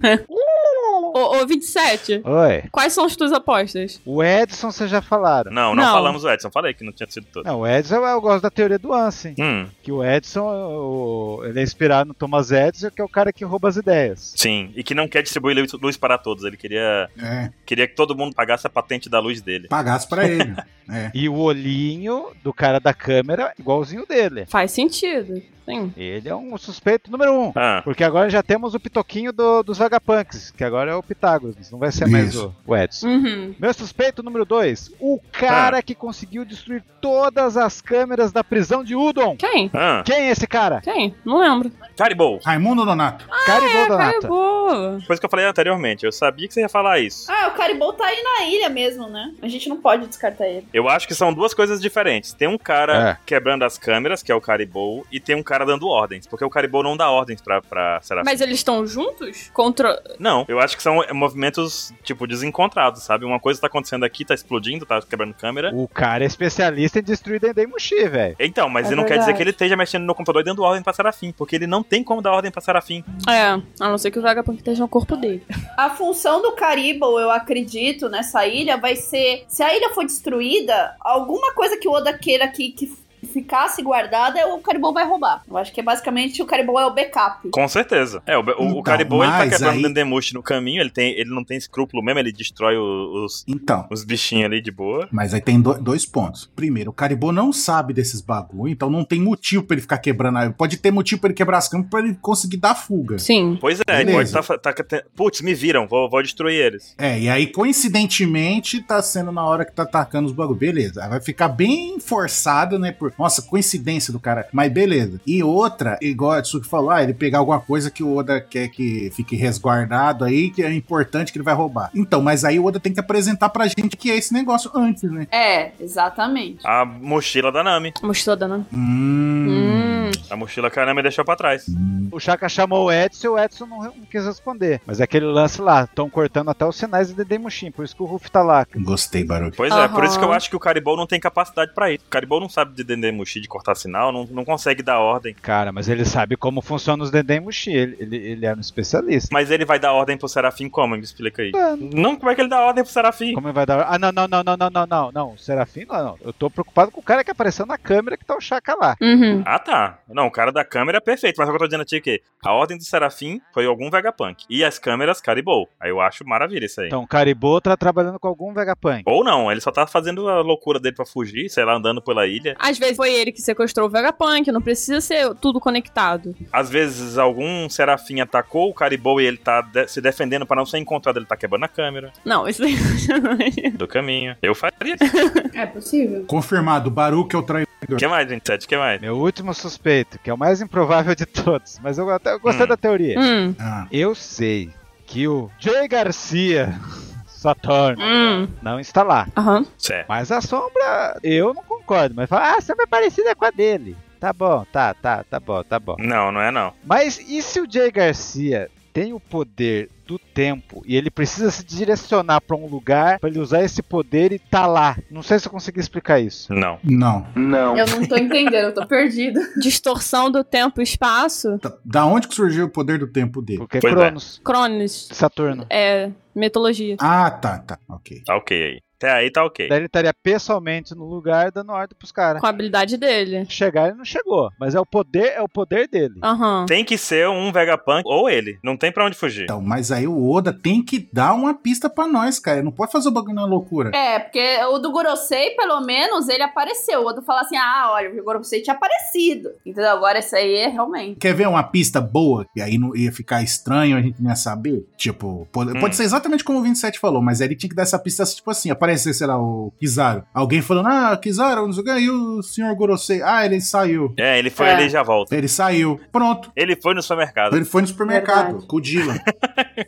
[SPEAKER 2] Ô, ô 27,
[SPEAKER 4] Oi.
[SPEAKER 2] quais são as tuas apostas?
[SPEAKER 4] O Edson, vocês já falaram.
[SPEAKER 1] Não, não,
[SPEAKER 2] Não.
[SPEAKER 1] falamos o Edson. Falei que não tinha sido todo.
[SPEAKER 4] Não, o Edson, eu gosto da teoria do
[SPEAKER 2] É.
[SPEAKER 4] Ansem.
[SPEAKER 1] Hum,
[SPEAKER 4] Que o Edson, o- ele é inspirado no Thomas Edison, que é o cara que rouba as ideias.
[SPEAKER 1] sim. E que não quer distribuir luz- luz para todos. Ele queria,
[SPEAKER 3] É,
[SPEAKER 1] queria que todo mundo pagasse a patente da luz dele.
[SPEAKER 3] pagasse
[SPEAKER 1] (laughs)
[SPEAKER 3] pra ele. É.
[SPEAKER 4] E o olhinho do cara da câmera, igualzinho dele.
[SPEAKER 2] Faz sentido. Sim.
[SPEAKER 4] Ele é um suspeito número um.
[SPEAKER 1] Ah,
[SPEAKER 4] Porque agora já temos o pitoquinho do- dos Vagapunks, que agora é o Pitágoras, não vai ser mais
[SPEAKER 3] Isso.
[SPEAKER 4] o, o Edson.
[SPEAKER 2] Uhum.
[SPEAKER 4] Meu suspeito número dois, o cara que conseguiu destruir todas as câmeras da prisão de Udon.
[SPEAKER 2] Quem?
[SPEAKER 1] ah.
[SPEAKER 4] Quem é esse cara?
[SPEAKER 2] Quem? Não lembro.
[SPEAKER 1] Caribou.
[SPEAKER 3] Raimundo Nonato.
[SPEAKER 4] Caribou Donato.
[SPEAKER 2] Caribou.
[SPEAKER 1] Coisa que eu falei anteriormente. Eu sabia que você ia falar isso.
[SPEAKER 5] ah, o Caribou tá aí na ilha mesmo, né? A gente não pode descartar ele.
[SPEAKER 1] Eu acho que são duas coisas diferentes. Tem um cara
[SPEAKER 4] É.
[SPEAKER 1] quebrando as câmeras, que é o Caribou, e tem um cara dando ordens. Porque o Caribou não dá ordens pra, pra Serafim.
[SPEAKER 2] Mas eles estão juntos? Contra.
[SPEAKER 1] Não, eu acho que são é, movimentos, tipo, desencontrados, sabe? Uma coisa tá acontecendo aqui, tá explodindo, tá quebrando câmera.
[SPEAKER 4] O cara é especialista em destruir Dendemushi, velho.
[SPEAKER 1] Então, mas
[SPEAKER 5] É
[SPEAKER 1] ele não quer dizer
[SPEAKER 5] verdade.
[SPEAKER 1] que ele esteja mexendo no computador e dando ordem pra Serafim, porque ele não tem como dar ordem pra Serafim.
[SPEAKER 2] É, a não ser que o Vegapunk esteja no corpo dele.
[SPEAKER 5] A função do Caribou, eu acredito, nessa ilha vai ser: se a ilha for destruída, alguma coisa que o Oda queira que, que ficasse guardada, o Caribou vai roubar. Eu acho que é basicamente o Caribou é o backup.
[SPEAKER 1] Com certeza. É, o, o- o
[SPEAKER 3] Então,
[SPEAKER 1] Caribou, ele tá
[SPEAKER 3] mas
[SPEAKER 1] quebrando
[SPEAKER 3] aí-
[SPEAKER 1] o Dendemushi no caminho, ele, tem, ele não tem escrúpulo mesmo, ele destrói o- os,
[SPEAKER 3] Então,
[SPEAKER 1] os bichinhos ali de boa.
[SPEAKER 3] mas aí tem do- dois pontos. Primeiro, o Caribou não sabe desses bagulho, então não tem motivo pra ele ficar quebrando. a- Pode ter motivo pra ele quebrar as câmeras pra ele conseguir dar fuga.
[SPEAKER 2] Sim.
[SPEAKER 1] Pois é, ele pode
[SPEAKER 3] Beleza.
[SPEAKER 1] tá, fa- tá, tá- Putz, me viram, vou, vou destruir eles.
[SPEAKER 3] É, e aí, coincidentemente, tá sendo na hora que tá atacando os bagulho. Beleza. Aí Vai ficar bem forçado, né? Por... Nossa, coincidência do cara. Mas beleza. E outra, igual a Tsuki falou, ah, ele pegar alguma coisa que o Oda quer que fique resguardado aí, que é importante que ele vai roubar. Então, mas aí o Oda tem que apresentar pra gente que é esse negócio antes, né?
[SPEAKER 5] É, exatamente.
[SPEAKER 1] A mochila da Nami.
[SPEAKER 2] Mostrou dando.
[SPEAKER 3] Hum.
[SPEAKER 2] Hum.
[SPEAKER 1] A mochila que a Nami deixou pra trás.
[SPEAKER 4] O Chaka chamou o Edson e o Edson não, não quis responder. Mas é aquele lance lá, estão cortando até os sinais de Dendemushi, por isso que o Ruf tá lá.
[SPEAKER 3] Gostei, Baruch.
[SPEAKER 1] Pois é, por isso que eu
[SPEAKER 2] Aham.
[SPEAKER 1] acho que o Caribou não tem capacidade pra isso. O Caribou não sabe de Dendemushi, de cortar sinal, não, não consegue dar ordem.
[SPEAKER 4] Cara, mas ele sabe como funciona os Dendemushi, ele, ele, ele era um especialista.
[SPEAKER 1] Mas ele vai dar ordem pro Serafim como? Me explica aí. Não, como é que ele dá ordem pro Serafim?
[SPEAKER 4] Como ele vai dar. Ah, não, não, não, não, não, não, não, não. O Serafim, não, não. Eu tô preocupado com o cara que apareceu na câmera que tá o Chaka lá.
[SPEAKER 2] Uhum.
[SPEAKER 1] Ah, tá. Não, o cara da câmera é perfeito, mas o que eu tô dizendo aqui é que a ordem do Serafim foi algum Vegapunk. E as câmeras, Caribou. Aí eu acho maravilha isso aí.
[SPEAKER 4] Então, o Caribou tá trabalhando com algum Vegapunk.
[SPEAKER 1] Ou não, ele só tá fazendo a loucura dele pra fugir, sei lá, andando pela ilha.
[SPEAKER 2] Às vezes foi ele que sequestrou o Vegapunk, não precisa ser tudo conectado.
[SPEAKER 1] Às vezes algum serafim atacou o Caribou e ele tá de- se defendendo pra não ser encontrado, ele tá quebrando a câmera
[SPEAKER 2] Não, isso daí. (laughs)
[SPEAKER 1] do caminho. Eu faria isso.
[SPEAKER 5] É possível?
[SPEAKER 3] Confirmado, Baruch é o traidor.
[SPEAKER 1] O (laughs) que mais, 27? O que mais?
[SPEAKER 4] Meu último suspeito, que é o mais improvável de todos, mas eu, até, eu gostei
[SPEAKER 1] Hum.
[SPEAKER 4] da teoria.
[SPEAKER 2] hum.
[SPEAKER 3] Ah,
[SPEAKER 4] Eu sei que o Jay Garcia, (laughs) Saturno,
[SPEAKER 2] Hum.
[SPEAKER 4] não está lá.
[SPEAKER 2] Aham.
[SPEAKER 1] Certo.
[SPEAKER 4] Mas a sombra, eu não concordo. Mas fala, ah, a sombra é parecida com a dele. Tá bom, tá, tá, tá bom, tá bom.
[SPEAKER 1] Não, não é não.
[SPEAKER 4] Mas e se o Jay Garcia tem o poder do tempo e ele precisa se direcionar para um lugar para ele usar esse poder e tá lá. Não sei se eu consegui explicar isso.
[SPEAKER 1] Não.
[SPEAKER 3] Não.
[SPEAKER 5] Não. Eu não tô entendendo, eu tô perdido.
[SPEAKER 2] Distorção do tempo e espaço.
[SPEAKER 3] Da- Da onde que surgiu o poder do tempo dele?
[SPEAKER 4] Porque é
[SPEAKER 1] Pois é.
[SPEAKER 4] Cronos,
[SPEAKER 2] Cronos.
[SPEAKER 4] Saturno.
[SPEAKER 2] É, mitologia.
[SPEAKER 3] Ah, tá, tá. Ok.
[SPEAKER 1] Tá ok aí. Até aí tá ok.
[SPEAKER 4] Daí ele estaria pessoalmente no lugar dando ordem pros caras.
[SPEAKER 2] Com a habilidade dele.
[SPEAKER 4] Chegar ele não chegou, mas é o poder, é o poder dele.
[SPEAKER 2] Aham.
[SPEAKER 1] Tem que ser um Vegapunk ou ele. Não tem pra onde fugir.
[SPEAKER 3] Então, mas aí o Oda tem que dar uma pista pra nós, cara. Ele Não pode fazer o bagulho na loucura.
[SPEAKER 5] É, porque o do Gorosei, pelo menos, ele apareceu. O outro fala assim: ah, olha, o Gorosei tinha aparecido. Entendeu? Agora esse aí é realmente.
[SPEAKER 3] Quer ver uma pista boa? E aí não ia ficar estranho, a gente não ia saber. Tipo, pode,
[SPEAKER 1] Hum.
[SPEAKER 3] pode ser exatamente como o 27 falou, mas aí ele tinha que dar essa pista, tipo assim, aparecer, sei lá, o Kizaru. Alguém falando, ah, Kizaru, não sei o que, e o senhor Gorosei? Ah, ele saiu.
[SPEAKER 1] É, ele foi
[SPEAKER 5] É.
[SPEAKER 1] ali e já volta.
[SPEAKER 3] Ele saiu. Pronto.
[SPEAKER 1] Ele foi no supermercado. (laughs) né,
[SPEAKER 3] Ele foi no supermercado
[SPEAKER 5] Verdade.
[SPEAKER 3] com o Dylan.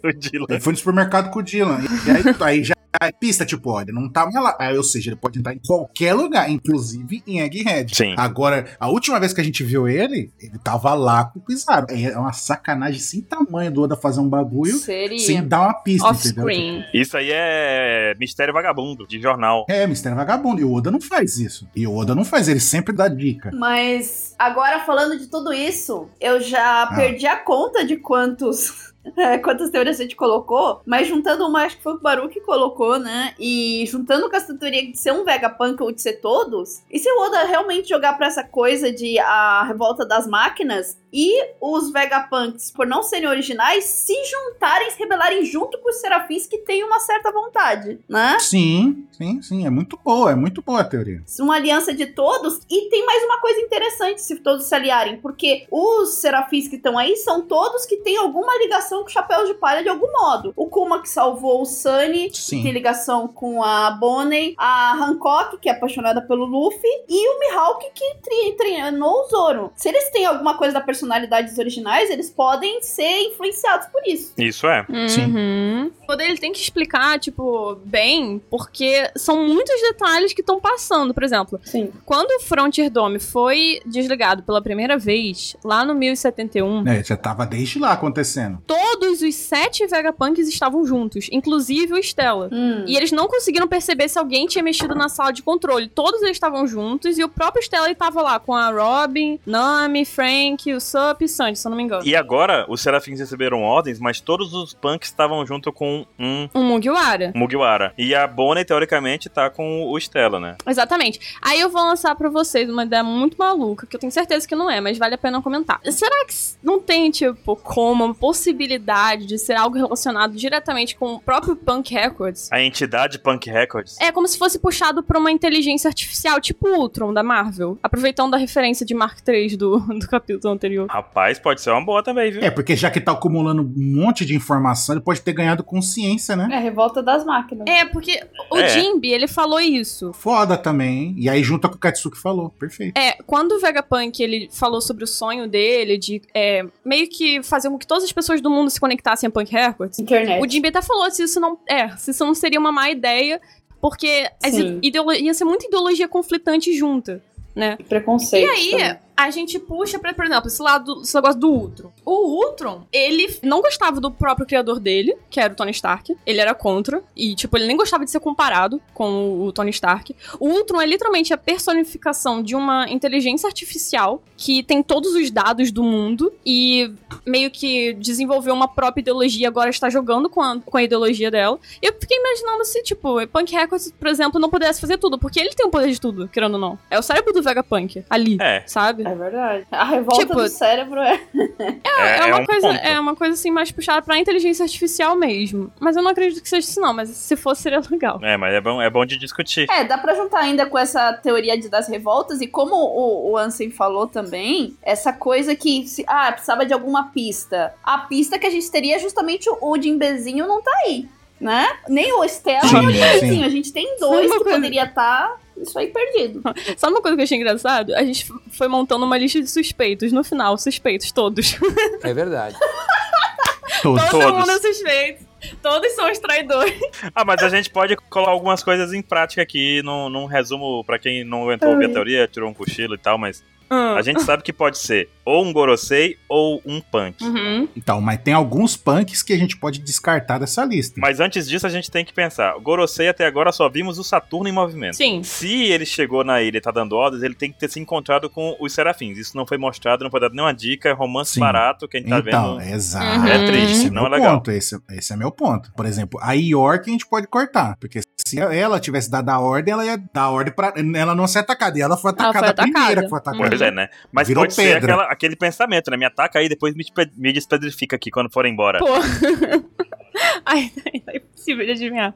[SPEAKER 1] o Dylan.
[SPEAKER 3] Ele foi no supermercado com o Dylan. E aí, aí já a pista, tipo, olha, não tá mais lá. Ah, ou seja, ele pode entrar em qualquer lugar, inclusive em Egghead.
[SPEAKER 1] Sim.
[SPEAKER 3] Agora, a última vez que a gente viu ele, ele tava lá com o Kizaru. É uma sacanagem sem tamanho do Oda fazer um bagulho
[SPEAKER 5] Seria.
[SPEAKER 3] sem dar uma pista, entendeu?
[SPEAKER 2] Off-screen.
[SPEAKER 1] Isso aí é mistério vagabundo de jornal.
[SPEAKER 3] É, Mistério Vagabundo. E o Oda não faz isso. E o Oda não faz, ele sempre dá dica.
[SPEAKER 5] Mas agora falando de tudo isso, eu já perdi a conta de quantos. (laughs) é, Quantas teorias a gente colocou, mas juntando uma, acho que foi o Baru que colocou, né? E juntando com essa teoria de ser um Vegapunk ou de ser todos, e se o Oda realmente jogar pra essa coisa de a revolta das máquinas e os Vegapunks, por não serem originais, se juntarem, se rebelarem junto com os serafins que têm uma certa vontade, né?
[SPEAKER 3] Sim, sim, sim. É muito boa, é muito boa a teoria.
[SPEAKER 5] uma aliança de todos. E tem mais uma coisa interessante se todos se aliarem, porque os serafins que estão aí são todos que têm alguma ligação com o Chapéu de Palha de algum modo. O Kuma que salvou o Sunny. que Tem
[SPEAKER 3] Sim.
[SPEAKER 5] ligação com a Bonnie, a Hancock, que é apaixonada pelo Luffy, e o Mihawk, que tre- treinou o Zoro. Se eles têm alguma coisa da personalidade dos originais, eles podem ser influenciados por isso.
[SPEAKER 1] Isso é.
[SPEAKER 3] Sim.
[SPEAKER 2] Uhum. Quando ele tem que explicar, tipo, bem, porque são muitos detalhes que estão passando. Por exemplo,
[SPEAKER 5] Sim.
[SPEAKER 2] quando o Frontier Dome foi desligado pela primeira vez, lá no 1071,
[SPEAKER 3] É, já tava desde lá acontecendo.
[SPEAKER 2] todos os sete Vegapunks estavam juntos, inclusive o Stella.
[SPEAKER 5] Hum.
[SPEAKER 2] E eles não conseguiram perceber se alguém tinha mexido na sala de controle. Todos eles estavam juntos e o próprio Stella estava lá com a Robin, Nami, Frank, o Sup e Sandy, se eu não me engano.
[SPEAKER 1] E agora, os serafins receberam ordens, mas todos os punks estavam junto com um
[SPEAKER 2] Um Mugiwara.
[SPEAKER 1] Mugiwara. E a Bonnie, teoricamente, tá com o Stella, né?
[SPEAKER 2] Exatamente. Aí eu vou lançar pra vocês uma ideia muito maluca, que eu tenho certeza que não é, mas vale a pena comentar. Será que s- não tem, tipo, como uma possibilidade de ser algo relacionado diretamente com o próprio Punk Records?
[SPEAKER 1] A entidade Punk Records.
[SPEAKER 2] É como se fosse puxado por uma inteligência artificial, tipo o Ultron da Marvel, aproveitando a referência de Mark III do, (laughs) do capítulo anterior.
[SPEAKER 1] Rapaz, pode ser uma boa também, viu?
[SPEAKER 3] É, porque já que tá acumulando um monte de informação, ele pode ter ganhado consciência, né?
[SPEAKER 5] É a revolta das máquinas.
[SPEAKER 2] É, porque o
[SPEAKER 1] É.
[SPEAKER 2] Jimby, ele falou isso.
[SPEAKER 3] Foda também, hein? E aí junta com o Katsuki falou. Perfeito.
[SPEAKER 2] É, quando o Vegapunk ele falou sobre o sonho dele de é, meio que fazer com que todas as pessoas do mundo se conectassem a Punk Records,
[SPEAKER 5] Internet.
[SPEAKER 2] O Jimmy até falou se isso não é, se isso não seria uma má ideia, porque as
[SPEAKER 5] Sim.
[SPEAKER 2] ideolo- ia ser muita ideologia conflitante junta, né?
[SPEAKER 5] Preconceito.
[SPEAKER 2] E aí, a gente puxa pra, por exemplo, esse lado, esse negócio do Ultron. O Ultron, ele não gostava do próprio criador dele, que era o Tony Stark. Ele era contra. E, tipo, ele nem gostava de ser comparado com o Tony Stark. O Ultron é literalmente a personificação de uma inteligência artificial que tem todos os dados do mundo e meio que desenvolveu uma própria ideologia, agora está jogando com a, com a ideologia dela. E eu fiquei imaginando se, tipo, Punk Records, por exemplo, não pudesse fazer tudo, porque ele tem o poder de tudo, querendo ou não. É o cérebro do Vegapunk ali,
[SPEAKER 1] É.
[SPEAKER 2] sabe?
[SPEAKER 5] É verdade. A revolta
[SPEAKER 2] Tipo-
[SPEAKER 5] do cérebro é
[SPEAKER 1] É,
[SPEAKER 2] É,
[SPEAKER 1] é
[SPEAKER 2] uma
[SPEAKER 1] um
[SPEAKER 2] coisa,
[SPEAKER 1] ponto.
[SPEAKER 2] é uma coisa assim mais puxada pra inteligência artificial mesmo. Mas eu não acredito que seja isso, não. Mas se fosse, seria (laughs) legal.
[SPEAKER 1] É, mas é bom, é bom de discutir.
[SPEAKER 5] É, dá pra juntar ainda com essa teoria de, das revoltas e como o, o Ansem falou também, essa coisa que, se, ah, precisava de alguma pista. A pista que a gente teria é justamente o, o Jimbezinho não tá aí, né? Nem o Estela, nem o Jimbezinho. A gente tem dois
[SPEAKER 2] Uma
[SPEAKER 5] que
[SPEAKER 2] coisa-
[SPEAKER 5] poderia estar isso aí perdido.
[SPEAKER 2] Sabe uma coisa que eu achei engraçado? A gente f- foi montando uma lista de suspeitos. No final, suspeitos todos.
[SPEAKER 6] É verdade.
[SPEAKER 3] Todos.
[SPEAKER 2] Todo
[SPEAKER 1] Todos.
[SPEAKER 2] mundo é suspeito. Todos são os traidores.
[SPEAKER 1] Ah, mas a gente pode colocar algumas coisas em prática aqui num, num resumo pra quem não aguentou ouvir a teoria, tirou um cochilo e tal, mas
[SPEAKER 2] Hum.
[SPEAKER 1] a gente sabe que pode ser ou um Gorosei ou um Punk.
[SPEAKER 2] Uhum.
[SPEAKER 3] Então, mas tem alguns punks que a gente pode descartar dessa lista.
[SPEAKER 1] Mas antes disso, a gente tem que pensar. O Gorosei até agora só vimos o Saturno em movimento.
[SPEAKER 2] Sim.
[SPEAKER 1] Se ele chegou na ilha e tá dando ordens, ele tem que ter se encontrado com os serafins. Isso não foi mostrado, não foi dado nenhuma dica. É romance
[SPEAKER 3] Sim.
[SPEAKER 1] barato que a gente tá
[SPEAKER 3] então,
[SPEAKER 1] vendo.
[SPEAKER 3] exato.
[SPEAKER 2] Uhum. É
[SPEAKER 1] triste,
[SPEAKER 3] Esse é
[SPEAKER 1] não
[SPEAKER 3] meu
[SPEAKER 1] é legal.
[SPEAKER 3] ponto. Esse, esse é meu ponto. Por exemplo, a York a gente pode cortar. Porque se ela tivesse dado a ordem, ela ia dar a ordem pra. Ela não ser atacada. E ela foi
[SPEAKER 2] Ela
[SPEAKER 3] atacada,
[SPEAKER 2] foi
[SPEAKER 3] a primeira
[SPEAKER 2] atacada.
[SPEAKER 3] que foi atacada.
[SPEAKER 1] Pois é, né? Mas
[SPEAKER 3] Virou
[SPEAKER 1] pode ser
[SPEAKER 3] pedra.
[SPEAKER 1] aquela- aquele pensamento, né? Me ataca aí, depois me, despe- me despedrifica aqui quando for embora.
[SPEAKER 2] Pô. (laughs) Ai, é impossível de adivinhar.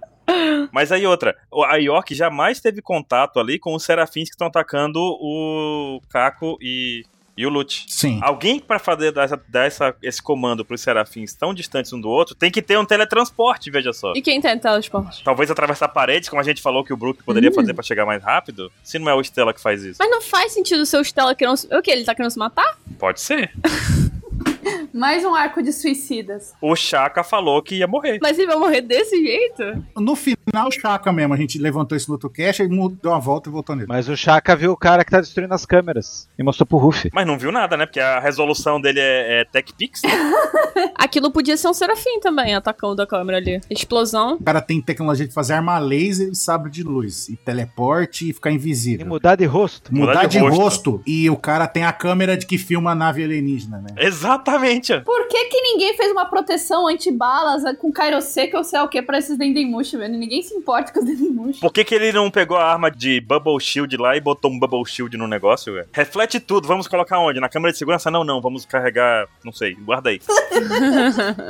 [SPEAKER 1] Mas aí outra, o- a York jamais teve contato ali com os serafins que estão atacando o Caco e, e o Lute.
[SPEAKER 3] Sim.
[SPEAKER 1] Alguém pra fazer dar, essa, dar essa- esse comando pros serafins tão distantes um do outro tem que ter um teletransporte, veja só.
[SPEAKER 2] E quem tá tem teletransporte?
[SPEAKER 1] Talvez atravessar paredes, como a gente falou que o Brook poderia fazer pra chegar mais rápido. Se não é o Stella que faz isso.
[SPEAKER 2] Mas não faz sentido o seu Stella querendo. se- O que? Ele tá querendo se matar?
[SPEAKER 1] Pode ser.
[SPEAKER 5] Mais um arco de suicidas.
[SPEAKER 1] O Chaka falou que ia morrer.
[SPEAKER 2] Mas ele vai morrer desse jeito?
[SPEAKER 3] No final, Chaka mesmo. A gente levantou isso no outro cast, aí mu- deu uma volta e voltou nele.
[SPEAKER 4] Mas o Chaka viu o cara que tá destruindo as câmeras e mostrou pro Ruff.
[SPEAKER 1] Mas não viu nada, né? Porque a resolução dele é, é Tech Pix. né?
[SPEAKER 2] Aquilo podia ser um serafim também, atacando a câmera ali. Explosão.
[SPEAKER 3] O cara tem tecnologia de fazer arma laser e sabre de luz. E teleporte e ficar
[SPEAKER 4] E
[SPEAKER 3] invisível.
[SPEAKER 4] mudar de rosto.
[SPEAKER 3] Mudar, de, rosto. E o cara tem a câmera de que filma a nave alienígena, né?
[SPEAKER 1] (laughs) Exatamente. ó.
[SPEAKER 5] Por que, que ninguém fez uma proteção antibalas ah, com Kairosek ou sei lá o que pra esses Dendemushi, velho? Ninguém se importa com os Dendemushi.
[SPEAKER 1] Por que, que ele não pegou a arma de Bubble Shield lá e botou um Bubble Shield no negócio, velho? Reflete tudo, vamos colocar onde? Na câmera de segurança? Não, não, vamos carregar, não sei, guarda
[SPEAKER 2] (laughs)
[SPEAKER 1] aí.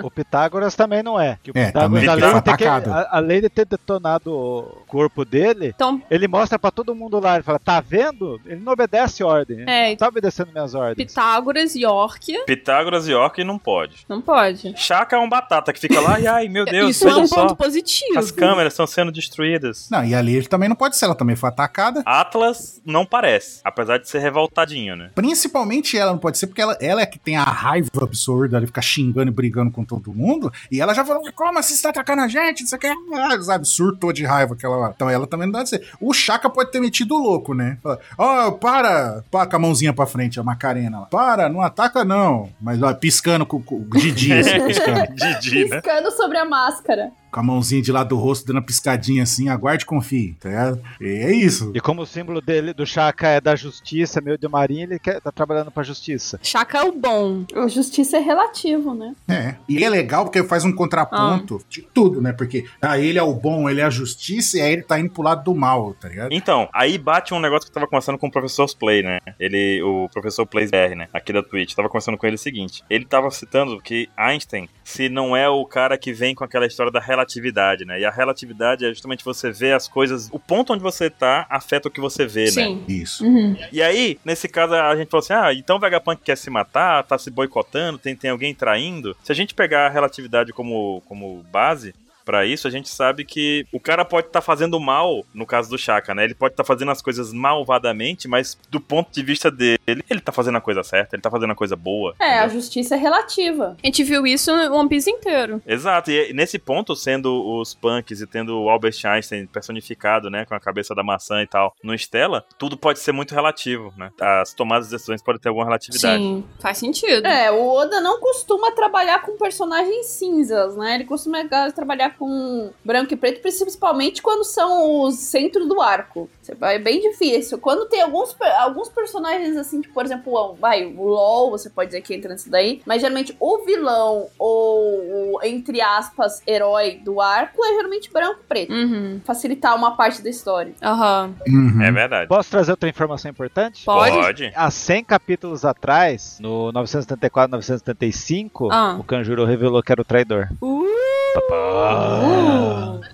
[SPEAKER 4] O Pitágoras também não é. Que o
[SPEAKER 3] É,
[SPEAKER 4] Pitágoras,
[SPEAKER 1] também
[SPEAKER 4] além,
[SPEAKER 1] foi
[SPEAKER 4] de ter que-
[SPEAKER 3] atacado.
[SPEAKER 4] a- além de ter detonado o corpo dele,
[SPEAKER 2] Então,
[SPEAKER 4] ele mostra pra todo mundo lá. Ele fala: tá vendo? Ele não obedece ordem. Ele
[SPEAKER 2] é.
[SPEAKER 4] não tá obedecendo minhas ordens.
[SPEAKER 2] Pitágoras, York.
[SPEAKER 1] Pitágoras e Orc não pode.
[SPEAKER 2] Não pode.
[SPEAKER 1] Chaka é um batata que fica lá, ai, ai meu Deus,
[SPEAKER 2] Isso é
[SPEAKER 1] vejam
[SPEAKER 2] um
[SPEAKER 1] só.
[SPEAKER 2] ponto positivo.
[SPEAKER 1] As câmeras estão sendo destruídas.
[SPEAKER 3] Não, e ali ele também não pode ser. Ela também foi atacada.
[SPEAKER 1] Atlas não parece, apesar de ser revoltadinho, né?
[SPEAKER 3] Principalmente ela não pode ser, porque ela, ela é que tem a raiva absurda, ela fica xingando e brigando com todo mundo. E ela já falou: como assim você tá atacando a gente? Isso aqui é. ah", Sabe, surtou de raiva aquela hora. Então ela também não dá de ser. O Chaka pode ter metido o louco, né? Fala, Ó, para! Pá, com a mãozinha pra frente, a Macarena lá. Para, não ataca não. Mas ó, piscando com, com o Didi, assim,
[SPEAKER 2] É.
[SPEAKER 3] piscando.
[SPEAKER 1] (laughs) Didi, né?
[SPEAKER 5] Piscando sobre a máscara.
[SPEAKER 3] Com a mãozinha de lado do rosto, dando uma piscadinha assim, aguarde e confie. Tá ligado? E é isso.
[SPEAKER 4] E como o símbolo dele, do Chaka é da justiça, meio de marinha, ele quer, tá trabalhando pra justiça.
[SPEAKER 2] Chaka é o bom.
[SPEAKER 5] A Justiça é relativo, né?
[SPEAKER 3] É. E é legal porque faz um contraponto
[SPEAKER 5] Ah.
[SPEAKER 3] de tudo, né? Porque ah, ele é o bom, ele é a justiça, e aí ele tá indo pro lado do mal, tá ligado?
[SPEAKER 1] Então, aí bate um negócio que eu tava conversando com o professor Play, né? Ele, o professor Play BR, né? Aqui da Twitch. Tava conversando com ele o seguinte: ele tava citando que Einstein, se não é o cara que vem com aquela história da relatividade, né? E a relatividade é justamente você ver as coisas, o ponto onde você tá afeta o que você vê, né?
[SPEAKER 2] Sim.
[SPEAKER 3] Isso.
[SPEAKER 1] E aí, nesse caso, a gente falou assim: ah, então o Vegapunk quer se matar, tá se boicotando, tem, tem alguém traindo. Se a gente pegar a relatividade como, como base. Pra isso, a gente sabe que o cara pode estar fazendo mal, no caso do Chaka, né? Ele pode estar fazendo as coisas malvadamente, mas do ponto de vista dele, ele tá fazendo a coisa certa, ele tá fazendo a coisa boa.
[SPEAKER 5] É, a
[SPEAKER 1] entendeu?
[SPEAKER 5] justiça é relativa.
[SPEAKER 2] A gente viu isso no One Piece inteiro.
[SPEAKER 1] Exato, e nesse ponto, sendo os punks e tendo o Albert Einstein personificado, né, com a cabeça da maçã e tal, no Stella, tudo pode ser muito relativo, né? As tomadas de decisões podem ter alguma relatividade.
[SPEAKER 2] Sim. Faz sentido.
[SPEAKER 5] É, o Oda não costuma trabalhar com personagens cinzas, né? Ele costuma ah, trabalhar com branco e preto, principalmente quando são os centros do arco. É bem difícil. Quando tem alguns, per- alguns personagens, assim, tipo, por exemplo, o- vai, o LOL, você pode dizer que entra nisso daí, mas geralmente o vilão ou o, entre aspas, herói do arco é geralmente branco e preto.
[SPEAKER 2] Uhum.
[SPEAKER 5] Facilitar uma parte da história.
[SPEAKER 2] Aham.
[SPEAKER 3] Uhum.
[SPEAKER 1] É verdade.
[SPEAKER 4] Posso trazer outra informação importante?
[SPEAKER 2] Pode?
[SPEAKER 4] Há 100 capítulos atrás, no 974, 975,
[SPEAKER 2] Ah.
[SPEAKER 4] o Kanjuro revelou que era o traidor.
[SPEAKER 2] Uh.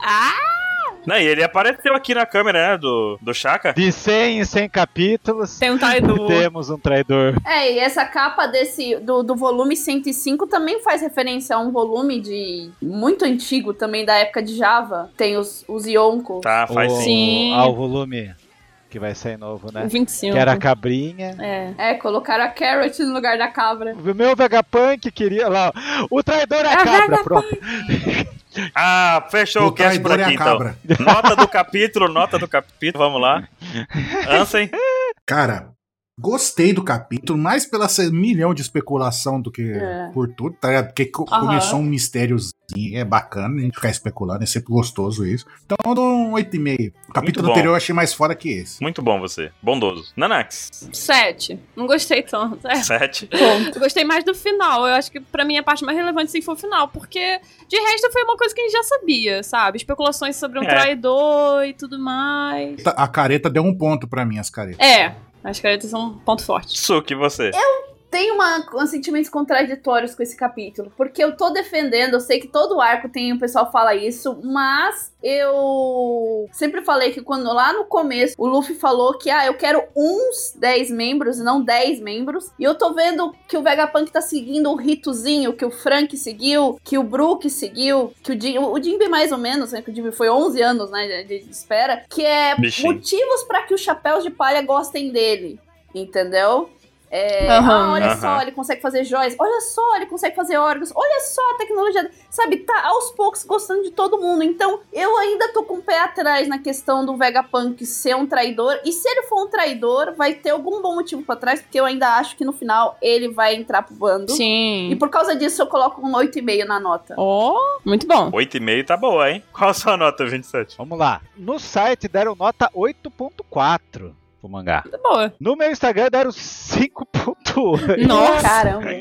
[SPEAKER 2] Ah!
[SPEAKER 1] Não, e ele apareceu aqui na câmera, né, do, do Chaka.
[SPEAKER 4] De 100 em 100 capítulos,
[SPEAKER 2] Tem um
[SPEAKER 4] (laughs)
[SPEAKER 2] traidor.
[SPEAKER 4] temos um traidor.
[SPEAKER 5] É, e essa capa desse do, do volume 105 também faz referência a um volume de muito antigo também da época de Java. Tem os, os Yonko.
[SPEAKER 1] Tá, faz
[SPEAKER 4] O-
[SPEAKER 1] sim.
[SPEAKER 2] Sim.
[SPEAKER 4] Ao volume que vai sair novo, né?
[SPEAKER 2] O 25.
[SPEAKER 4] Que era a cabrinha.
[SPEAKER 2] É.
[SPEAKER 5] É, colocaram a Carrot no lugar da cabra.
[SPEAKER 4] O meu Vegapunk queria lá, ó, o traidor é a
[SPEAKER 2] É
[SPEAKER 4] cabra, pronto.
[SPEAKER 1] Ah, fechou o,
[SPEAKER 3] O
[SPEAKER 1] cast por
[SPEAKER 3] traidor é
[SPEAKER 1] aqui,
[SPEAKER 3] a
[SPEAKER 1] então.
[SPEAKER 3] cabra.
[SPEAKER 1] Nota do capítulo, nota do capítulo, vamos lá. Ansem,
[SPEAKER 3] Cara, Gostei do capítulo, mais pela essa milhão de especulação do que
[SPEAKER 5] É.
[SPEAKER 3] por tudo, tá? ligado? Porque co-
[SPEAKER 5] Aham.
[SPEAKER 3] começou um mistériozinho, é bacana a gente ficar especulando, é sempre gostoso isso. Então eu dou um 8,5. O capítulo
[SPEAKER 1] bom.
[SPEAKER 3] anterior eu achei mais fora que esse.
[SPEAKER 1] Muito bom você. Bondoso. Nanax.
[SPEAKER 2] Sete. Não gostei tanto.
[SPEAKER 5] (laughs)
[SPEAKER 2] É.
[SPEAKER 1] Sete.
[SPEAKER 2] Eu gostei mais do final. Eu acho que pra mim a parte mais relevante sim foi o final, porque de resto foi uma coisa que a gente já sabia, sabe? Especulações sobre um
[SPEAKER 1] É.
[SPEAKER 2] traidor e tudo mais.
[SPEAKER 3] Tá, A careta deu um ponto pra mim, as caretas.
[SPEAKER 2] É, as caretas são um ponto forte.
[SPEAKER 1] Suki, você.
[SPEAKER 5] Tem uma, uns sentimentos contraditórios com esse capítulo, porque eu tô defendendo, eu sei que todo arco tem, o pessoal fala isso, mas eu sempre falei que quando lá no começo o Luffy falou que, ah, eu quero uns 10 membros, não 10 membros, e eu tô vendo que o Vegapunk tá seguindo o ritozinho que o Frank seguiu, que o Brook seguiu, que o Jim, o Jimby mais ou menos, né, que o Jimby foi 11 anos, né, de, de espera, que é
[SPEAKER 1] Bichinho.
[SPEAKER 5] motivos pra que os chapéus de palha gostem dele, entendeu? É,
[SPEAKER 2] Aham.
[SPEAKER 5] ah, olha
[SPEAKER 1] Aham.
[SPEAKER 5] só, ele consegue fazer joias. Olha só, ele consegue fazer órgãos. Olha só a tecnologia. Sabe, tá aos poucos gostando de todo mundo. Então, eu ainda tô com o pé atrás na questão do Vegapunk ser um traidor. E se ele for um traidor, vai ter algum bom motivo pra trás, porque eu ainda acho que no final ele vai entrar pro bando. E
[SPEAKER 2] Sim.
[SPEAKER 5] por causa disso, eu coloco um 8,5 na nota.
[SPEAKER 2] Oh, muito bom.
[SPEAKER 1] Oito e meio tá boa, hein? Qual a sua nota, 27?
[SPEAKER 4] Vamos lá. No site deram nota 8.4 pro mangá.
[SPEAKER 2] Muito boa.
[SPEAKER 4] No meu Instagram deram 5.8.
[SPEAKER 2] Nossa.
[SPEAKER 5] Caramba.
[SPEAKER 4] (laughs)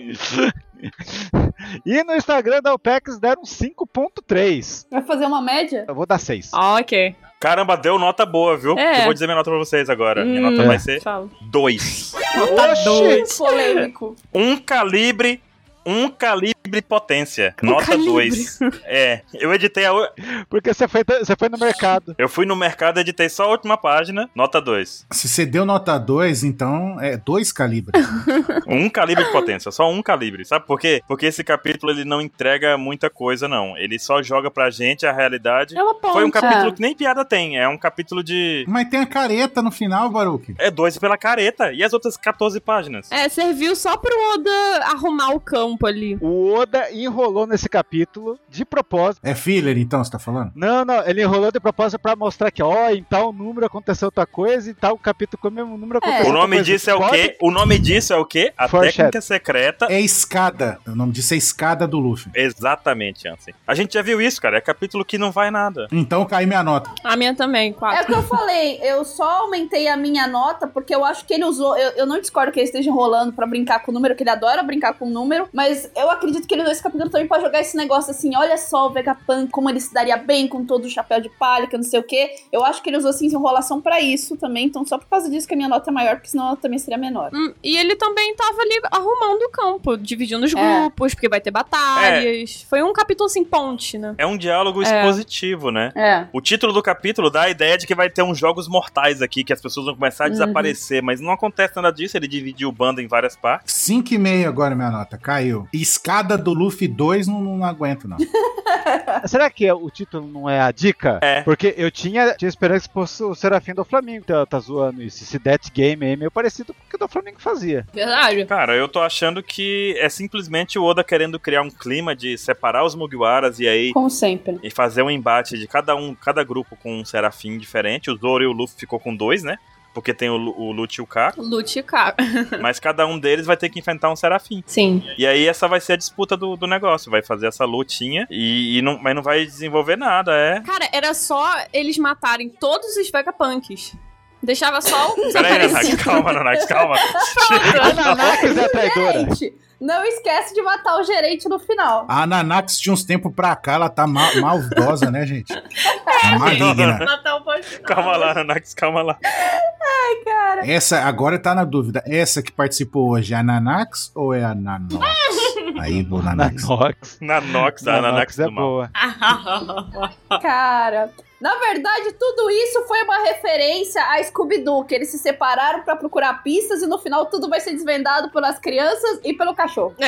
[SPEAKER 4] E no Instagram da OPEX deram 5.3.
[SPEAKER 5] Vai fazer uma média?
[SPEAKER 4] Eu vou dar 6.
[SPEAKER 2] Ah, ok.
[SPEAKER 1] Caramba, deu nota boa, viu?
[SPEAKER 2] É.
[SPEAKER 1] Eu vou dizer minha nota pra vocês agora. Minha
[SPEAKER 2] Hum.
[SPEAKER 1] nota vai ser
[SPEAKER 2] Fala.
[SPEAKER 1] dois. tá
[SPEAKER 4] Então,
[SPEAKER 5] Polêmico.
[SPEAKER 1] Um calibre. Um calibre potência. nota
[SPEAKER 2] Um calibre. (laughs)
[SPEAKER 1] dois. É. Eu editei a. u-
[SPEAKER 4] Porque você foi, você foi no mercado.
[SPEAKER 1] Eu fui no mercado, editei só a última página. Nota dois.
[SPEAKER 3] Se você deu nota 2, então é dois calibres.
[SPEAKER 1] Um calibre de potência, só um calibre. Sabe por quê? Porque esse capítulo ele não entrega muita coisa, não. Ele só joga pra gente a realidade.
[SPEAKER 2] É uma ponte.
[SPEAKER 1] Foi um capítulo que nem piada tem. É um capítulo de.
[SPEAKER 3] Mas tem a careta no final, Baruque.
[SPEAKER 1] É dois pela careta. E as outras 14 páginas?
[SPEAKER 2] É, serviu só pro Oda arrumar o campo ali.
[SPEAKER 4] O Oda enrolou nesse capítulo de propósito.
[SPEAKER 3] É filler, então, você tá falando?
[SPEAKER 4] Não, não, ele enrolou de propósito pra mostrar que, ó, em tal número aconteceu outra coisa, em tal capítulo com o mesmo número aconteceu
[SPEAKER 1] O
[SPEAKER 4] outra
[SPEAKER 1] nome
[SPEAKER 4] coisa.
[SPEAKER 1] disso é o
[SPEAKER 4] Pode-
[SPEAKER 1] quê? O nome disso é o quê? A
[SPEAKER 4] Foreshadow.
[SPEAKER 1] técnica secreta.
[SPEAKER 3] É escada. O nome disso é escada do Luffy.
[SPEAKER 1] Exatamente, Ansem. A gente já viu isso, cara. É capítulo que não vai nada.
[SPEAKER 3] Então cai minha nota.
[SPEAKER 2] A minha também,
[SPEAKER 5] É
[SPEAKER 2] quatro.
[SPEAKER 5] o que eu falei, eu só aumentei a minha nota porque eu acho que ele usou. Eu, eu não discordo que ele esteja enrolando pra brincar com o número, que ele adora brincar com o número, mas eu acredito que ele usou esse capítulo também pra jogar esse negócio assim: olha só o Vegapunk, como ele se daria bem com todo o chapéu de palha, que eu não sei o quê. Eu acho que ele usou assim enrolação pra isso também, então só por causa disso que a minha nota é maior, porque senão ela também seria menor.
[SPEAKER 2] Hum, E ele também tava ali arrumando o campo, dividindo os
[SPEAKER 5] É.
[SPEAKER 2] grupos, porque vai ter batalhas. Foi um capítulo assim, ponte, né?
[SPEAKER 1] É um diálogo expositivo, né?
[SPEAKER 5] É.
[SPEAKER 1] O título do capítulo dá a ideia de que vai ter uns jogos mortais aqui, que as pessoas vão começar a desaparecer, mas não acontece nada disso. Ele dividiu o bando em várias partes.
[SPEAKER 3] 5,5 agora minha nota. Caiu. Escada do Luffy 2 não, não aguento, não.
[SPEAKER 4] Será que o título não é a dica?
[SPEAKER 1] É.
[SPEAKER 4] Porque eu tinha, tinha esperança que fosse o Serafim do Flamengo, tá, tá zoando isso. Esse Death Game aí é meio parecido com o que o do Flamengo fazia.
[SPEAKER 2] Verdade.
[SPEAKER 1] Cara, eu tô achando que é simplesmente o Oda querendo criar um clima de separar os Mugiwaras e aí
[SPEAKER 5] Como sempre.
[SPEAKER 1] e fazer um embate de cada um, cada grupo com um serafim diferente. O Zoro e o Luffy ficou com dois, né? Porque tem o, Lu- o Lute e o
[SPEAKER 2] (laughs)
[SPEAKER 1] Kako,
[SPEAKER 2] Lute e cara.
[SPEAKER 1] mas cada um deles vai ter que enfrentar um serafim.
[SPEAKER 2] Sim.
[SPEAKER 1] E aí essa vai ser a disputa do, do negócio, vai fazer essa lutinha e, e não, mas não vai desenvolver nada, é.
[SPEAKER 2] Cara, era só eles matarem todos os Vegapunks. Deixava só
[SPEAKER 1] Peraí, né,
[SPEAKER 2] o
[SPEAKER 1] Nanax,
[SPEAKER 2] desaparecido.
[SPEAKER 1] calma, Nanax, calma.
[SPEAKER 4] A Nanax é a traidora.
[SPEAKER 5] Gente, não esquece de matar o gerente no final.
[SPEAKER 3] A Ananax de uns tempos pra cá, ela tá mal, maldosa, né, gente? É, maligna.
[SPEAKER 2] Matar o Punch.
[SPEAKER 1] Calma lá, Nanax, calma lá.
[SPEAKER 3] Essa, agora tá na dúvida. Essa que participou hoje é a Ananax ou é a Nanox? (laughs) Aí, vou Nanax.
[SPEAKER 4] Nanox.
[SPEAKER 1] Nanox, a Nanax
[SPEAKER 4] é
[SPEAKER 1] do mal.
[SPEAKER 4] boa.
[SPEAKER 5] Cara, na verdade, tudo isso foi uma referência a Scooby-Doo, que eles se separaram pra procurar pistas e no final tudo vai ser desvendado pelas crianças e pelo cachorro.
[SPEAKER 2] (laughs)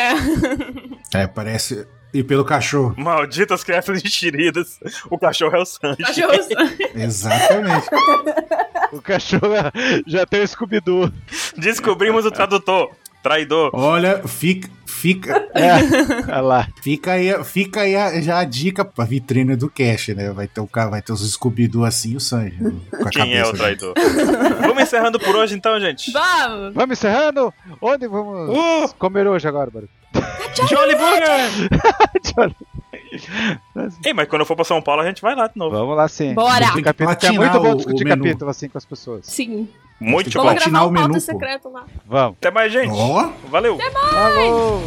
[SPEAKER 2] É.
[SPEAKER 3] É, parece. E pelo cachorro.
[SPEAKER 1] Malditas crianças enxeridas. O cachorro é o Sanji.
[SPEAKER 3] Exatamente.
[SPEAKER 4] O cachorro (laughs) já tem o Scooby-Doo.
[SPEAKER 1] Descobrimos o tradutor. Traidor.
[SPEAKER 3] Olha, fica, Fica,
[SPEAKER 4] É, olha lá.
[SPEAKER 3] fica aí, fica aí a- já a dica pra vitrine do Cash, né? Vai ter, o, ca- vai ter os Scooby-Doo assim e o Sanji. né? Com a
[SPEAKER 1] Quem é
[SPEAKER 3] cabeça
[SPEAKER 1] o
[SPEAKER 3] dele.
[SPEAKER 1] traidor? Vamos encerrando por hoje então, gente.
[SPEAKER 2] Vamos!
[SPEAKER 4] Vamos encerrando? Onde vamos
[SPEAKER 1] Uh,
[SPEAKER 4] comer hoje agora, mano?
[SPEAKER 1] Jolly Burger!
[SPEAKER 4] Mas
[SPEAKER 1] Ei, mas quando eu for pra São Paulo, a gente vai lá de novo.
[SPEAKER 4] Vamos lá sim.
[SPEAKER 2] Bora!
[SPEAKER 3] Tem que
[SPEAKER 4] Capítulo, que é muito
[SPEAKER 3] platinar
[SPEAKER 4] bom
[SPEAKER 3] o-
[SPEAKER 4] discutir
[SPEAKER 3] o menu.
[SPEAKER 4] capítulo assim com as pessoas.
[SPEAKER 2] Sim.
[SPEAKER 1] Muito
[SPEAKER 3] Tem que
[SPEAKER 1] bom.
[SPEAKER 2] Vamos
[SPEAKER 3] platinar
[SPEAKER 2] gravar
[SPEAKER 3] o
[SPEAKER 2] um pauta
[SPEAKER 3] menu, pô.
[SPEAKER 2] secreto lá.
[SPEAKER 4] Vamos.
[SPEAKER 1] Até mais, gente.
[SPEAKER 3] Ó,
[SPEAKER 1] Valeu.
[SPEAKER 4] Falou!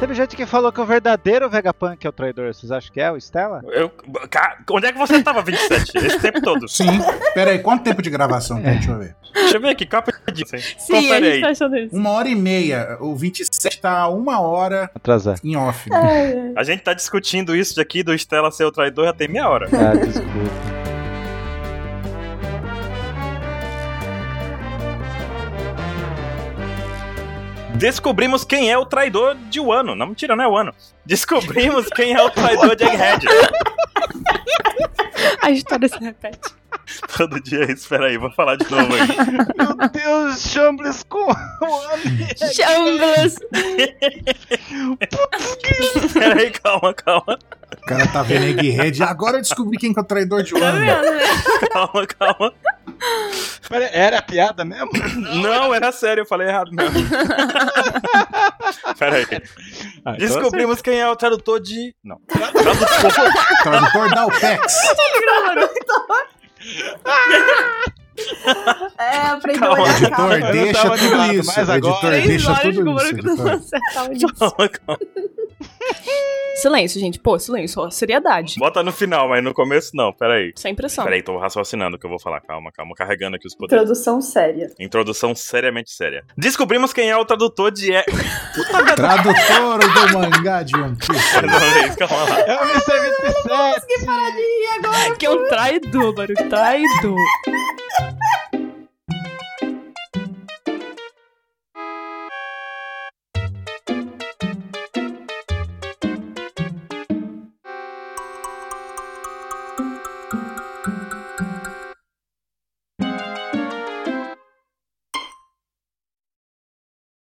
[SPEAKER 4] Teve gente que falou que o verdadeiro Vegapunk é o traidor. Vocês acham que é o Stella?
[SPEAKER 1] Eu, Ca- onde é que você tava, 27? Esse tempo todo?
[SPEAKER 3] sim. Pera aí, quanto tempo de gravação tem? Deixa eu ver.
[SPEAKER 1] Deixa eu ver aqui, capa de.
[SPEAKER 2] Sim, a
[SPEAKER 1] Confere
[SPEAKER 2] gente
[SPEAKER 1] aí.
[SPEAKER 2] tá achando isso.
[SPEAKER 3] Uma hora e meia. O 27 tá a uma hora
[SPEAKER 4] Atrasar.
[SPEAKER 3] em off. né?
[SPEAKER 1] A gente tá discutindo isso daqui do Estela ser o traidor já tem meia hora.
[SPEAKER 4] Ah, desculpa.
[SPEAKER 1] Descobrimos quem é o traidor de Wano. Não, mentira, não é Wano. Descobrimos quem é o traidor de Egghead.
[SPEAKER 2] A história se repete.
[SPEAKER 1] Todo dia, isso, peraí, vou falar de novo aí.
[SPEAKER 4] Meu Deus, Chambles com
[SPEAKER 2] Chambras!
[SPEAKER 1] Peraí, calma, calma,
[SPEAKER 3] O cara tá vendo Egghead. Agora eu descobri quem que é o traidor
[SPEAKER 4] Tá
[SPEAKER 3] de Wanda.
[SPEAKER 2] é
[SPEAKER 1] calma, calma.
[SPEAKER 4] Pera, Era piada mesmo?
[SPEAKER 1] Não, era sério, eu falei errado mesmo. Peraí.
[SPEAKER 4] Ah, então
[SPEAKER 1] Descobrimos quem é o tradutor de. Não. Tradutor.
[SPEAKER 3] Tradutor da
[SPEAKER 4] (laughs)
[SPEAKER 3] OPEX.
[SPEAKER 5] É, aprendeu
[SPEAKER 1] Calma,
[SPEAKER 5] a olhar a
[SPEAKER 3] Editor,
[SPEAKER 5] cara.
[SPEAKER 4] não
[SPEAKER 3] deixa
[SPEAKER 4] tava
[SPEAKER 3] tudo
[SPEAKER 4] animado,
[SPEAKER 3] isso.
[SPEAKER 4] mas
[SPEAKER 3] Editor,
[SPEAKER 4] agora-
[SPEAKER 3] É, deixa tudo isso. editor.
[SPEAKER 1] Calma, calma.
[SPEAKER 2] Silêncio, gente. Pô, silêncio. Ó, seriedade.
[SPEAKER 1] Bota no final, mas no começo não, peraí.
[SPEAKER 2] Sem pressão.
[SPEAKER 1] Peraí, tô raciocinando o que eu vou falar. Calma, calma. Carregando aqui os poderes.
[SPEAKER 5] Introdução séria.
[SPEAKER 1] Introdução seriamente séria. Descobrimos quem é o tradutor de. E-
[SPEAKER 3] Tradutor do mangá de One (laughs) Piece.
[SPEAKER 1] Não, Luiz, calma lá.
[SPEAKER 4] É o Mr. 27!
[SPEAKER 2] é Que é um traidor, Baruch. Traidor.